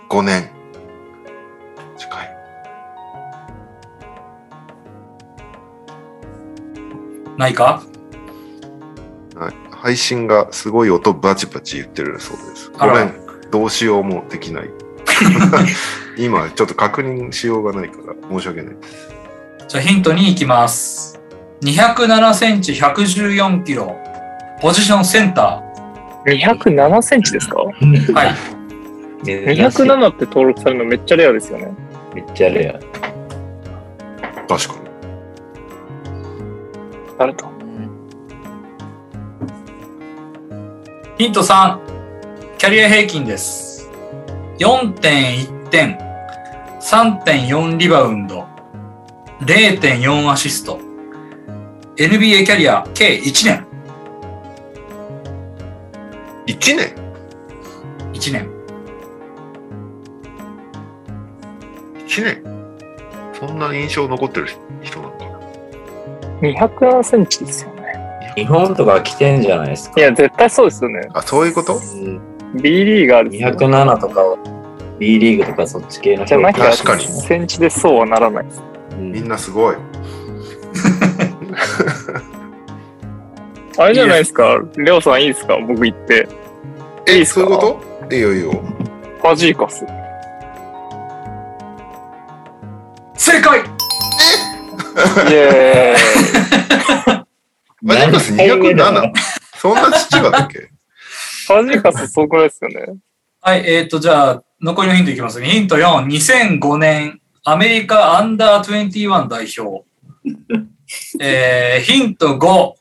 Speaker 1: 15年。近い。
Speaker 2: ないか
Speaker 1: はい配信がすごい音バチバチ言ってるそうです。
Speaker 2: あ
Speaker 1: ごめ
Speaker 2: ら
Speaker 1: ん、どうしようもでき ない。今、ちょっと確認しようがないから、申し訳ない。
Speaker 2: じゃあヒント2いきます。 207センチ114キロ。ポジションセンタ
Speaker 5: 207センチですか
Speaker 2: ー。はい。
Speaker 4: 珍しい
Speaker 5: ?207 って登録されるのめっちゃレアですよね。
Speaker 4: めっちゃレア。
Speaker 1: 確かに。
Speaker 5: 誰と
Speaker 2: ヒント3。キャリア平均です。4.1点、3.4リバウンド、0.4アシスト。NBA キャリア計1年。
Speaker 1: 1年
Speaker 2: 1年。
Speaker 1: ?1 年そんな印象残ってる人なのかな
Speaker 5: ?207 センチですよね。
Speaker 6: 日本とか来てんじゃないですか
Speaker 5: い。や、絶対そうですよね。
Speaker 1: あ、そういうこと
Speaker 6: うん
Speaker 5: B リーガーですよね。
Speaker 6: 207とか、B リーグとかそっち系の
Speaker 5: じゃなきゃ
Speaker 1: 確かに
Speaker 5: センチでそうはならないです。
Speaker 6: うん
Speaker 1: みんなすごい。
Speaker 5: あれじゃないですか。レオさんいいですか僕行って。いい
Speaker 1: え、
Speaker 5: っすか
Speaker 1: そういうこといいよいいよ。
Speaker 5: ファジーカス。
Speaker 2: 正解
Speaker 5: イエーイ。
Speaker 1: マジカス
Speaker 4: 何回目だ
Speaker 1: 207? そんな父がだっけ
Speaker 5: ファジーカス、そうくらいですよね。。
Speaker 2: はい、えっ、と、じゃあ、残りのヒントいきますね。ヒント4、2005年、アメリカアンダー21代表。えー、ヒント5、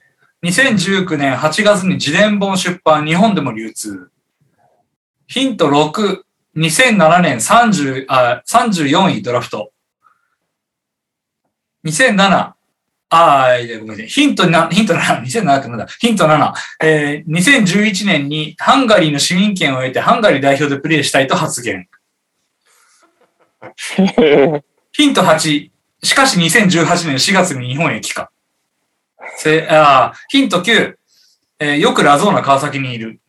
Speaker 2: 2019年8月に自伝本出版、日本でも流通。ヒント6、2007年30あ34位ドラフト。2007、あー、いやごめんなさい。ヒントな、ヒント7、2007ってなんだ。ヒント7、えー2011年にハンガリーの市民権を得てハンガリー代表でプレーしたいと発言。ヒント8、しかし2018年4月に日本へ帰化。せあーヒント9、えーよくラゾーナ川崎にいる。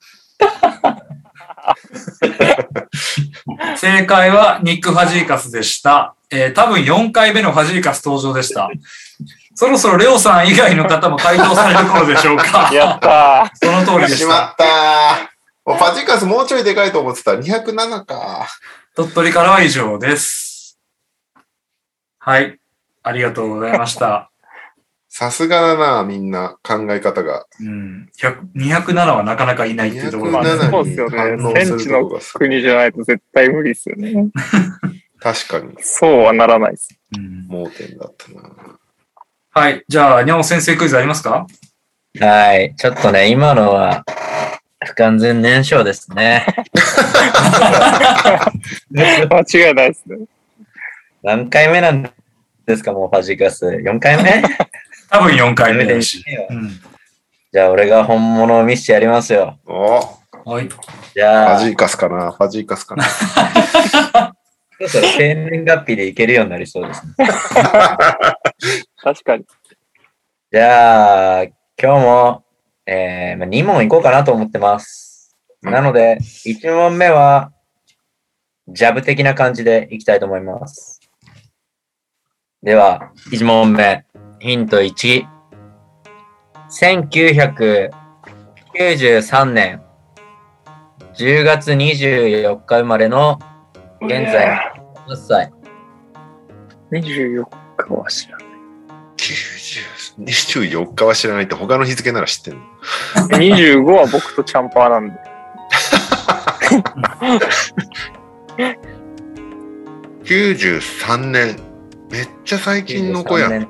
Speaker 2: 正解はニック・ファジーカスでした。えー多分4回目のファジーカス登場でした。そろそろレオさん以外の方も回答される頃でしょうか
Speaker 5: やった
Speaker 2: その通りで
Speaker 1: し
Speaker 2: した
Speaker 1: ま。ったーおパジカスもうちょいでかいと思ってた。207か。
Speaker 2: 鳥取からは以上です。はい。ありがとうござい ました。
Speaker 1: さすがだな、みんな考え方が。
Speaker 2: うん。100 207はなかなかいないっていうところもある
Speaker 5: 207そ
Speaker 1: 207
Speaker 5: うで
Speaker 1: に
Speaker 5: すよね
Speaker 1: 反応するとこが
Speaker 5: ー。国じゃないと絶対無理ですよね。
Speaker 1: 確かに
Speaker 5: そうはならないです。
Speaker 2: うん
Speaker 1: 盲点だったな。
Speaker 2: はい。じゃあ、にゃお先生クイズありますか
Speaker 4: はい。ちょっとね、今のは不完全燃焼ですね。
Speaker 5: 間違いないですね。
Speaker 4: 何回目なんですか、もうファジーカス。4回目 ?4
Speaker 2: 多分4回目だし。うん。
Speaker 4: じゃあ、俺が本物を見せてやりますよ。
Speaker 1: おフ
Speaker 2: はい。
Speaker 4: じゃ
Speaker 1: ァ
Speaker 4: あ、
Speaker 1: ジ
Speaker 4: そ
Speaker 1: ーカスかなファジーカスかな
Speaker 4: ろそろ生年月日でいけるようになりそうですね。
Speaker 5: 確かに。
Speaker 4: じゃあ、今日も、えーまあ、2問いこうかなと思ってます。
Speaker 1: うん
Speaker 4: なので、1問目は、ジャブ的な感じでいきたいと思います。では、1問目。ヒント1。1993年10月24日生まれの現在8歳。
Speaker 5: 24日は知らな
Speaker 1: 90 24日は知らないって他の日付なら知ってんの
Speaker 5: い。25は僕とチャンパーなんで。
Speaker 1: 93年めっちゃ最近の子やん
Speaker 4: 93年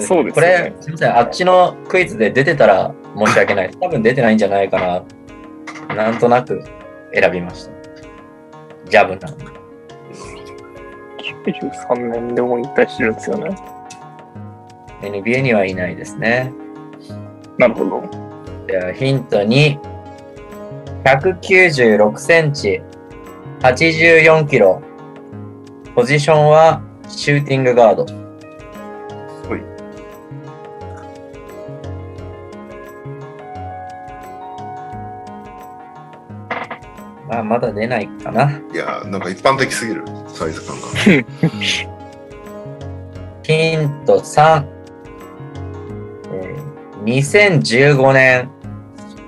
Speaker 5: そうですね
Speaker 4: これ、すみません、あっちのクイズで出てたら申し訳 ない。多分出てないんじゃないかな。なんとなく選びました。ジャブなの。
Speaker 5: 93年でもう引退してるんですよね。
Speaker 4: NBA にはいないですね。
Speaker 5: なるほど。
Speaker 4: ではヒント2。196センチ、84キロ。ポジションはシューティングガード。まあ、まだ出ないかな。
Speaker 1: いやなんか一般的すぎるサイズ感が
Speaker 4: ヒント3。えー2015年、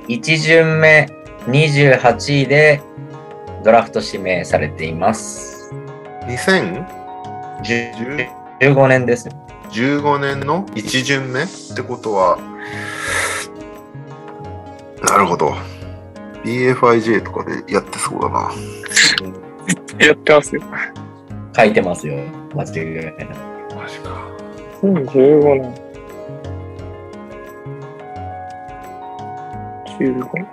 Speaker 4: 1巡目28位でドラフト指名されています。
Speaker 1: 2010
Speaker 4: 15年ですよ。
Speaker 1: 15年の1巡目ってことは、なるほど。BFIJ とかでやってそうだな。
Speaker 5: やってますよ。
Speaker 4: 書いてますよ。間違いない。
Speaker 1: マジか。
Speaker 5: 2015年。15年。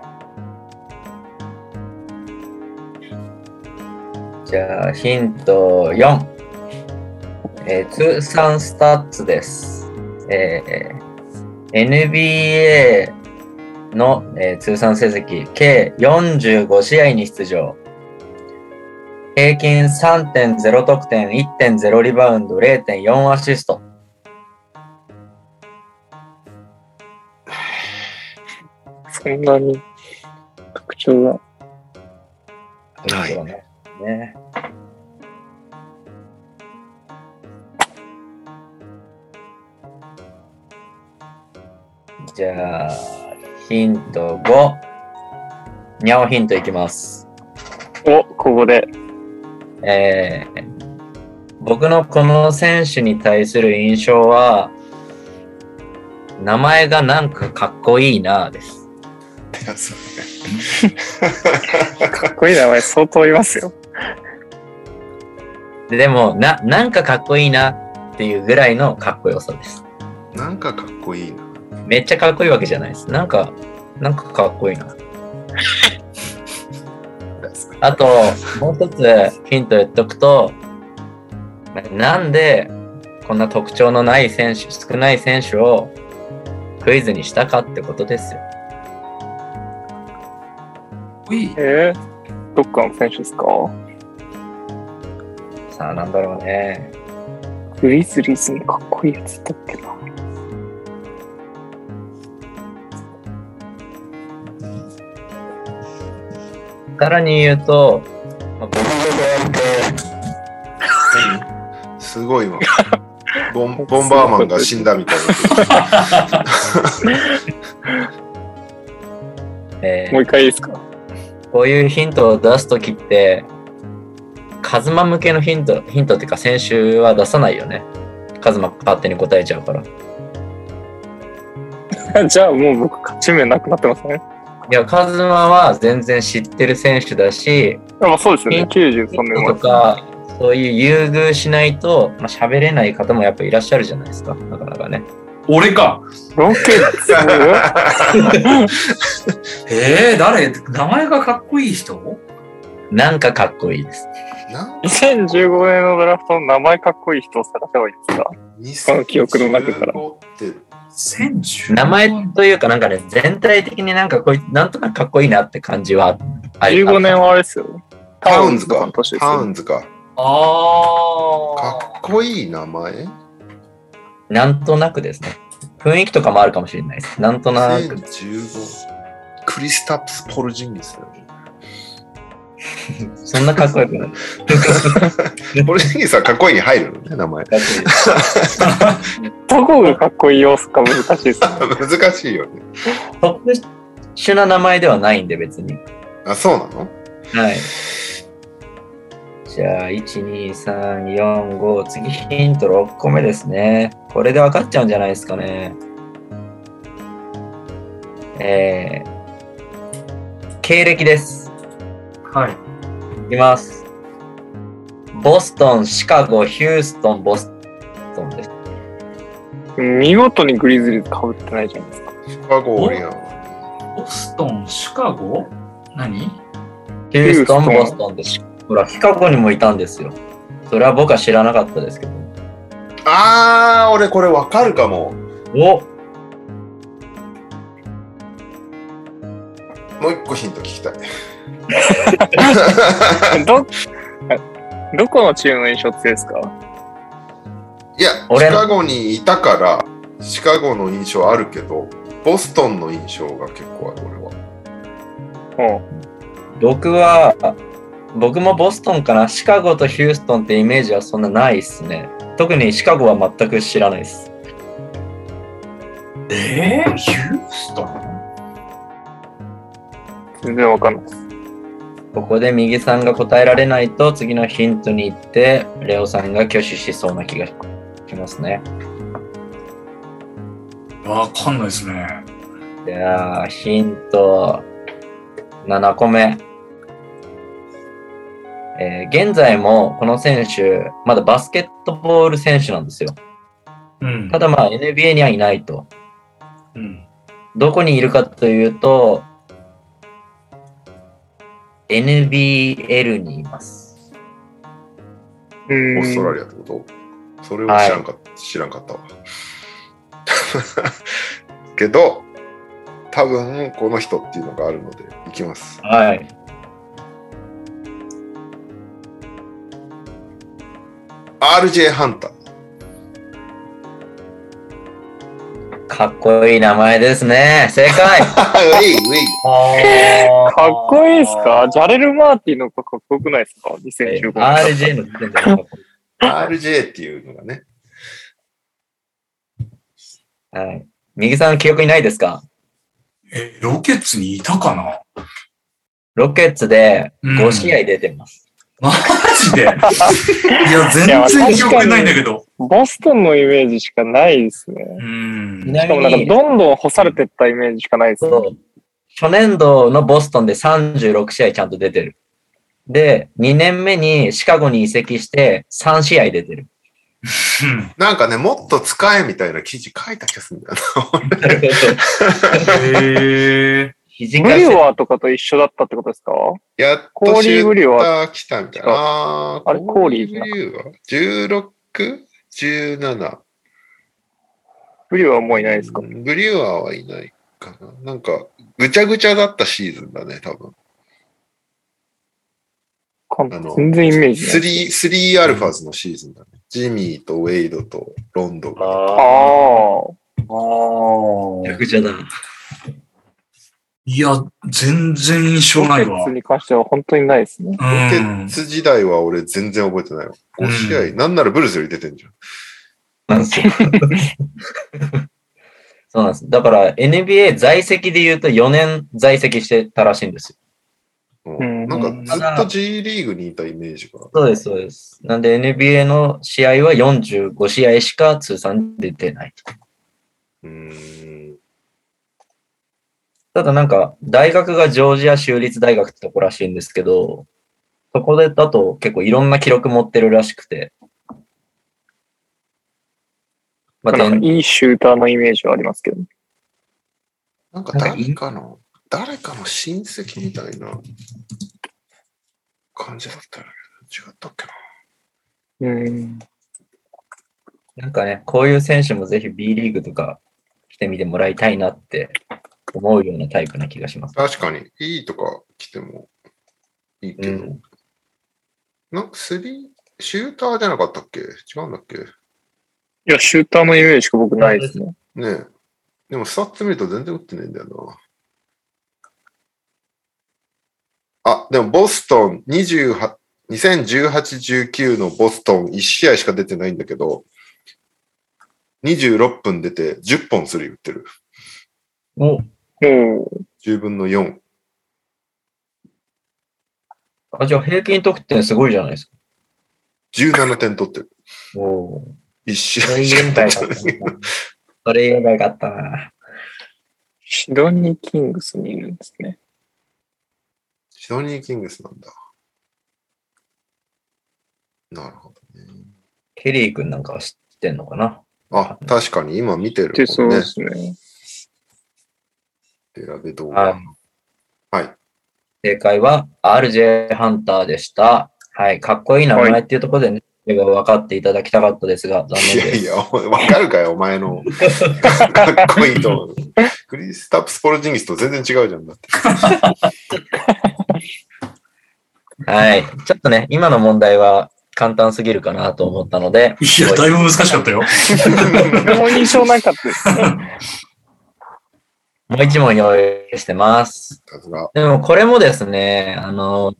Speaker 4: じゃあ、ヒント4。えー通算スタッツです。えー NBA の、えー通算成績、計45試合に出場。平均3.0得点、1.0リバウンド、0.4アシスト。
Speaker 5: そんなに特徴が。
Speaker 1: ない
Speaker 4: とうことなんですね。じゃあ、ヒント5。にゃおヒントいきます。
Speaker 5: お、ここで。
Speaker 4: えー、僕のこの選手に対する印象は、名前がなんかかっこいいなぁです。
Speaker 5: かっこいい名前相当いますよ。
Speaker 4: でも、な、なんかかっこいいなっていうぐらいのかっこよさです。
Speaker 1: なんかかっこいいな。
Speaker 4: めっちゃかっこいいわけじゃないです。なんか、なんかかっこいいな。あと、もう一つヒント言っとくと、なんでこんな特徴のない選手、少ない選手をクイズにしたかってことですよ。
Speaker 2: っこいい
Speaker 5: えー、どっかの選手ですか
Speaker 4: さあ、なんだろうね。
Speaker 5: グリズリーズのかっこいいやつだっけな。
Speaker 4: さらに言うと、まあ僕
Speaker 1: すご いわ。ボンボンバーマンが死んだみたい
Speaker 4: えー
Speaker 5: もう一回いいですか
Speaker 4: こういうヒントを出すときって、カズマ向けのヒント、ヒントっていうか先週は出さないよね。カズマ勝手に答えちゃうから。
Speaker 5: じゃあもう僕勝ち目なくなってますね。
Speaker 4: いや、カズマは全然知ってる選手だし、
Speaker 5: まあそうですよね。93
Speaker 4: ヒン
Speaker 5: 年
Speaker 4: ト
Speaker 5: 前
Speaker 4: と。か、そういう優遇しないと、まあ、喋れない方もやっぱいらっしゃるじゃないですか。なかなかね。
Speaker 2: 俺か
Speaker 5: ロケッツ
Speaker 2: えー、誰名前がかっこいい人
Speaker 4: なんかかっこいいです。
Speaker 1: な。 な
Speaker 5: ?2015 年のドラフトの名前かっこいい人を探せばいいですかの記憶の中から
Speaker 1: 2015って
Speaker 2: 1010
Speaker 4: 名前というかなんかね、全体的になんかこいなんとなくかっこいいなって感じはあり
Speaker 5: ?15 年はあれですよ。
Speaker 1: タウンズか
Speaker 5: の年です
Speaker 1: タ
Speaker 5: よ
Speaker 1: ウ
Speaker 5: ね
Speaker 1: ンズか。
Speaker 2: あ
Speaker 1: か
Speaker 2: あ
Speaker 1: っこいい名前
Speaker 4: なんとなくですね。雰囲気とかもあるかもしれないです。なんとなく。
Speaker 1: 2015クリスタプス・ポルジンギスだよね
Speaker 4: そんなかっこよくない。かっ
Speaker 1: ポルジンギスはかっこいいに入るのね名前
Speaker 4: こいいです
Speaker 5: どこがかっこいい要素か難しいですね。
Speaker 1: 難しいよね
Speaker 4: 特殊な名前ではないんで、別に。
Speaker 1: あそうなの
Speaker 4: はい。じゃあ、1、2、3、4、5、次ヒント6個目ですね。これで分かっちゃうんじゃないですかね。えー、経歴です。
Speaker 2: はい
Speaker 4: いきます。ボストン、シカゴ、ヒューストン、ボストンです。
Speaker 5: 見事にグリズリーズかぶってないじゃないですか。
Speaker 1: シカゴ・オリオン
Speaker 2: ボストン、シカゴ何
Speaker 4: ヒューストン、
Speaker 5: ヒュー
Speaker 4: ボ
Speaker 5: スト
Speaker 4: ストンです。ほら、シカゴにもいたんですよ。それは僕は知らなかったですけど。
Speaker 1: あー俺これわかるかも
Speaker 4: お
Speaker 1: もう一個ヒント聞きたい
Speaker 5: ど、 どこのチームの印象強いですか
Speaker 1: いや
Speaker 4: 俺
Speaker 1: シ
Speaker 4: の
Speaker 1: カゴにいたからシカゴの印象あるけどボストンの印象が結構ある俺は
Speaker 5: も
Speaker 4: 僕は、僕もボストンかな、シカゴとヒューストンってイメージはそんなないっすね。特にシカゴは全く知らないです。
Speaker 2: えー、ヒューストン
Speaker 5: う全然わかんないです。
Speaker 4: ここで右さんが答えられないと次のヒントに行って、レオさんが挙手しそうな気がしますね。
Speaker 2: わかんないですね。
Speaker 4: じゃあ、ヒント7個目。えー現在もこの選手、まだバスケットボール選手なんですよ。
Speaker 2: うん
Speaker 4: た。だまあ NBA にはいないと。
Speaker 2: うん。
Speaker 4: どこにいるかというと、NBL にいます。
Speaker 5: う
Speaker 1: オ
Speaker 5: ん。
Speaker 1: ーストラリアってことそれを知らんか,、知らんかったわ。 けど、多分この人っていうのがあるので、いきます。
Speaker 4: はい。
Speaker 1: RJ ハンター。
Speaker 4: かっこいい名前ですね。正 解
Speaker 1: ウェイウェイ
Speaker 5: かっこいいですかジャレル・マーティンの子かっこよくないですか ?2015 年。
Speaker 4: ?RJ の出てんじゃなかっ
Speaker 1: RJ っていうのがね、
Speaker 4: たはい。右さん記憶にないですか
Speaker 2: え、ロケッツにいたかな
Speaker 4: ロケッツで
Speaker 2: うん
Speaker 4: 5試合 出てます。
Speaker 2: マジでいや、全然記憶ないんだけど。
Speaker 5: ボストンのイメージしかないですね。
Speaker 2: うん。
Speaker 4: ちな
Speaker 5: しかも
Speaker 4: み
Speaker 5: なんか
Speaker 4: に、
Speaker 5: どんどん干されてったイメージしかないですね。
Speaker 4: そう初年度のボストンで36試合ちゃんと出てる。で、2年目にシカゴに移籍して3試合出て る。
Speaker 2: うん
Speaker 1: なんかね、もっと使えみたいな記事書いた気がするんだよ
Speaker 2: へえ。
Speaker 4: 肘
Speaker 5: ブ
Speaker 4: か
Speaker 5: リュ
Speaker 4: し
Speaker 5: ワーとかと一緒だったってことですか
Speaker 1: な。やっ
Speaker 5: コ
Speaker 1: と
Speaker 5: ーリ
Speaker 1: シ
Speaker 5: ー
Speaker 1: ュ
Speaker 5: ブリュ
Speaker 1: ータ
Speaker 5: ワ
Speaker 1: ー来たみたいな。あ
Speaker 5: あれコーリー
Speaker 1: ブ
Speaker 5: じゃな
Speaker 1: リューは ?16?17?
Speaker 5: ブリュワーもういないですか
Speaker 1: ブリューアーはいないかな。なんか、ぐちゃぐちゃだったシーズンだね、多分。
Speaker 5: か
Speaker 1: あの
Speaker 5: 全然イメージない。
Speaker 1: 3、3アルファーズのシーズンだね。ジミーとウェイドとロンドが。
Speaker 5: ああ。
Speaker 4: めちゃくちゃだ。
Speaker 2: いや、全然印象ないわ。
Speaker 5: ロケッ
Speaker 2: う
Speaker 5: ツに関しては本当にないですね。
Speaker 1: ロケ
Speaker 2: ん
Speaker 1: ッ。ツ時代は俺全然覚えてないわ。5試合、
Speaker 2: う
Speaker 1: なんならブルーズより出てんじゃん。
Speaker 4: なん ですよ。そうなんです。だから NBA 在籍で言うと4年在籍してたらしいんですよ。
Speaker 1: うん
Speaker 5: うん
Speaker 1: なんかずっと G リーグにいたイメージが。
Speaker 4: そうです、そうです。なんで NBA の試合は45試合しか通算出てない。
Speaker 1: うーん。
Speaker 4: ただなんか、大学がジョージア州立大学ってとこらしいんですけど、そこでだと結構いろんな記録持ってるらしくて。まあ、
Speaker 5: なんか
Speaker 4: 全
Speaker 5: いいシューターのイメージはありますけど。
Speaker 1: なんか
Speaker 4: なんかい
Speaker 1: 誰かの、誰かの親戚みたいな感じだったよね。違ったっけな。
Speaker 5: うん。
Speaker 4: なんかね、こういう選手もぜひ B リーグとか来てみてもらいたいなって思うようなタイプな気がします。
Speaker 1: 確かに、いいとか来てもいいけ
Speaker 4: う
Speaker 1: ど、
Speaker 4: ん。
Speaker 1: なんかスリー、シューターじゃなかったっけ違うんだっけ
Speaker 5: いや、シューターのイメージしか僕ないですね。
Speaker 1: ねえ。でも、スタッツ見ると全然打ってないんだよな。あ、でも、ボストン28、2018-19のボストン1試合しか出てないんだけど、26分出て10本スリー打ってる。
Speaker 4: お
Speaker 5: もう、
Speaker 1: 10分の4。
Speaker 4: あじゃあ平均得点すごいじゃないですか。
Speaker 1: 17点取ってる。
Speaker 4: お
Speaker 1: 1試
Speaker 4: そ
Speaker 1: 合
Speaker 4: れ
Speaker 1: しか出
Speaker 4: 言えばよか
Speaker 1: てない
Speaker 4: った な。それ言えばよかったな。
Speaker 5: シドニー・キングスにいるんですね。
Speaker 1: シドニー・キングスなんだ。なるほどね。
Speaker 4: ケリー君なんかは知ってんのかな
Speaker 1: あ、確かに今見てる
Speaker 5: で、
Speaker 1: も
Speaker 5: そうん
Speaker 1: ね
Speaker 5: で。すね。
Speaker 1: デラベ動
Speaker 4: はい
Speaker 1: 画。はい。
Speaker 4: 正解は RJ ハンターでした。はい、かっこいい名前っていうところでね、それが分かっていただきたかったですが、残
Speaker 1: い
Speaker 4: 念
Speaker 1: や
Speaker 4: で
Speaker 1: い
Speaker 4: す。
Speaker 1: や、おわかるかよ、お前の。 かっこいいと思う。クリスタプスポルジンギスと全然違うじゃんだって。
Speaker 4: はい、ちょっとね、今の問題は簡単すぎるかなと思ったので、
Speaker 2: いや、だいぶ難しかったよ。
Speaker 5: とても印象なかったですね。
Speaker 4: もう一問用意してます。
Speaker 1: さすが。
Speaker 4: でもこれもですね、あの、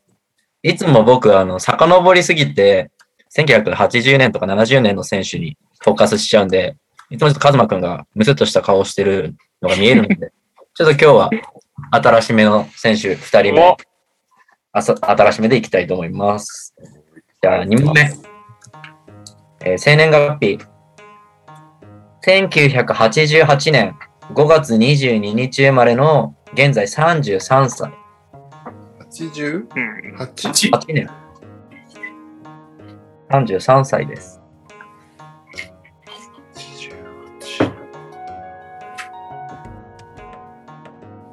Speaker 4: いつも僕、あの、遡りすぎて、1980年とか70年の選手にフォーカスしちゃうんで、いつもちょっとカズマくんがムスッとした顔してるのが見えるので、ちょっと今日は新しめの選手2人目
Speaker 5: お、
Speaker 4: あさ新しめでいきたいと思います。じゃあ2問目。えー生年月日。 1988年5月22日生まれの現在33歳。
Speaker 1: 88?
Speaker 5: うん。
Speaker 4: 8年。33歳です。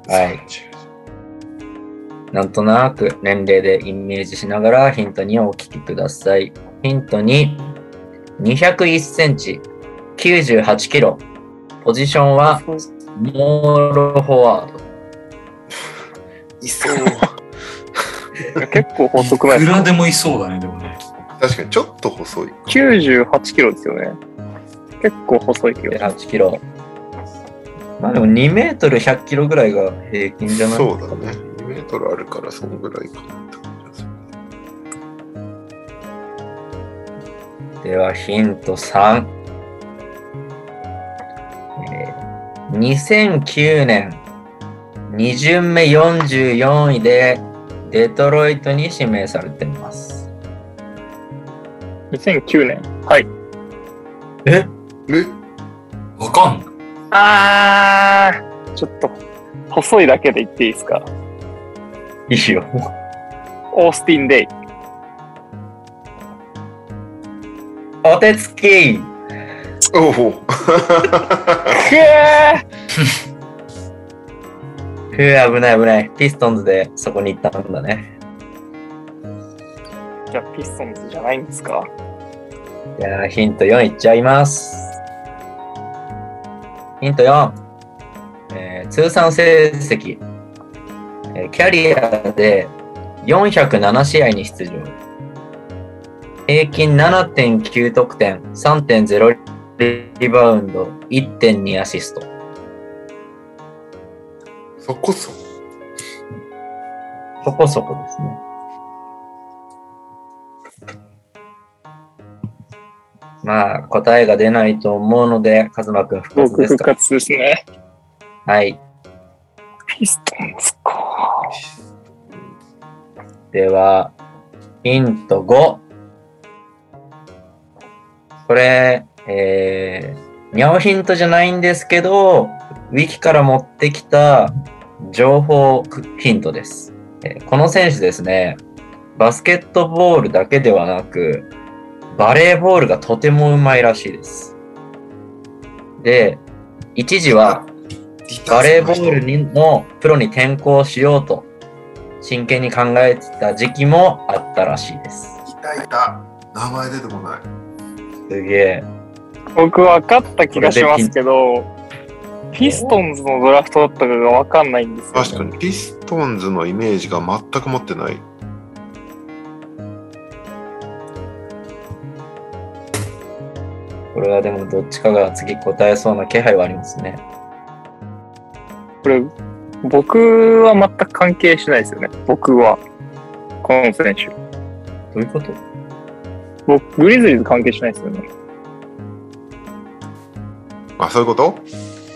Speaker 4: はい。なんとなく年齢でイメージしながらヒント2をお聞きください。ヒント2、201センチ、98キロ。ポジションはモールフォワード。
Speaker 1: いそう。
Speaker 5: 結構細くない
Speaker 2: い
Speaker 5: で
Speaker 2: く
Speaker 5: す
Speaker 2: ら
Speaker 5: か
Speaker 2: でもいそうだね、でもね。
Speaker 1: 確かにちょっと細い。
Speaker 5: ?98 キロですよね。結構細い気が。
Speaker 4: 8キロ。まあでも2メートル100キロぐらいが平均じゃない
Speaker 1: そうだね。2メートルあるからそのぐらいかなって感じがする
Speaker 4: ではヒント3、えー2009年2巡目44位でデトロイトに指名されています
Speaker 5: 2009年。はい。
Speaker 1: え
Speaker 2: わかんない。
Speaker 5: あー、ちょっと、細いだけで言っていいですか
Speaker 4: いいよ
Speaker 5: オースティン・デイ。
Speaker 4: お手つき
Speaker 1: おお
Speaker 5: くえ
Speaker 4: ふう危ない危ないピストンズでそこに行ったんだね
Speaker 5: ーじゃあ、ピストンズじゃないんですか
Speaker 4: じゃあヒント4いっちゃいますヒント4、えー通算成績、えーキャリアで407試合に出場。平均7.9得点、3.0リバウンド、1.2アシスト。
Speaker 1: そこそこ。
Speaker 4: そこそこですね。まあ、答えが出ないと思うので、カズマくん復活
Speaker 5: 僕
Speaker 4: です
Speaker 5: 復
Speaker 4: か
Speaker 5: 活ですね。
Speaker 4: はい。
Speaker 5: ピストンズか。
Speaker 4: では、ヒント5。これ、えー、ニャオヒントじゃないんですけど、ウィキから持ってきた情報ヒントです。えーこの選手ですね、バスケットボールだけではなく、バレーボールがとてもうまいらしいです。で、一時はバレーボールにのプロに転向しようと真剣に考えてた時期もあったらしいです。
Speaker 1: いたいた。名前出てこない。
Speaker 4: すげえ。
Speaker 5: 僕分かった気がしますけど、ピストンズのドラフトだったかが分かんないんですよ、ね。
Speaker 1: 確かにピストンズのイメージが全く持ってない。
Speaker 4: これはでもどっちかが次答えそうな気配はありますね。
Speaker 5: これ、僕は全く関係しないですよね。僕は。この選手。
Speaker 4: どういうこと
Speaker 5: 僕、グリズリーズ関係しないですよね。
Speaker 1: あ、そういうこと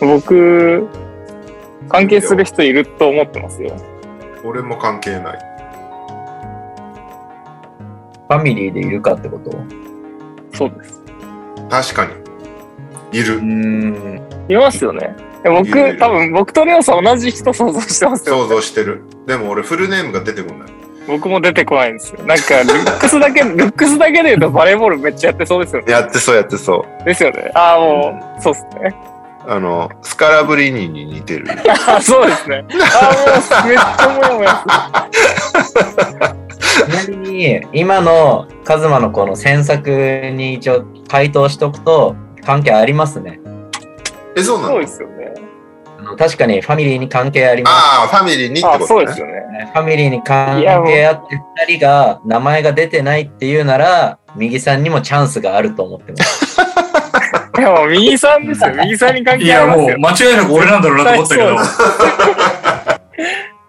Speaker 5: 僕、関係する人いると思ってますよ。
Speaker 1: 俺も関係ない。
Speaker 4: ファミリーでいるかってことう
Speaker 5: そうです。
Speaker 1: 確かに。いる
Speaker 4: ー。ん。
Speaker 5: いますよね。え
Speaker 1: いるい
Speaker 5: 僕、
Speaker 1: る
Speaker 5: 多分、僕とレオさん同じ人想像してますよ。
Speaker 1: 想像してる。でも俺フルネームが出てこない。
Speaker 5: 僕も出てこないんですよ。なんか、ルックスだけ、ルックスだけで言うとバレーボールめっちゃやってそうですよね。
Speaker 1: やってそうやってそう。
Speaker 5: ですよね。ああ、もう、そうですね。
Speaker 1: あの、スカラブリニに似てる。
Speaker 5: あそうですね。あもうめっちゃもやもや
Speaker 4: ちなみに、今のカズマのこの詮索に一応回答しとくと関係ありますね。
Speaker 1: え、そう
Speaker 5: する。
Speaker 1: な
Speaker 5: そう
Speaker 1: の
Speaker 5: ですよね。
Speaker 4: あの確かにファミリーに関係ありま
Speaker 1: ああ、ファミリーにって
Speaker 5: あ
Speaker 1: こ
Speaker 5: そう
Speaker 1: と
Speaker 5: です
Speaker 1: ね。
Speaker 5: よね。
Speaker 4: すね。ファミリーに関係あって2人が名前が出てないっていうなら、右さんにもチャンスがあると思ってます。
Speaker 5: いや、もう右さんですよ。右さんに関
Speaker 2: い
Speaker 5: 係あ
Speaker 2: や、
Speaker 5: ります
Speaker 2: も
Speaker 5: よ
Speaker 2: う。間違いなく俺なんだろうなと思ったけど。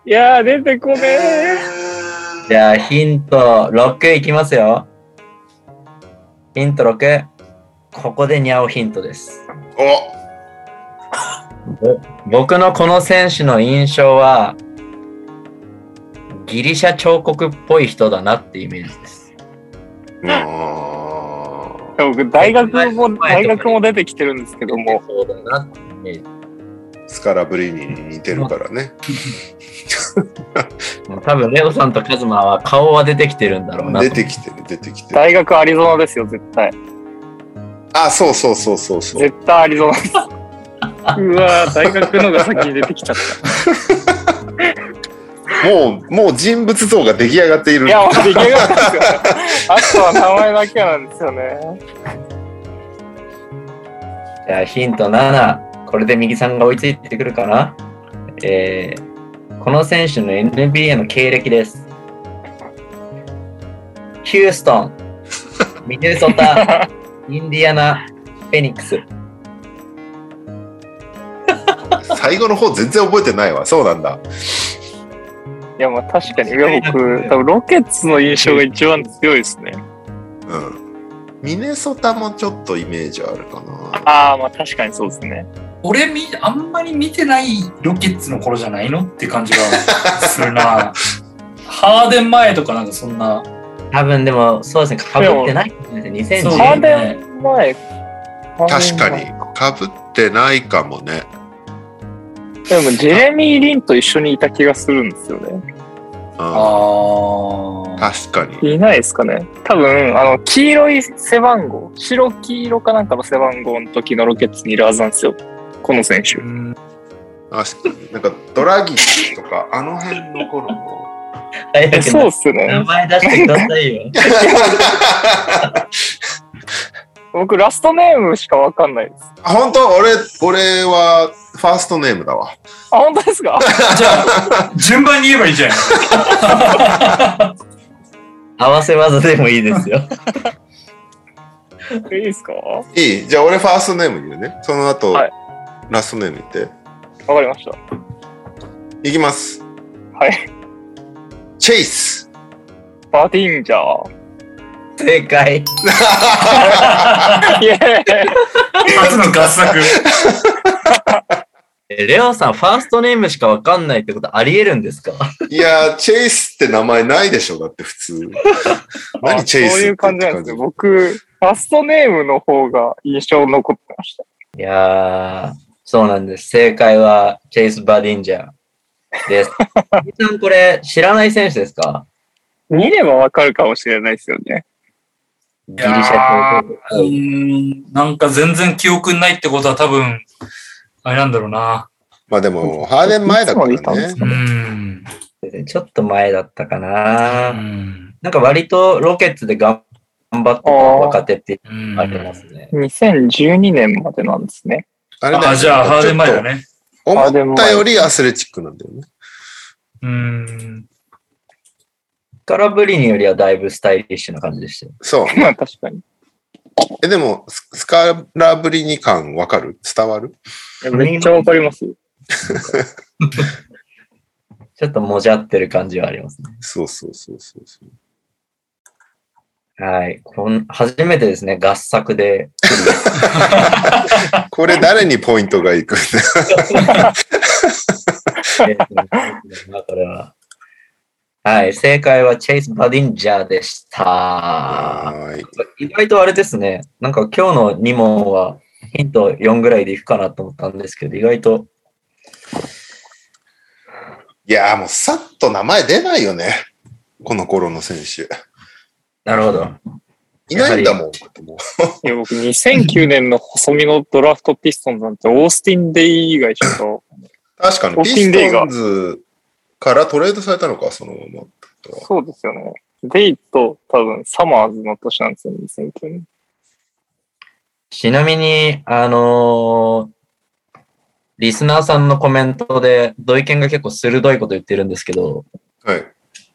Speaker 5: いやー、出てこねえ。
Speaker 4: じゃあヒント6いきますよ。ヒント6。ここでニャオヒントです。
Speaker 1: お
Speaker 4: 僕のこの選手の印象は、ギリシャ彫刻っぽい人だなってイメージです。
Speaker 1: うーん
Speaker 5: でも僕大学も、大学も出てきてるんですけども、
Speaker 4: そうだなって。
Speaker 1: スカラブリーニに似てるからね。
Speaker 4: もう多分、レオさんとカズマは顔は出てきてるんだろうなと。
Speaker 1: 出てきてる、出てきてる。
Speaker 5: 大学アリゾナですよ、絶対。
Speaker 1: あ、そうそうそうそうそう。
Speaker 5: 絶対アリゾナ です。うわー大学のが先に出てきちゃっ
Speaker 1: もう、もう人物像が出来上がってい
Speaker 5: た。
Speaker 1: る。
Speaker 5: いや、もう出来上がったんですよ。あとは名前だけなんですよね。
Speaker 4: じゃあヒント7、これで右さんが追いついてくるかな、えーこの選手の NBA の経歴です。ヒューストン、ミネソタ、 インディアナ、フェニックス。
Speaker 1: 最後の方全然覚えてないわ。そうなんだ。
Speaker 5: いや、まあ確かに、いや、僕、多分ロケッツの印象が一番強いですね。
Speaker 1: うん。ミネソタもちょっとイメージあるかな。
Speaker 5: ああ、まあ確かにそうですね。
Speaker 2: 俺み、あんまり見てないロケッツの頃じゃないのって感じがする な。ハーデン前とかなんかそんな。
Speaker 4: 多分でも、そうですね、かぶってないですね。
Speaker 2: そう
Speaker 4: 2010
Speaker 5: ハ
Speaker 4: 年。
Speaker 5: ーデン前。
Speaker 1: 確かに。。かぶってないかもね。
Speaker 5: でも、ジェレミー・リンと一緒にいた気がするんですよね。
Speaker 1: うん、
Speaker 2: ああ。
Speaker 1: 確かに。
Speaker 5: いないですかね。多分、あの、黄色い背番号、白黄色かなんかの背番号の時のロケッツにいるはずなんですよ。この選手
Speaker 2: う。ん
Speaker 1: 確かに。 なんかドラギッチとか、あの辺の頃 の。
Speaker 4: 大
Speaker 5: え
Speaker 4: 学
Speaker 5: そうっ
Speaker 4: の
Speaker 5: す
Speaker 4: 名
Speaker 5: ね。
Speaker 4: 前出してくださいよ。
Speaker 5: 僕、ラストネームしかわかんない です。
Speaker 1: あ本当俺、俺はファーストネームだわ。
Speaker 5: あ、本当ですか
Speaker 2: じゃあ、順番に言えばいいじゃん。
Speaker 4: 合わせ技でもいいですよ。
Speaker 5: いいですかわ
Speaker 1: いいじゃあ俺ファーストネーム言うね。その後、
Speaker 5: はい
Speaker 1: ラストネーム言って。
Speaker 5: かりました。
Speaker 1: いきます。
Speaker 5: はい。
Speaker 1: チェイス。
Speaker 5: バーティンジャー。
Speaker 4: 正解。
Speaker 5: イエーイ
Speaker 2: 初の合作。
Speaker 4: えレオさん、ファーストネームしかわかんないってことありえるんですか
Speaker 1: いやー、チェイスって名前ないでしょ、だって普通。 何
Speaker 5: あ
Speaker 1: チェイス
Speaker 5: そういう感じなんです
Speaker 1: よ
Speaker 5: よ。僕、ファーストネームの方が印象残ってました。
Speaker 4: いやー、そうなんです。正解は、チェイス・バディンジャー です。ヒデさん、これ、知らない選手ですか
Speaker 5: 見ればわかるかもしれないですよね。
Speaker 4: ギリシャ帝
Speaker 2: う
Speaker 4: 国。
Speaker 2: ん、なんか全然記憶にないってことは多分、あれなんだろうな。
Speaker 1: まあでも、ハーデン前だか
Speaker 5: いつまでいたんで
Speaker 1: ら
Speaker 5: す
Speaker 1: ね。
Speaker 2: うん。
Speaker 4: ちょっと前だったか
Speaker 2: う
Speaker 4: な。
Speaker 2: ん。
Speaker 4: なんか割とロケッツで頑張ってた若手って
Speaker 2: うん
Speaker 4: ありますね。
Speaker 5: 2012年までなんですね。
Speaker 1: あ
Speaker 2: あ、じゃあ、ハーデン前だ
Speaker 1: ね。
Speaker 2: ね。
Speaker 1: 思ったよりアスレチックなんだよね。
Speaker 2: うん。
Speaker 4: カラブリニよりはだいぶスタイリッシュな感じでしたよ。
Speaker 1: そう。
Speaker 5: まあ確かに。
Speaker 1: え、でも、ススカラブリニ感わかる伝わる
Speaker 5: めっちゃわかります。
Speaker 4: ちょっともじゃってる感じはありますね。
Speaker 1: そうそうそうそうそう。
Speaker 4: はい。こん初めてですね、合作で。
Speaker 1: これ誰にポイントがいくんだ
Speaker 4: これは。はい、正解はチェイス・バディンジャーでした。
Speaker 1: はーい。
Speaker 4: 意外とあれですね、なんか今日の2問はヒント4ぐらいでいくかなと思ったんですけど、意外と、
Speaker 1: いやーもうさっと名前出ないよね。この頃の選手。
Speaker 4: なるほど。
Speaker 1: いないんだもん。もう
Speaker 5: いや、僕2009年の細身のドラフトピストンズなんて、オースティン・デイ以外ちょっと、
Speaker 1: 確かに、
Speaker 5: オ
Speaker 1: ピ
Speaker 5: ッキンデイ
Speaker 1: スト
Speaker 5: が
Speaker 1: ンズからトレードされたのか、そのままってことは。
Speaker 5: そうですよね。デイと多分サマーズの年なんですよね、2009年。
Speaker 4: ちなみに、あのーリスナーさんのコメントで、土井健が結構鋭いこと言ってるんですけど、
Speaker 1: はい。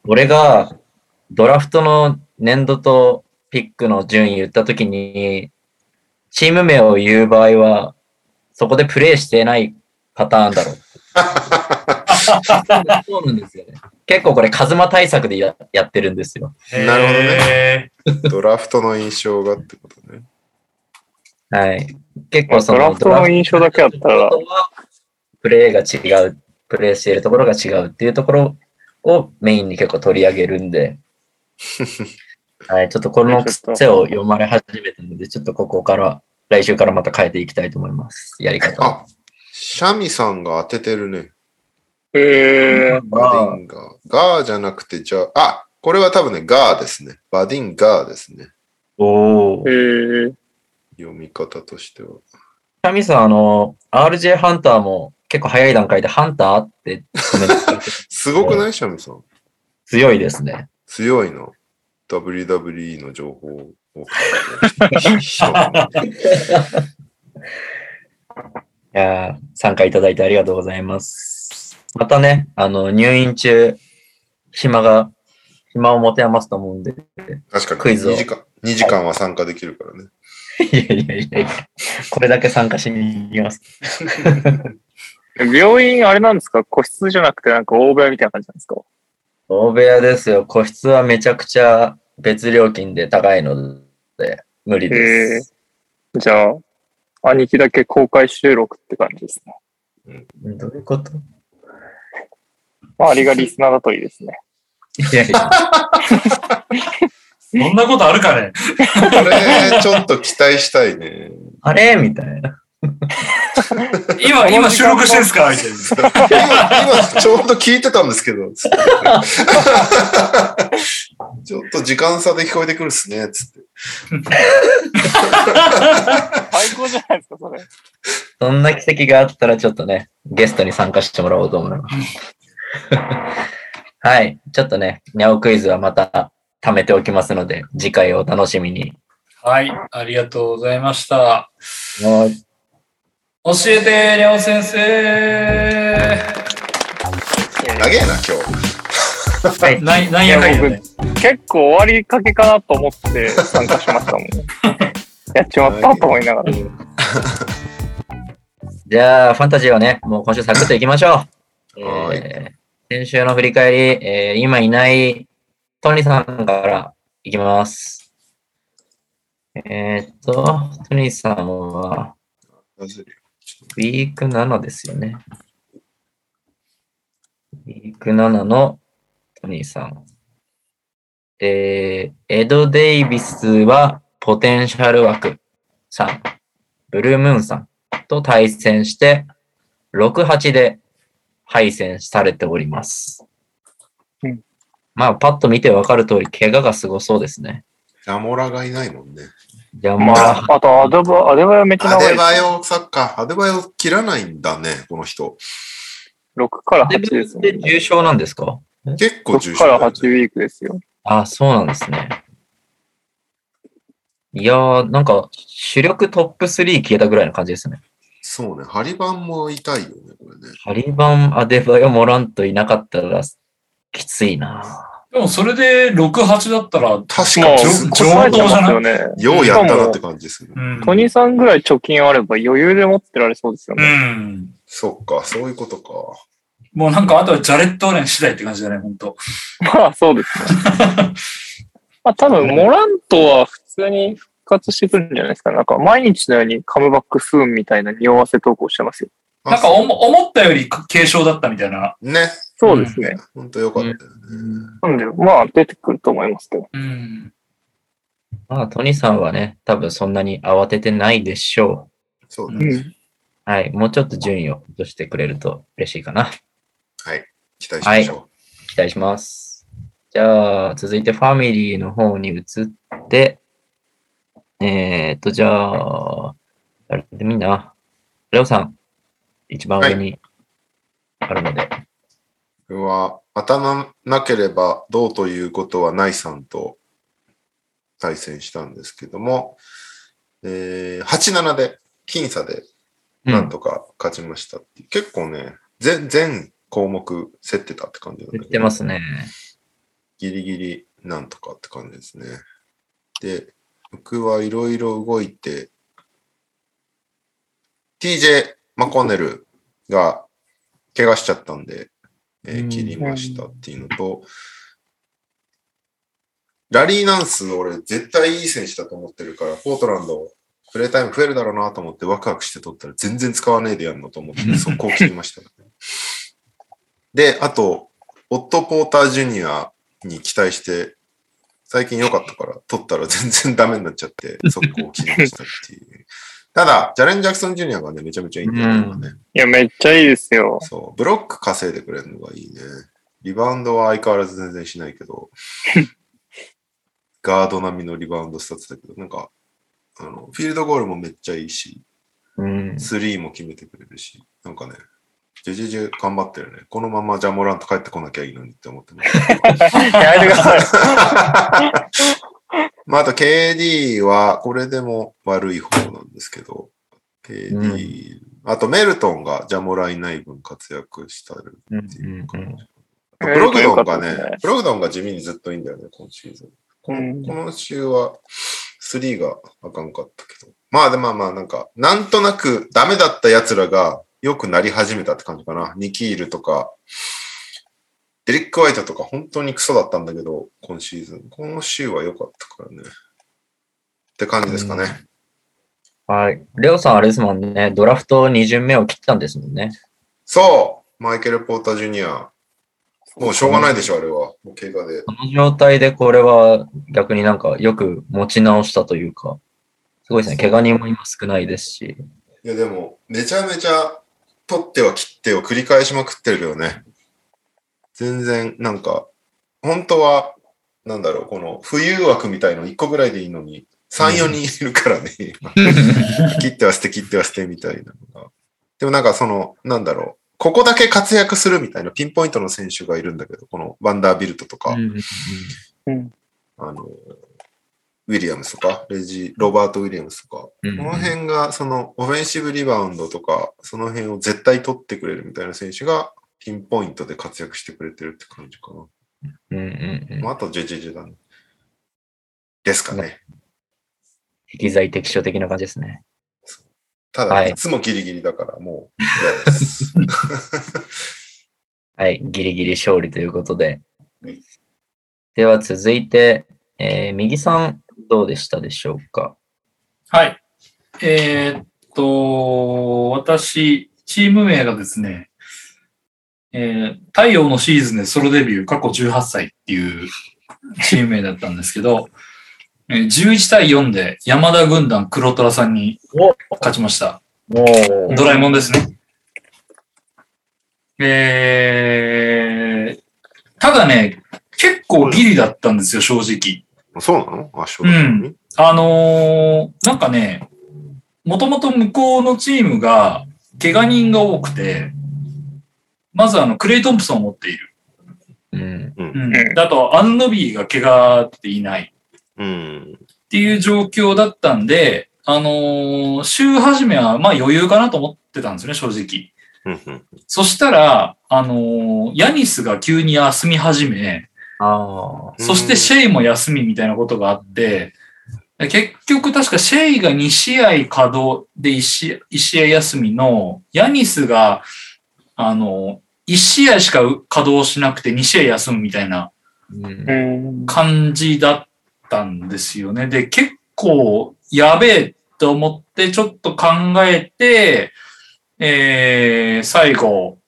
Speaker 4: 俺がドラフトの年度とピックの順位言ったときに、チーム名を言う場合は、そこでプレーしてないパターンだろう。そうなんですよね。結構これ、カズマ対策でややってるんですよ。
Speaker 1: なるほどね
Speaker 2: ね。
Speaker 1: ドラフトの印象がってことね。
Speaker 4: はい。結構そ
Speaker 5: ド
Speaker 4: の
Speaker 5: ラフトの印象だけだったら
Speaker 4: ドラフトはプレーが違う、プレーしているとこ ろが違うっていうところをメインに結構取り上げるんで、はい、ちょっとこの癖を読まれ始めたので、ちょっとここから、来週からまた変えていきたいと思います。やり方を。
Speaker 1: あ、シャミさんが当ててるね。
Speaker 5: えー、
Speaker 1: バディンガー。ガーじゃなくて、じゃあ、あ、これは多分ね、ガーですね。バディンガーですね。
Speaker 4: お
Speaker 5: えー、
Speaker 1: 読み方としては。
Speaker 4: タミさん、あの、RJ ハンターも結構早い段階でハンターってコメントされて
Speaker 1: すごくないシャミさん。
Speaker 4: 強いですね。
Speaker 1: 強いな。WWE の情報を書いてる人が ね。
Speaker 4: いやー参加いただいてありがとうございます。またね、あの、入院中、暇が、暇を持て余すと思うんで。
Speaker 1: 確かに。
Speaker 4: クイズを
Speaker 1: 2時間。2時間は参加できるからね。
Speaker 4: いやいやいやいや、これだけ参加しに行きます。
Speaker 5: 病院、あれなんですか個室じゃなくて、なんか大部屋みたいな感じなんですか
Speaker 4: 大部屋ですよ。個室はめちゃくちゃ別料金で高いので、無理です。
Speaker 5: じゃあ、兄貴だけ公開収録って感じですね。
Speaker 4: どういうこと
Speaker 5: まあ、あれがリスナーだといいですね。
Speaker 4: いやいや、
Speaker 2: そんなことあるか ね
Speaker 1: これ、ちょっと期待したいね。
Speaker 4: あれみたいな。
Speaker 2: 今、今収録してるんですかみたいな。
Speaker 1: 今、今ちょうど聞いてたんですけ ど、つってちょっと時間差で聞こえてくるっすね、つって。
Speaker 5: 最高じゃないですか、それ。
Speaker 4: そんな奇跡があったらちょっとね、ゲストに参加してもらおうと思います。はい。ちょっとね、ニャオクイズはまた貯めておきますので、次回をお楽しみに。
Speaker 2: はい、ありがとうございました。
Speaker 4: もう
Speaker 2: 教えて、りょう先生。
Speaker 1: 長えな、今日。
Speaker 4: はい
Speaker 2: なんなんやかんや、ね。
Speaker 5: 結構終わりかけかなと思って参加しました もんね。やっちまったと思いながら。
Speaker 4: じゃあ、ファンタジーはね、もう今週サクッといきましょう。
Speaker 1: はーい
Speaker 4: えー先週の振り返り、えー今いないトニーさんからいきます。えーっと、トニーさんは、ウィーク7ですよね。ウィーク7のトニーさん。えー、エド・デイビスはポテンシャル枠さん、ブルームーンさんと対戦して、6-8で敗戦されております。
Speaker 5: うん
Speaker 4: まあ、パッと見てわかる通り、怪我がすごそうですね。
Speaker 1: ジャモラがいないもんね。
Speaker 4: じゃあ、ま
Speaker 5: まあ、 あとアドバ、アデバイはめっちゃ
Speaker 1: ア
Speaker 5: 長い
Speaker 1: デ
Speaker 5: です。
Speaker 1: バイオサッカー、アデバイオ切らないんだね、この人。
Speaker 5: 6から
Speaker 4: デ
Speaker 5: 8
Speaker 4: ブ
Speaker 5: です
Speaker 4: っ
Speaker 5: もんね
Speaker 4: て。重傷なんですか
Speaker 1: 結構重
Speaker 5: 6
Speaker 1: 視
Speaker 5: から8ウィークですよ。
Speaker 4: あ、そうなんですね。いやー、なんか、主力トップ3消えたぐらいの感じですね。
Speaker 1: そうね、ハリバンも痛いよね、これね。
Speaker 4: ハリバン、アデバヨ、モランといなかったら、きついな
Speaker 2: でもそれで6、8だったら、
Speaker 1: 確か
Speaker 5: もう、
Speaker 1: に
Speaker 2: ちょ
Speaker 1: す
Speaker 5: こさえてますよね。
Speaker 1: ようやったなって感じする
Speaker 2: う。ん。
Speaker 5: トニーさんぐらい貯金あれば余裕で持ってられそうですよ
Speaker 2: う
Speaker 5: ね。
Speaker 2: ん。
Speaker 1: そっか、そういうことか。
Speaker 2: もうなんか、あとはジャレット・オレン次第って感じだね、本当
Speaker 5: まあ、そうですね。 まあ、多分、モラントは普通に復活してくるんじゃないですか。なんか、毎日のようにカムバックスーンみたいな匂わせ投稿してますよ。
Speaker 1: あ
Speaker 2: なんかおも、思ったより軽症だったみたいな。
Speaker 1: ね。
Speaker 5: そうですね。
Speaker 1: ほんとよかったよね。
Speaker 5: なんで、まあ、出てくると思いますけど。
Speaker 2: うん。
Speaker 4: まあ、トニさんはね、多分そんなに慌ててないでしょ
Speaker 1: そう
Speaker 5: う
Speaker 1: ね。
Speaker 5: ん。
Speaker 4: う。はい、もうちょっと順位を落としてくれると嬉しいかな。
Speaker 1: 期待しましょ
Speaker 4: 期待します。じゃあ、続いてファミリーの方に移って、えーっと、じゃあ、あれでみんな、レオさん、一番上にあるので、
Speaker 1: う。これは、当たらなければどうということはないさんと対戦したんですけども、えー、8-7で、僅差でなんとか勝ちましたっていう結構ね、全、全項目競ってたって感じなんだけ
Speaker 4: 言
Speaker 1: ど
Speaker 4: ってますね。
Speaker 1: ギリギリなんとかって感じですね。で、僕はいろいろ動いて、TJ マコネルが怪我しちゃったんで、えー
Speaker 4: うん
Speaker 1: 切りましたっていうのと、ラリーナンス、俺絶対いい選手だと思ってるから、ポートランド、プレータイム増えるだろうなと思ってワクワクして取ったら全然使わねえでやんのと思って、速攻切りました、ね。で、あと、オット・ポーター・ジュニアに期待して最近良かったから、取ったら全然ダメになっちゃって、速攻を決めましたっていう。 ただ、ジャレン・ジャクソン・ジュニアがね、めちゃめちゃいいんだよね今ね。
Speaker 5: いや、めっちゃいいです よ。
Speaker 1: そう、ブロック稼いでくれるのがいいね。リバウンドは相変わらず全然しないけど、ガード並みのリバウンドスタッツだけど、なんか、あのフィールドゴールもめっちゃいいし、
Speaker 4: うん。
Speaker 1: スリーも決めてくれるし、なんかね、ジェジェジェ頑張ってるね。このままジャモランと帰ってこなきゃいいのにって思ってます。
Speaker 5: やめてください。
Speaker 1: まあ、あと KD は、これでも悪い方なんですけど、KD、あとメルトンがジャモラいない分活躍したる
Speaker 4: うん
Speaker 1: っていう
Speaker 4: うんう
Speaker 1: 感
Speaker 4: ん
Speaker 1: じ。ブログドンが
Speaker 5: えーよかったです
Speaker 1: ね
Speaker 5: ね、
Speaker 1: ブログドンが地味にずっといいんだよね、今シーズン。この,、
Speaker 5: うん
Speaker 1: この週は3があかんかったけど。まあでまあまあ、なんか、なんとなくダメだった奴らが良くなり始めたって感じかな。ニキールとか、デリック・ホワイトとか本当にクソだったんだけど、今シーズン。この週は良かったからね。って感じですかね。
Speaker 4: はい。レオさん、あれですもんね。ドラフト2巡目を切ったんですもんね。
Speaker 1: そうマイケル・ポーター・ジュニア。もうしょうがないでしょ、あれは。もう怪我で。
Speaker 4: この状態でこれは逆になんかよく持ち直したというか、すごいですね。怪我人も今少ないですし。
Speaker 1: いやでも、めちゃめちゃ取っては切ってを繰り返しまくってるよね。全然、なんか、本当は、なんだろう、この浮遊枠みたいの1個ぐらいでいいのに、3、4人いるからね、今切っては捨て、切っては捨てみたいなのが。でもなんかその、なんだろう、ここだけ活躍するみたいなピンポイントの選手がいるんだけど、このワンダービルトとか、
Speaker 5: うん
Speaker 1: あの、ウィリアムスとか、レジ、ロバート・ウィリアムスとか、
Speaker 4: うん
Speaker 1: この辺が、その、オフェンシブリバウンドとか、その辺を絶対取ってくれるみたいな選手が、ピンポイントで活躍してくれてるって感じかな。
Speaker 4: うんうんうん
Speaker 1: まあ、あと、ジェジェジェだね。ですかね。
Speaker 4: 適材適所的な感じですね。
Speaker 1: ただ、
Speaker 4: はい
Speaker 1: い、つもギリギリだから、もう嫌 です、
Speaker 4: はい。ギリギリ勝利ということで
Speaker 1: はい。
Speaker 4: では続いて、えー右さん、どうでしたでしょうか
Speaker 2: はい。えーっと、私、チーム名がですね、えー太陽のシーズンでソロデビュー過去18歳っていうチーム名だったんですけど、えー11対4で山田軍団黒虎さんに勝ちました。
Speaker 4: もう
Speaker 2: ドラえもんですね。えー、ただね、結構ギリだったんですよ、正直。
Speaker 1: そうなのあ、そうなのに
Speaker 2: あのーなんかね、もともと向こうのチームが、怪我人が多くて、まずあの、クレイ・トンプソンを持っている。
Speaker 4: うん。
Speaker 2: うん。であと、アンノビーが怪我っていない。
Speaker 1: うん。
Speaker 2: っていう状況だったんで、あのー週始めは、まあ余裕かなと思ってたんですよね、正直。
Speaker 1: うんうん。
Speaker 2: そしたら、あのーヤニスが急に休み始め、
Speaker 4: ああ。
Speaker 1: うん
Speaker 2: そしてシェイも休みみたいなことがあって、結局確かシェイが2試合稼働で1試 ,1 試合休みの、ヤニスが、あのー、1試合しか稼働しなくて2試合休むみたいな
Speaker 4: うん
Speaker 5: うん。
Speaker 2: 感じだったんですよね。で、結構やべえと思ってちょっと考えて、えー、最後、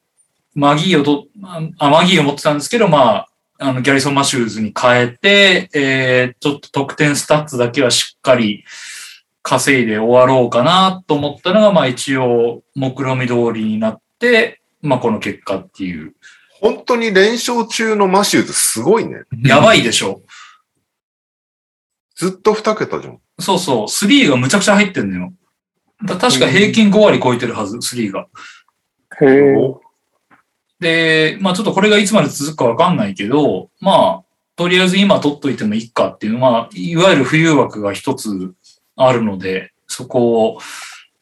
Speaker 2: マギーをと、あ、マギーを持ってたんですけど、まあ、あの、ギャリソン・マシューズに変えて、えー、ちょっと得点スタッツだけはしっかり稼いで終わろうかなと思ったのが、まあ一応、目論見通りになって、まあこの結果っていう。
Speaker 1: 本当に連勝中のマシューズすごいね。
Speaker 2: やばいでしょ。
Speaker 1: ずっと2桁じゃん。
Speaker 2: そうそう、スリーがむちゃくちゃ入ってんのよ。だ確か平均5割超えてるはず、スリーが。
Speaker 5: へえ。
Speaker 1: お
Speaker 2: で、まあちょっとこれがいつまで続くかわかんないけど、まあ、とりあえず今取っといてもいいかっていう、まあ、いわゆる浮遊枠が一つあるので、そこを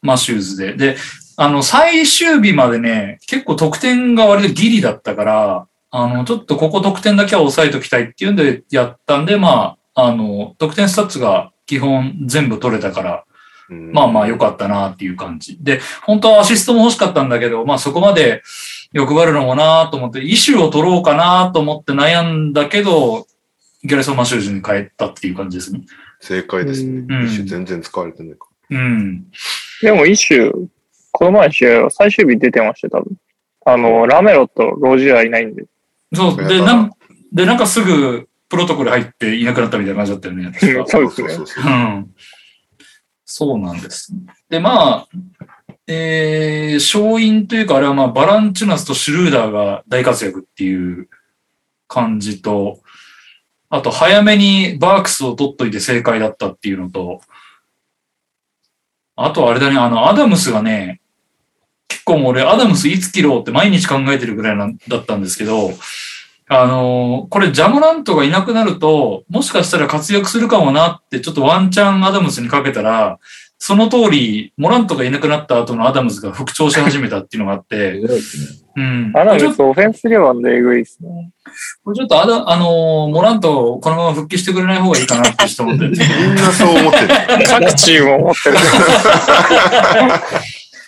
Speaker 2: マシューズで。で、あの、最終日までね、結構得点が割とギリだったから、あの、ちょっとここ得点だけは抑えときたいっていうんでやったんで、まあ、あの、得点スタッツが基本全部取れたから、
Speaker 1: うん
Speaker 2: まあまあ良かったなっていう感じ。で、本当はアシストも欲しかったんだけど、まあそこまで欲張るのもなと思って、イシューを取ろうかなと思って悩んだけど、ギャレソン・マシュージュに変えたっていう感じですね。
Speaker 1: 正解ですね。
Speaker 2: うん
Speaker 1: 一種全然使われてないから。
Speaker 2: うん。
Speaker 5: でも、一周、この前の試合は最終日出てましたよ、多分。あの、ラメロとロジアいないんで。
Speaker 2: そう。で、なんで、なんかすぐ、プロトコル入っていなくなったみたいな感じだったよね。確か
Speaker 5: そうですね
Speaker 1: そうそう
Speaker 2: う。
Speaker 1: そうん
Speaker 2: そうなんです。で、まあ、えー、勝因というか、あれはまあ、バランチュナスとシュルーダーが大活躍っていう感じと、あと、早めにバークスを取っといて正解だったっていうのと、あと、あれだね、あの、アダムスがね、結構もう俺、アダムスいつ切ろうって毎日考えてるぐらいなんだったんですけど、あのーこれジャムラントがいなくなると、もしかしたら活躍するかもなって、ちょっとワンチャンアダムスにかけたら、その通り、モラントがいなくなった後のアダムスが復調し始めたっていうのがあ って、うん。
Speaker 5: アダム
Speaker 2: ちょっ
Speaker 5: ス
Speaker 2: と
Speaker 5: オフェンス量はえぐいですね。
Speaker 2: これちょっとアダ、あのーモラント、このまま復帰してくれない方がいいかなってちょっと思ってる。
Speaker 1: みんなそう思ってる。
Speaker 5: 各チーム思ってる。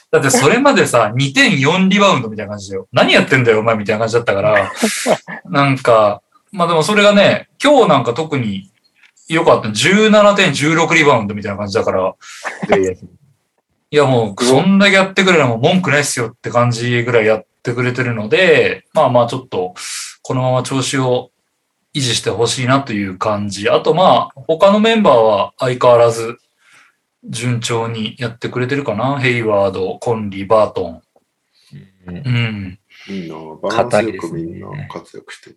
Speaker 2: だってそれまでさ、2点4リバウンドみたいな感じだよ。何やってんだよ、お前みたいな感じだったから。なんか、まあでもそれがね、今日なんか特に良かった。17点16リバウンドみたいな感じだから。いやもう、そんだけやってくれればもう文句ないっすよって感じぐらいやってくれてるので、まあまあちょっと、このまま調子を維持してほしいなという感じ。あとまあ、他のメンバーは相変わらず順調にやってくれてるかな。ヘイワード、コンリー、バートン。うん。
Speaker 1: みんな、バランスよくみんな
Speaker 4: 硬いですね
Speaker 1: 活躍してる。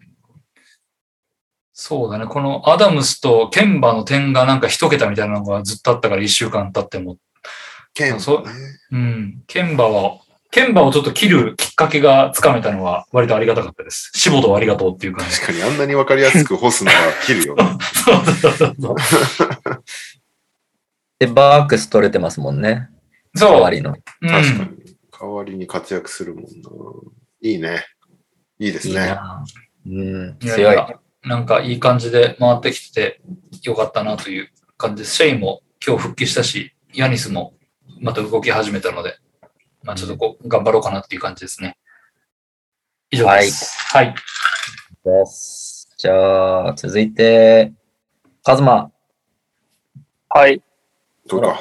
Speaker 2: そうだね。このアダムスとケンバの点がなんか一桁みたいなのがずっとあったから一週間経っても。
Speaker 1: ケン
Speaker 2: そ
Speaker 1: ね
Speaker 2: う。うん。ケンバは、ケンバをちょっと切るきっかけがつかめたのは割とありがたかったです。仕事をありがとうっていう感じ。
Speaker 1: 確かにあんなに分かりやすく干すなら切るよね。
Speaker 2: そうそうそうそう。
Speaker 4: で、バークス取れてますもんね。
Speaker 2: そう。
Speaker 4: 代わりの。
Speaker 2: うん
Speaker 1: 確かに。代わりに活躍するもんな。いいね。いいです
Speaker 4: いい
Speaker 1: ね。
Speaker 4: なうん、
Speaker 2: いやいや
Speaker 4: 強い。
Speaker 2: なんかいい感じで回ってきててよかったなという感じです。シェイも今日復帰したし、ヤニスもまた動き始めたので、まあちょっとこう頑張ろうかなっていう感じですね。以上です。はい。
Speaker 4: ですじゃあ、続いて、カズマ。
Speaker 5: はい。
Speaker 1: どうか。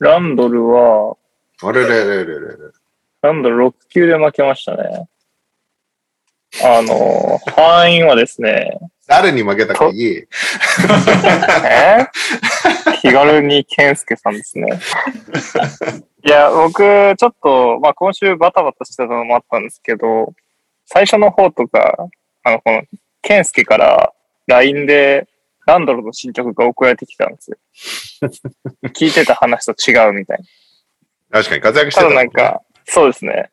Speaker 5: ランドルは、
Speaker 1: あれれれれれれ。
Speaker 5: ランドル6球で負けましたね。あの、敗因はですね、
Speaker 1: 誰に負けたか言え。
Speaker 5: え 気軽に健介さんですね。いや、僕、ちょっと、まあ、今週バタバタしてたのもあったんですけど、最初の方とか、あの、この、健介から LINE で、ランドルの新曲が送られてきたんですよ。聞いてた話と違うみたいな。
Speaker 1: 確かに活躍して
Speaker 5: た
Speaker 1: た。
Speaker 5: だなんか、そうですね。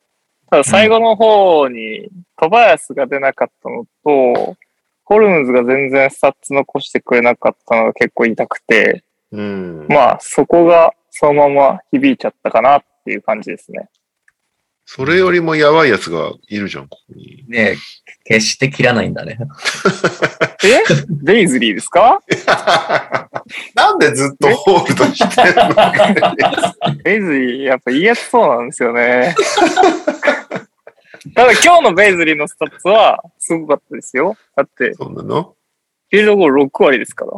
Speaker 5: ただ最後の方に、トバヤスが出なかったのと、ホルムズが全然スタッツ残してくれなかったのが結構痛くて、
Speaker 1: うん。
Speaker 5: まあそこがそのまま響いちゃったかなっていう感じですね。
Speaker 1: それよりもやばいやつがいるじゃん、ここ に。
Speaker 4: ね決して切らないんだね。
Speaker 5: えベイズリーですか
Speaker 1: なんでずっとホールドしてんのかね
Speaker 5: ベイズリー、やっぱいいやつそうなんです よね。ただ今日のベイズリーのスタッツはすごかったですよ。だって、
Speaker 1: そうなの
Speaker 5: フィールドゴール6割ですから。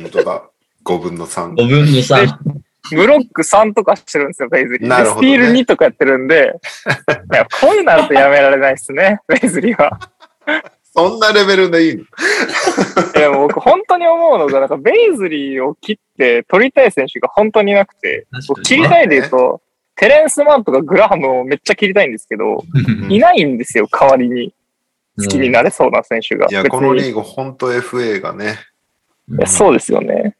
Speaker 1: 本当だ。5分の3。
Speaker 4: 5分の3。
Speaker 5: ブロック3とかしてるんですよ、ベイズリー。
Speaker 1: なるほどね
Speaker 5: でスティール2とかやってる んで、いや、こういうのあるとやめられないですね、ベイズリーは。
Speaker 1: そんなレベルでいいの
Speaker 5: いや、もう僕本当に思うのが、なんかベイズリーを切って取りたい選手が本当になくて、
Speaker 4: 確
Speaker 5: 僕
Speaker 4: か
Speaker 5: 切
Speaker 4: に
Speaker 5: り
Speaker 4: ね。
Speaker 5: たいで言うと、テレンスマンとかグラハムをめっちゃ切りたいんですけど、
Speaker 1: うん
Speaker 5: いないんですよ、代わりに。好きに
Speaker 4: うん
Speaker 5: なれそうな選手が。
Speaker 1: いや、
Speaker 5: 別に
Speaker 1: このリーグ、本当 FA がね。
Speaker 5: いやそうですよね。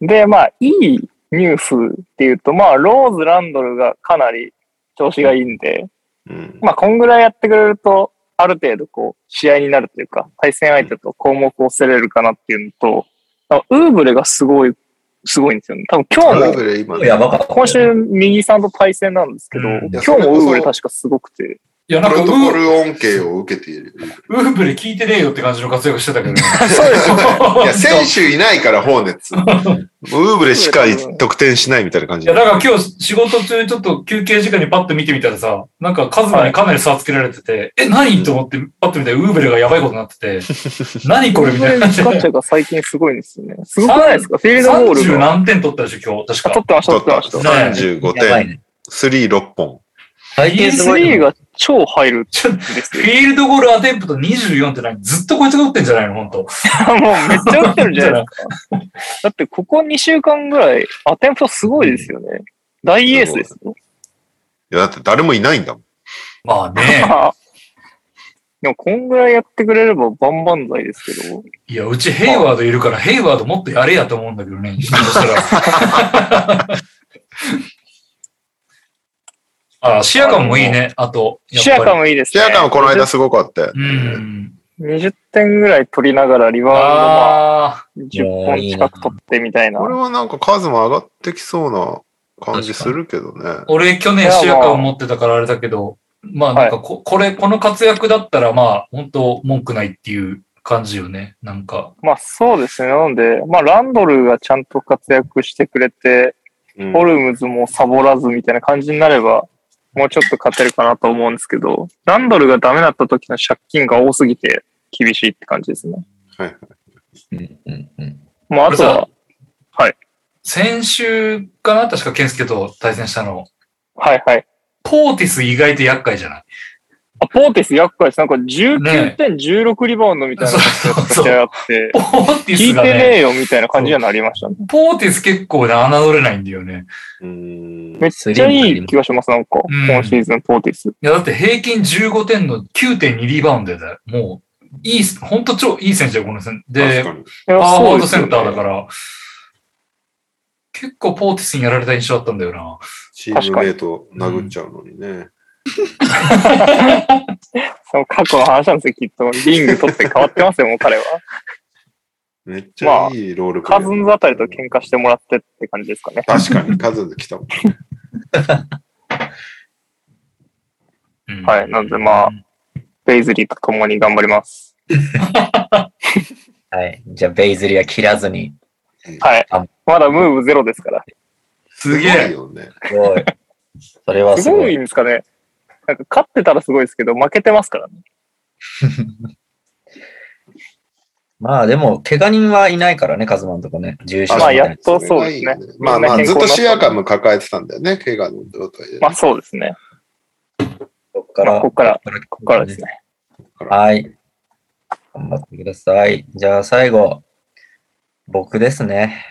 Speaker 5: で、まあ、いいニュースっていうと、まあ、ローズ・ランドルがかなり調子がいいんで、
Speaker 1: うん。
Speaker 5: まあ、こんぐらいやってくれると、ある程度、こう、試合になるというか、対戦相手と項目を競れるかなっていうのと、あウーブレがすごい、すごいんですよね。多分
Speaker 1: そ
Speaker 5: 今
Speaker 1: れ
Speaker 5: 日
Speaker 1: ぐ
Speaker 5: も、
Speaker 1: らい今
Speaker 4: うん
Speaker 1: ね
Speaker 4: やばかった。
Speaker 5: 今週、右さんと対戦なんですけど、
Speaker 2: うん
Speaker 5: 今日もウーブレ確かすごくて、
Speaker 2: いや、
Speaker 1: プ
Speaker 2: なんか
Speaker 1: ロ
Speaker 2: ウ
Speaker 1: トコ
Speaker 2: ー、
Speaker 1: ル恩恵を受けている。
Speaker 2: ウーブレ聞いてねえよって感じの活躍してたけどね。
Speaker 5: そうで すよ
Speaker 1: いや、選手いないから、ホーネッツ。ウーブレしか得点しないみたいな感
Speaker 2: い
Speaker 1: じ
Speaker 2: や、。だから今日仕事中にちょっと休憩時間にパッと見てみたらさ、なんかカズマにかなり差つけられてて、え、何と思ってパッと見たらウーブレがやばいことになって て、何こ
Speaker 5: ウ
Speaker 2: れ
Speaker 5: ー
Speaker 2: み
Speaker 5: ブ
Speaker 2: たい
Speaker 5: レ
Speaker 2: な
Speaker 5: の。スカッチャが最近すごいんですよね。すごくないですかフィールドゴー
Speaker 2: 30
Speaker 5: ルが。
Speaker 2: 何点取ったでしょ、今日。確
Speaker 5: あ取
Speaker 2: か
Speaker 5: っ。てました、
Speaker 1: 取
Speaker 5: 取
Speaker 1: っ
Speaker 5: ったてました。
Speaker 1: 35
Speaker 4: やばい
Speaker 1: 点、
Speaker 4: ね。
Speaker 1: 3、6本。
Speaker 4: 最近すごい
Speaker 5: 3
Speaker 4: よ。
Speaker 5: が超入るんです
Speaker 2: フ
Speaker 5: よ。
Speaker 2: ィールドゴールアテンプト24って何ずっとこいつが打ってんじゃないの本当。
Speaker 5: もうめっちゃ打ってるじゃないですか。だってここ2週間ぐらい、アテンプトすごいですよね。大エースですよ。
Speaker 1: いや、だって誰もいないんだもん。
Speaker 2: まあね。
Speaker 5: まあ でもこんぐらいやってくれれば万々歳ですけど。
Speaker 2: いや、うちヘイワードいるから、ヘイワードもっとやれやと思うんだけどね。そしたら。 あ、シアカンもいいね。あと、やっ
Speaker 5: シア
Speaker 2: ぱ
Speaker 5: カ
Speaker 2: り。
Speaker 5: もいいです
Speaker 1: シ
Speaker 5: ね。
Speaker 1: アカンこの間すごかったよ
Speaker 2: う
Speaker 1: ね。
Speaker 2: ん。
Speaker 5: 20点ぐらい取りながらリバウンドまあ
Speaker 2: あ
Speaker 5: 10本近く取ってみたいな。
Speaker 1: これはなんか数も上がってきそうな感じするけどね。
Speaker 2: あ、俺去年シアカン持ってたからあれだけど、まあなんかこ、これ、この活躍だったら、まあ、本当文句ないっていう感じよね。なんか。
Speaker 5: まあそうですね。なので、まあランドルがちゃんと活躍してくれて、
Speaker 1: うん
Speaker 5: ホルムズもサボらずみたいな感じになれば、もうちょっと勝てるかなと思うんですけど、ランドルがダメだった時の借金が多すぎて厳しいって感じですね。
Speaker 4: うんうんうん。
Speaker 5: まああとは
Speaker 2: こ、先週かな確か健介と対戦したの。
Speaker 5: はいはい。
Speaker 2: ポーティス意外と厄介じゃない
Speaker 5: あ、ポーティス厄介です。なんか19点16リバウンドみたいな
Speaker 2: そう
Speaker 5: 試合あって、
Speaker 2: ポーティ
Speaker 5: 聞
Speaker 2: ス
Speaker 5: い
Speaker 2: が
Speaker 5: てね
Speaker 2: ね、
Speaker 5: えよみたいな感じにはなりましたね。
Speaker 2: ポーティス結構ね、侮れないんだよね。
Speaker 1: うん
Speaker 5: めっちゃいい気がします、なんか。今シーズンポーティス。
Speaker 2: いや、だって平均15点の9.2リバウンドだよ。もう、いい、ほんと超いい選手だよ、この選手。
Speaker 1: 確
Speaker 2: で、
Speaker 1: かに
Speaker 5: いや
Speaker 2: パワー
Speaker 5: そ
Speaker 2: ワー
Speaker 5: うで
Speaker 2: ド
Speaker 5: す
Speaker 2: セン
Speaker 5: よね
Speaker 2: ターだから、結構ポーティスにやられた印象だったんだよな。
Speaker 1: チームメイト殴っちゃうのにね。
Speaker 5: その過去の話なんですよ、きっと。リング取って変わってますよ、もう彼は。
Speaker 1: めっちゃいいロールプレ
Speaker 5: カ
Speaker 1: イ
Speaker 5: ズンズあたりと喧嘩してもらってって感じですかね。
Speaker 1: 確かに、カズンズ来たもん。
Speaker 2: うん
Speaker 5: はいなんでまあベイズリーと共に頑張ります。
Speaker 4: はい。じゃあ、ベイズリーは切らずに。
Speaker 5: はい。まだムーブゼロですから。
Speaker 2: すげ
Speaker 1: すごい
Speaker 2: え。
Speaker 1: よね。
Speaker 4: すごい。それは
Speaker 5: す
Speaker 4: す
Speaker 5: ご
Speaker 4: ご
Speaker 5: い
Speaker 4: い。
Speaker 5: んですかね。なんか勝ってたらすごいですけど、負けてますからね。
Speaker 4: まあでも、怪我人はいないからね、カズマンとかね。重傷
Speaker 1: あ
Speaker 4: み
Speaker 5: ま
Speaker 4: た
Speaker 5: あ、
Speaker 4: いな
Speaker 5: やっとそうで
Speaker 1: れ
Speaker 5: すね。
Speaker 1: がいいよまあまあ、ずっとシアカム抱えてたんだよね、怪我の状態で。
Speaker 5: まあ、そうですね。
Speaker 4: ここか
Speaker 5: まあ
Speaker 4: ら。
Speaker 5: ここから、こ
Speaker 4: こ
Speaker 5: こからです。ね。
Speaker 4: はい。頑張ってください。じゃあ最後、僕ですね。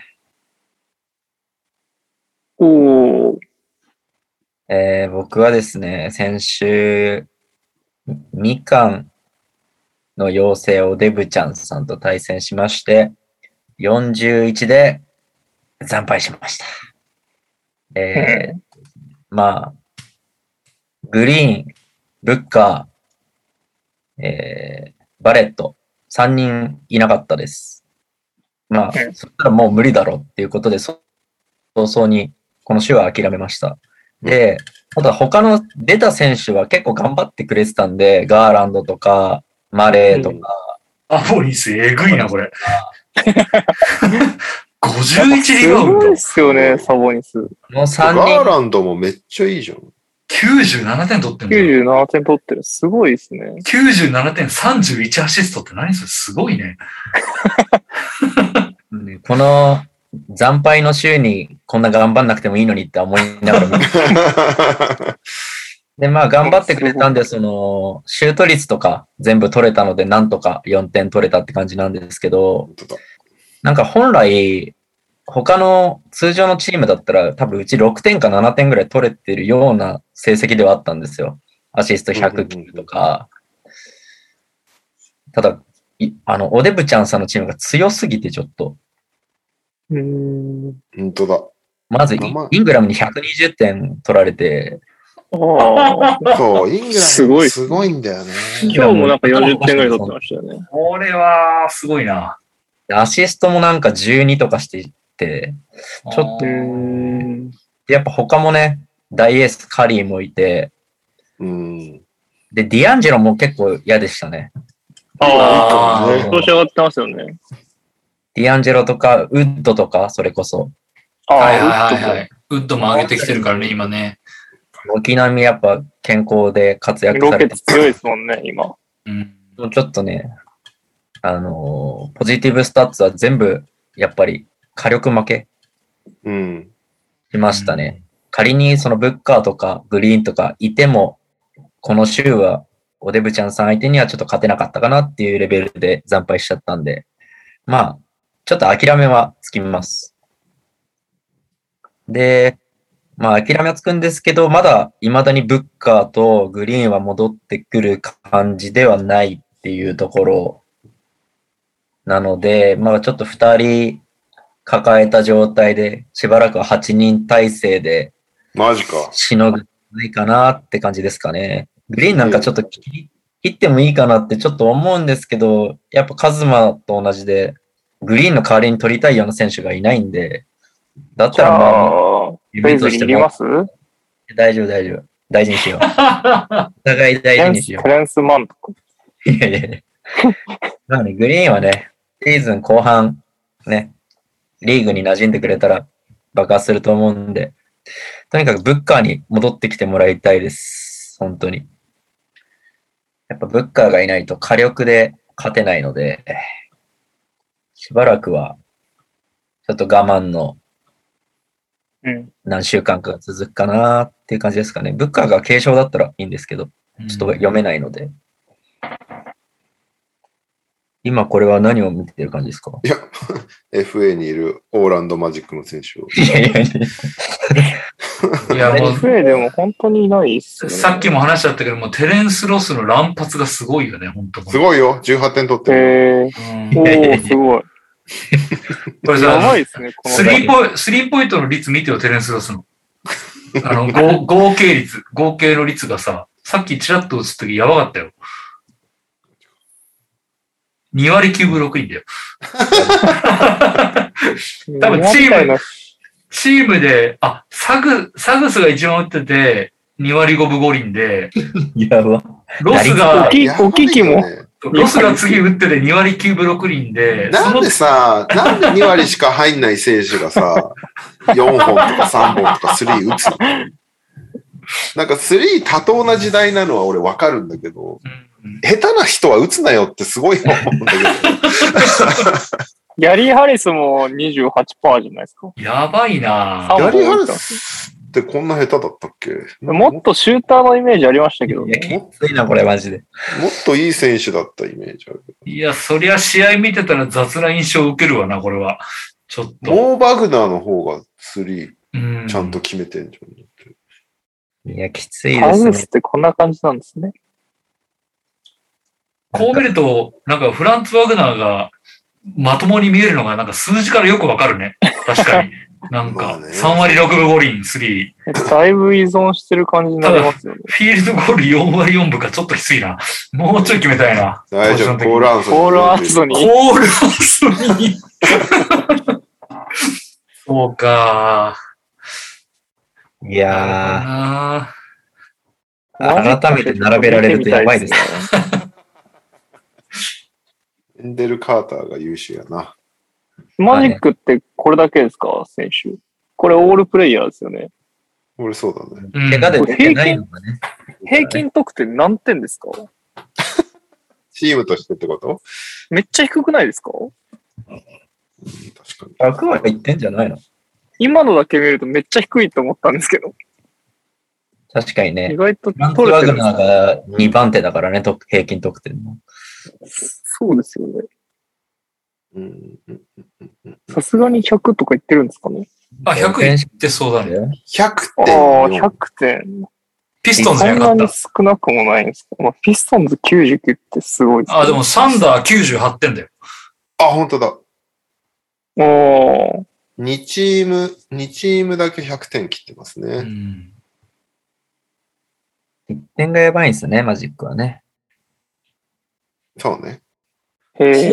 Speaker 5: おー。
Speaker 4: えー僕はですね、先週、みかんの妖精をデブちゃんさんと対戦しまして、41で惨敗しました。えーまあ、グリーン、ブッカー、えーバレット、3人いなかったです。まあ
Speaker 5: う、ん
Speaker 4: そしたらもう無理だろうっていうことで、そ早々にこの週は諦めました。で、あとは他の出た選手は結構頑張ってくれてたんで、ガーランドとか、マレーとか、
Speaker 2: アポリス、えぐいな、こ れ。51リバウンド
Speaker 5: すごいっ。すよね、サボニス。
Speaker 4: この
Speaker 1: ガー
Speaker 4: 3人、
Speaker 1: ランドもめっちゃいいじゃん。
Speaker 2: 97点取ってんだよ。
Speaker 5: 97点取ってる。すごいですね。
Speaker 2: 97点31アシストって何それすごいね。
Speaker 4: うんこの惨敗の週にこんな頑張んなくてもいいのにって思いながら 見てで、まあ、頑張ってくれたんで、その、シュート率とか全部取れたので、なんとか4点取れたって感じなんですけど、
Speaker 1: 本当だ
Speaker 4: なんか本来、他の通常のチームだったら、多分うち6点か7点ぐらい取れてるような成績ではあったんですよ。アシスト109とか。ただ、いあの、おデブちゃんさんのチームが強すぎて、ちょっと。
Speaker 5: うーん。
Speaker 1: 本当だ。
Speaker 4: まずイ、
Speaker 1: まあまあ
Speaker 4: イングラムに120点取られて、
Speaker 5: ああ。
Speaker 1: そう、イングランド
Speaker 5: すごい
Speaker 1: すごいんだよね。
Speaker 5: 今日もなんか40点ぐらい取ってましたよね。
Speaker 2: これは、すごいな。
Speaker 4: でアシストもなんか12とかしていって、ちょっ
Speaker 5: う
Speaker 2: う
Speaker 5: ー
Speaker 2: ん
Speaker 5: ん。
Speaker 4: でやっぱ他もね、大エースカリーもいて、
Speaker 1: うん。
Speaker 4: で、ディアンジェロも結構嫌でしたね。
Speaker 5: あ
Speaker 1: あ
Speaker 5: あ。調子上がってますよね。
Speaker 4: ディアンジェロとか、ウッドとか、それこそ。
Speaker 5: ああ。
Speaker 2: はいはいはいは
Speaker 5: 打っ
Speaker 2: い。ウッドも上げてきてるからね、今ね。
Speaker 4: 沖波やっぱ健康で活
Speaker 5: てる
Speaker 4: 躍
Speaker 5: ロ
Speaker 4: さ
Speaker 5: ケ
Speaker 4: れ
Speaker 5: ッ
Speaker 4: て
Speaker 5: ト、強いですもんね、今。
Speaker 2: うん。
Speaker 4: もうちょっとね、あのーポジティブスタッツは全部、やっぱり火力負け
Speaker 1: うん。
Speaker 4: しましたね。仮にそのブッカーとかグリーンとかいても、この週は、おデブちゃんさん相手にはちょっと勝てなかったかなっていうレベルで惨敗しちゃったんで、まあ、ちょっと諦めはつきます。で、まあ諦めはつくんですけど、まだ未だにブッカーとグリーンは戻ってくる感じではないっていうところなので、まあちょっと2人抱えた状態で、しばらくは8人体制で
Speaker 1: マジか。
Speaker 4: しのぐんじゃないかなって感じですかね。グリーンなんかちょっと切り切ってもいいかなってちょっと思うんですけど、やっぱカズマと同じで、グリーンの代わりに取りたいような選手がいないんで、だっ
Speaker 5: じ
Speaker 4: たらまあ、
Speaker 5: ゃあ、フェイズリーいります
Speaker 4: 大丈夫、大丈夫。大事にしよう。お互い大
Speaker 5: テ
Speaker 4: 事
Speaker 5: レン
Speaker 4: に
Speaker 5: ス
Speaker 4: しよ
Speaker 5: テレンスマンとか。
Speaker 4: う。いやいやいや。 なので、グリーンはね、シーズン後半、ね、リーグに馴染んでくれたら爆発すると思うんで、とにかくブッカーに戻ってきてもらいたいです。本当に。やっぱブッカーがいないと火力で勝てないので、しばらくは、ちょっと我慢の
Speaker 5: うん。
Speaker 4: 何週間かが続くかなっていう感じですかね。ブッカーが軽症だったらいいんですけど、ちょっと読めないので。今これは何を見てる感じですか
Speaker 1: FA にいるオーランドマジックの選手を。
Speaker 4: いやいやい
Speaker 2: いや、もう、
Speaker 5: FA でも本当にいないっすよね。
Speaker 2: さっきも話しちゃったけども、テレンス・ロスの乱発がすごいよね、本当
Speaker 1: すごいよ、18点取ってる。
Speaker 5: えー、
Speaker 2: うん
Speaker 5: お
Speaker 2: こ
Speaker 5: ー、すごい。
Speaker 2: れ
Speaker 5: やば
Speaker 2: さ、
Speaker 5: いですね、この
Speaker 2: スリーポイスリーポイントの率見てよ、テレンス・ロスの。あの、合合計率、合計の率がさ、さっきちらっと映った時やばかったよ。2割9分6厘だよ。多分チーム
Speaker 5: みたいな
Speaker 2: チームで、あ、サグ、サグスが一番打ってて、2割5分5厘で、
Speaker 4: や、やば。
Speaker 2: ロスが
Speaker 5: 大、きい、
Speaker 1: やば
Speaker 5: 大きい気も
Speaker 1: よ。ね
Speaker 2: ロスが次打ってて2割9分6厘で、そ
Speaker 1: なん
Speaker 2: の
Speaker 1: でさ、なんで2割しか入んない選手がさ、4本とか3本とか3打つのなんか3多当な時代なのは俺わかるんだけど、
Speaker 2: うん
Speaker 1: 下手な人は打つなよってすごい思うんだけど、
Speaker 5: ギャリー・ハリスも28%じゃないですか。
Speaker 2: やばいな
Speaker 5: あ
Speaker 1: ギャリー・ハルスってこんな下手だったっけ
Speaker 5: もっとシューターのイメージありましたけど
Speaker 4: いや、
Speaker 5: ね。
Speaker 4: きついな、これマジで。
Speaker 1: もっといい選手だったイメージある。
Speaker 2: いや、そりゃ試合見てたら雑な印象を受けるわな、これは。ちょっと。
Speaker 1: モー・バグナーの方が3
Speaker 2: うん
Speaker 1: ちゃんと。決めてんじゃん。
Speaker 4: いや、きつい
Speaker 5: ハ
Speaker 4: で
Speaker 5: リ
Speaker 4: す
Speaker 5: ス
Speaker 4: ね
Speaker 5: っ。てこんな感じなんですね。
Speaker 2: こう見ると、なんかフランツ・ワグナーがまともに見えるのが、なんか数字からよくわかるね。確 かに。なん
Speaker 1: まあ
Speaker 2: か、
Speaker 1: ね
Speaker 2: 3割6分5厘、3。
Speaker 5: だいぶ依存してる感じになりますよね。
Speaker 2: フィールドゴール4割4分か、ちょっときついな。もうちょい決めたいな。
Speaker 1: 大丈夫、コール・アンソニー。
Speaker 5: ポール・アンソニー。
Speaker 2: コールアンソニー。 そうか。
Speaker 4: いや
Speaker 2: あ
Speaker 4: ー、改めて並べられるとやばいですね。
Speaker 1: エンデル・カーターが優秀やな。
Speaker 5: マジックってこれだけですか、選手。これオールプレイヤーですよね。
Speaker 1: 俺そうだね。
Speaker 2: うん
Speaker 4: 怪我で出てないのがね。
Speaker 5: 平均得点何点ですか
Speaker 1: チームとしてってこと
Speaker 5: めっちゃ低くないですか
Speaker 1: 確かに。
Speaker 4: 100はいってんじゃないの
Speaker 5: 今のだけ見るとめっちゃ低いと思ったんですけど、
Speaker 4: 確かに
Speaker 5: 意
Speaker 4: ね。
Speaker 5: 外と
Speaker 4: フランツ・
Speaker 5: 取れ
Speaker 4: ワ
Speaker 5: てる
Speaker 4: グ
Speaker 5: んです
Speaker 4: ナー
Speaker 5: ね
Speaker 4: が2番手だからね、と平均得点の。
Speaker 5: そうですよね。
Speaker 1: うん
Speaker 5: さすがに100とか言ってるんですかね
Speaker 2: あ、100いってそうだね。
Speaker 1: 100
Speaker 5: ああ
Speaker 1: 点。、
Speaker 5: 100点。
Speaker 2: ピストンズ
Speaker 5: そ
Speaker 2: じゃ
Speaker 5: ん
Speaker 2: なか
Speaker 5: な
Speaker 2: っ
Speaker 5: に
Speaker 2: た。
Speaker 5: 少なくもないんですか、まあ、ピストンズ99ってすごいです、ね。
Speaker 2: あ、でもサンダー98点だよ。
Speaker 1: あ、本当だ。
Speaker 5: も
Speaker 1: 2チーム、2チームだけ100点切ってます
Speaker 2: う
Speaker 1: ね。
Speaker 2: ん。
Speaker 4: 1点がやばいんですね、マジックはね。
Speaker 1: そうね。
Speaker 5: う、へ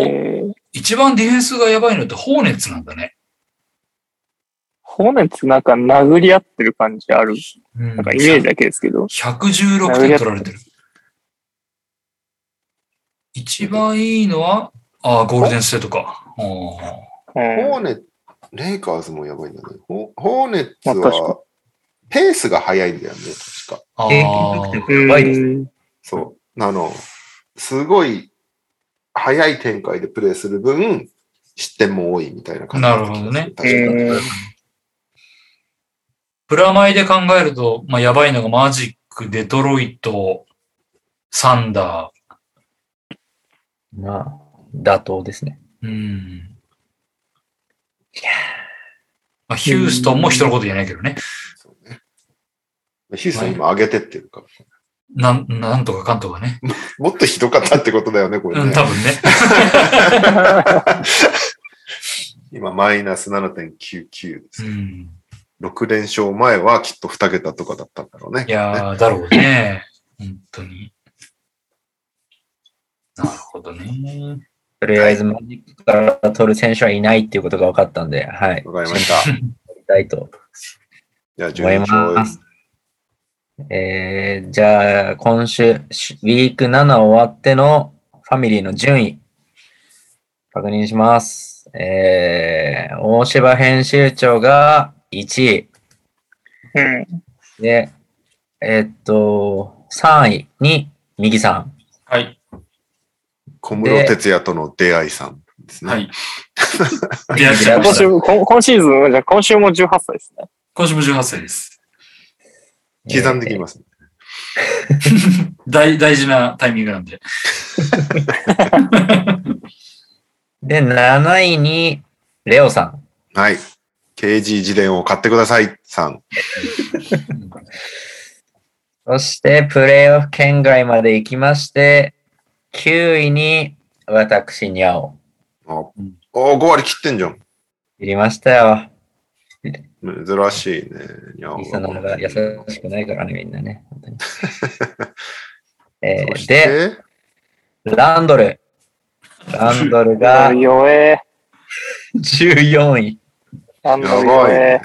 Speaker 5: え、
Speaker 2: 一番ディフェンスがやばいのってホーネッツなんだね。
Speaker 5: ホーネッツなんか殴り合ってる感じある。
Speaker 2: うん
Speaker 5: なんかイメージだけですけど。
Speaker 2: 116点取られてる。一番いいのは、あゴールデンステートか。あー
Speaker 5: うん
Speaker 1: ホーネレイカーズもやばいんだね。ホホーネッツ
Speaker 5: まあ確か
Speaker 1: は、ペースが速いんだよね、確か。
Speaker 2: あ
Speaker 4: 平均
Speaker 2: ー。
Speaker 4: 得点がやばいですね。
Speaker 5: うん
Speaker 1: そう。あの、すごい、速い展開でプレーする分、失点も多いみたいな感じだった気がす
Speaker 2: なる
Speaker 1: 確
Speaker 2: ほ
Speaker 1: か
Speaker 5: うん
Speaker 2: プラマイで考えると、まあ、やばいのがマジック、デトロイト、サンダ
Speaker 4: まあ、妥当ですね。
Speaker 2: ー。うん。まあ、ヒューストンも人のこと言えないけどね。
Speaker 1: そうね。ヒューストン今上げてってるから。
Speaker 2: なん、なんとかかんとかね。
Speaker 1: もっとひどかったってことだよね、これ
Speaker 2: う
Speaker 1: ね。
Speaker 2: ん、多分 ね。
Speaker 1: 今、マイナス7.99で
Speaker 2: う
Speaker 1: す。
Speaker 2: ん。
Speaker 1: 6連勝前はきっと2桁とかだったんだろうね。
Speaker 2: いやー、だろうね。本当に。なるほどね。
Speaker 4: とりあえず、マジックから取る選手はいないっていうことが分かったんで、はい。
Speaker 1: わかりました。
Speaker 4: 取りたいと
Speaker 1: じゃあ、順
Speaker 4: 思い
Speaker 1: 調
Speaker 4: ます。えー、じゃあ、今週、しウィーク7終わってのファミリーの順位、確認します。えー、大柴編集長が1位。
Speaker 5: うん。
Speaker 4: で、えーっと、3位に、右さん。
Speaker 2: はい。
Speaker 1: 小室哲也との出会いさんですね。
Speaker 2: はい。出会っちゃいま
Speaker 5: 今
Speaker 2: した
Speaker 5: 週、こ今シーズン、じゃあ今週も18歳ですね。
Speaker 2: 今週も18歳です。
Speaker 1: 刻んできます、ね
Speaker 2: 大大事なタイミングなんで。
Speaker 4: で、7位に、レオさん。
Speaker 1: はい。KG 自伝を買ってください、さん。
Speaker 4: そして、プレイオフ圏外まで行きまして、9位に、私、にゃお。
Speaker 1: あおー、5割切ってんじゃん。
Speaker 4: 入りましたよ。
Speaker 1: 珍しいね。にゃお
Speaker 4: リサナーが優しくないからね、みんなね。本当にえ
Speaker 1: そ
Speaker 4: ー
Speaker 1: し
Speaker 4: で、
Speaker 1: て、
Speaker 4: ランドル。ランドルが
Speaker 5: あ弱え。
Speaker 4: 14位。
Speaker 5: なんだ
Speaker 1: や
Speaker 5: 弱
Speaker 1: ばい
Speaker 5: え
Speaker 1: ね。。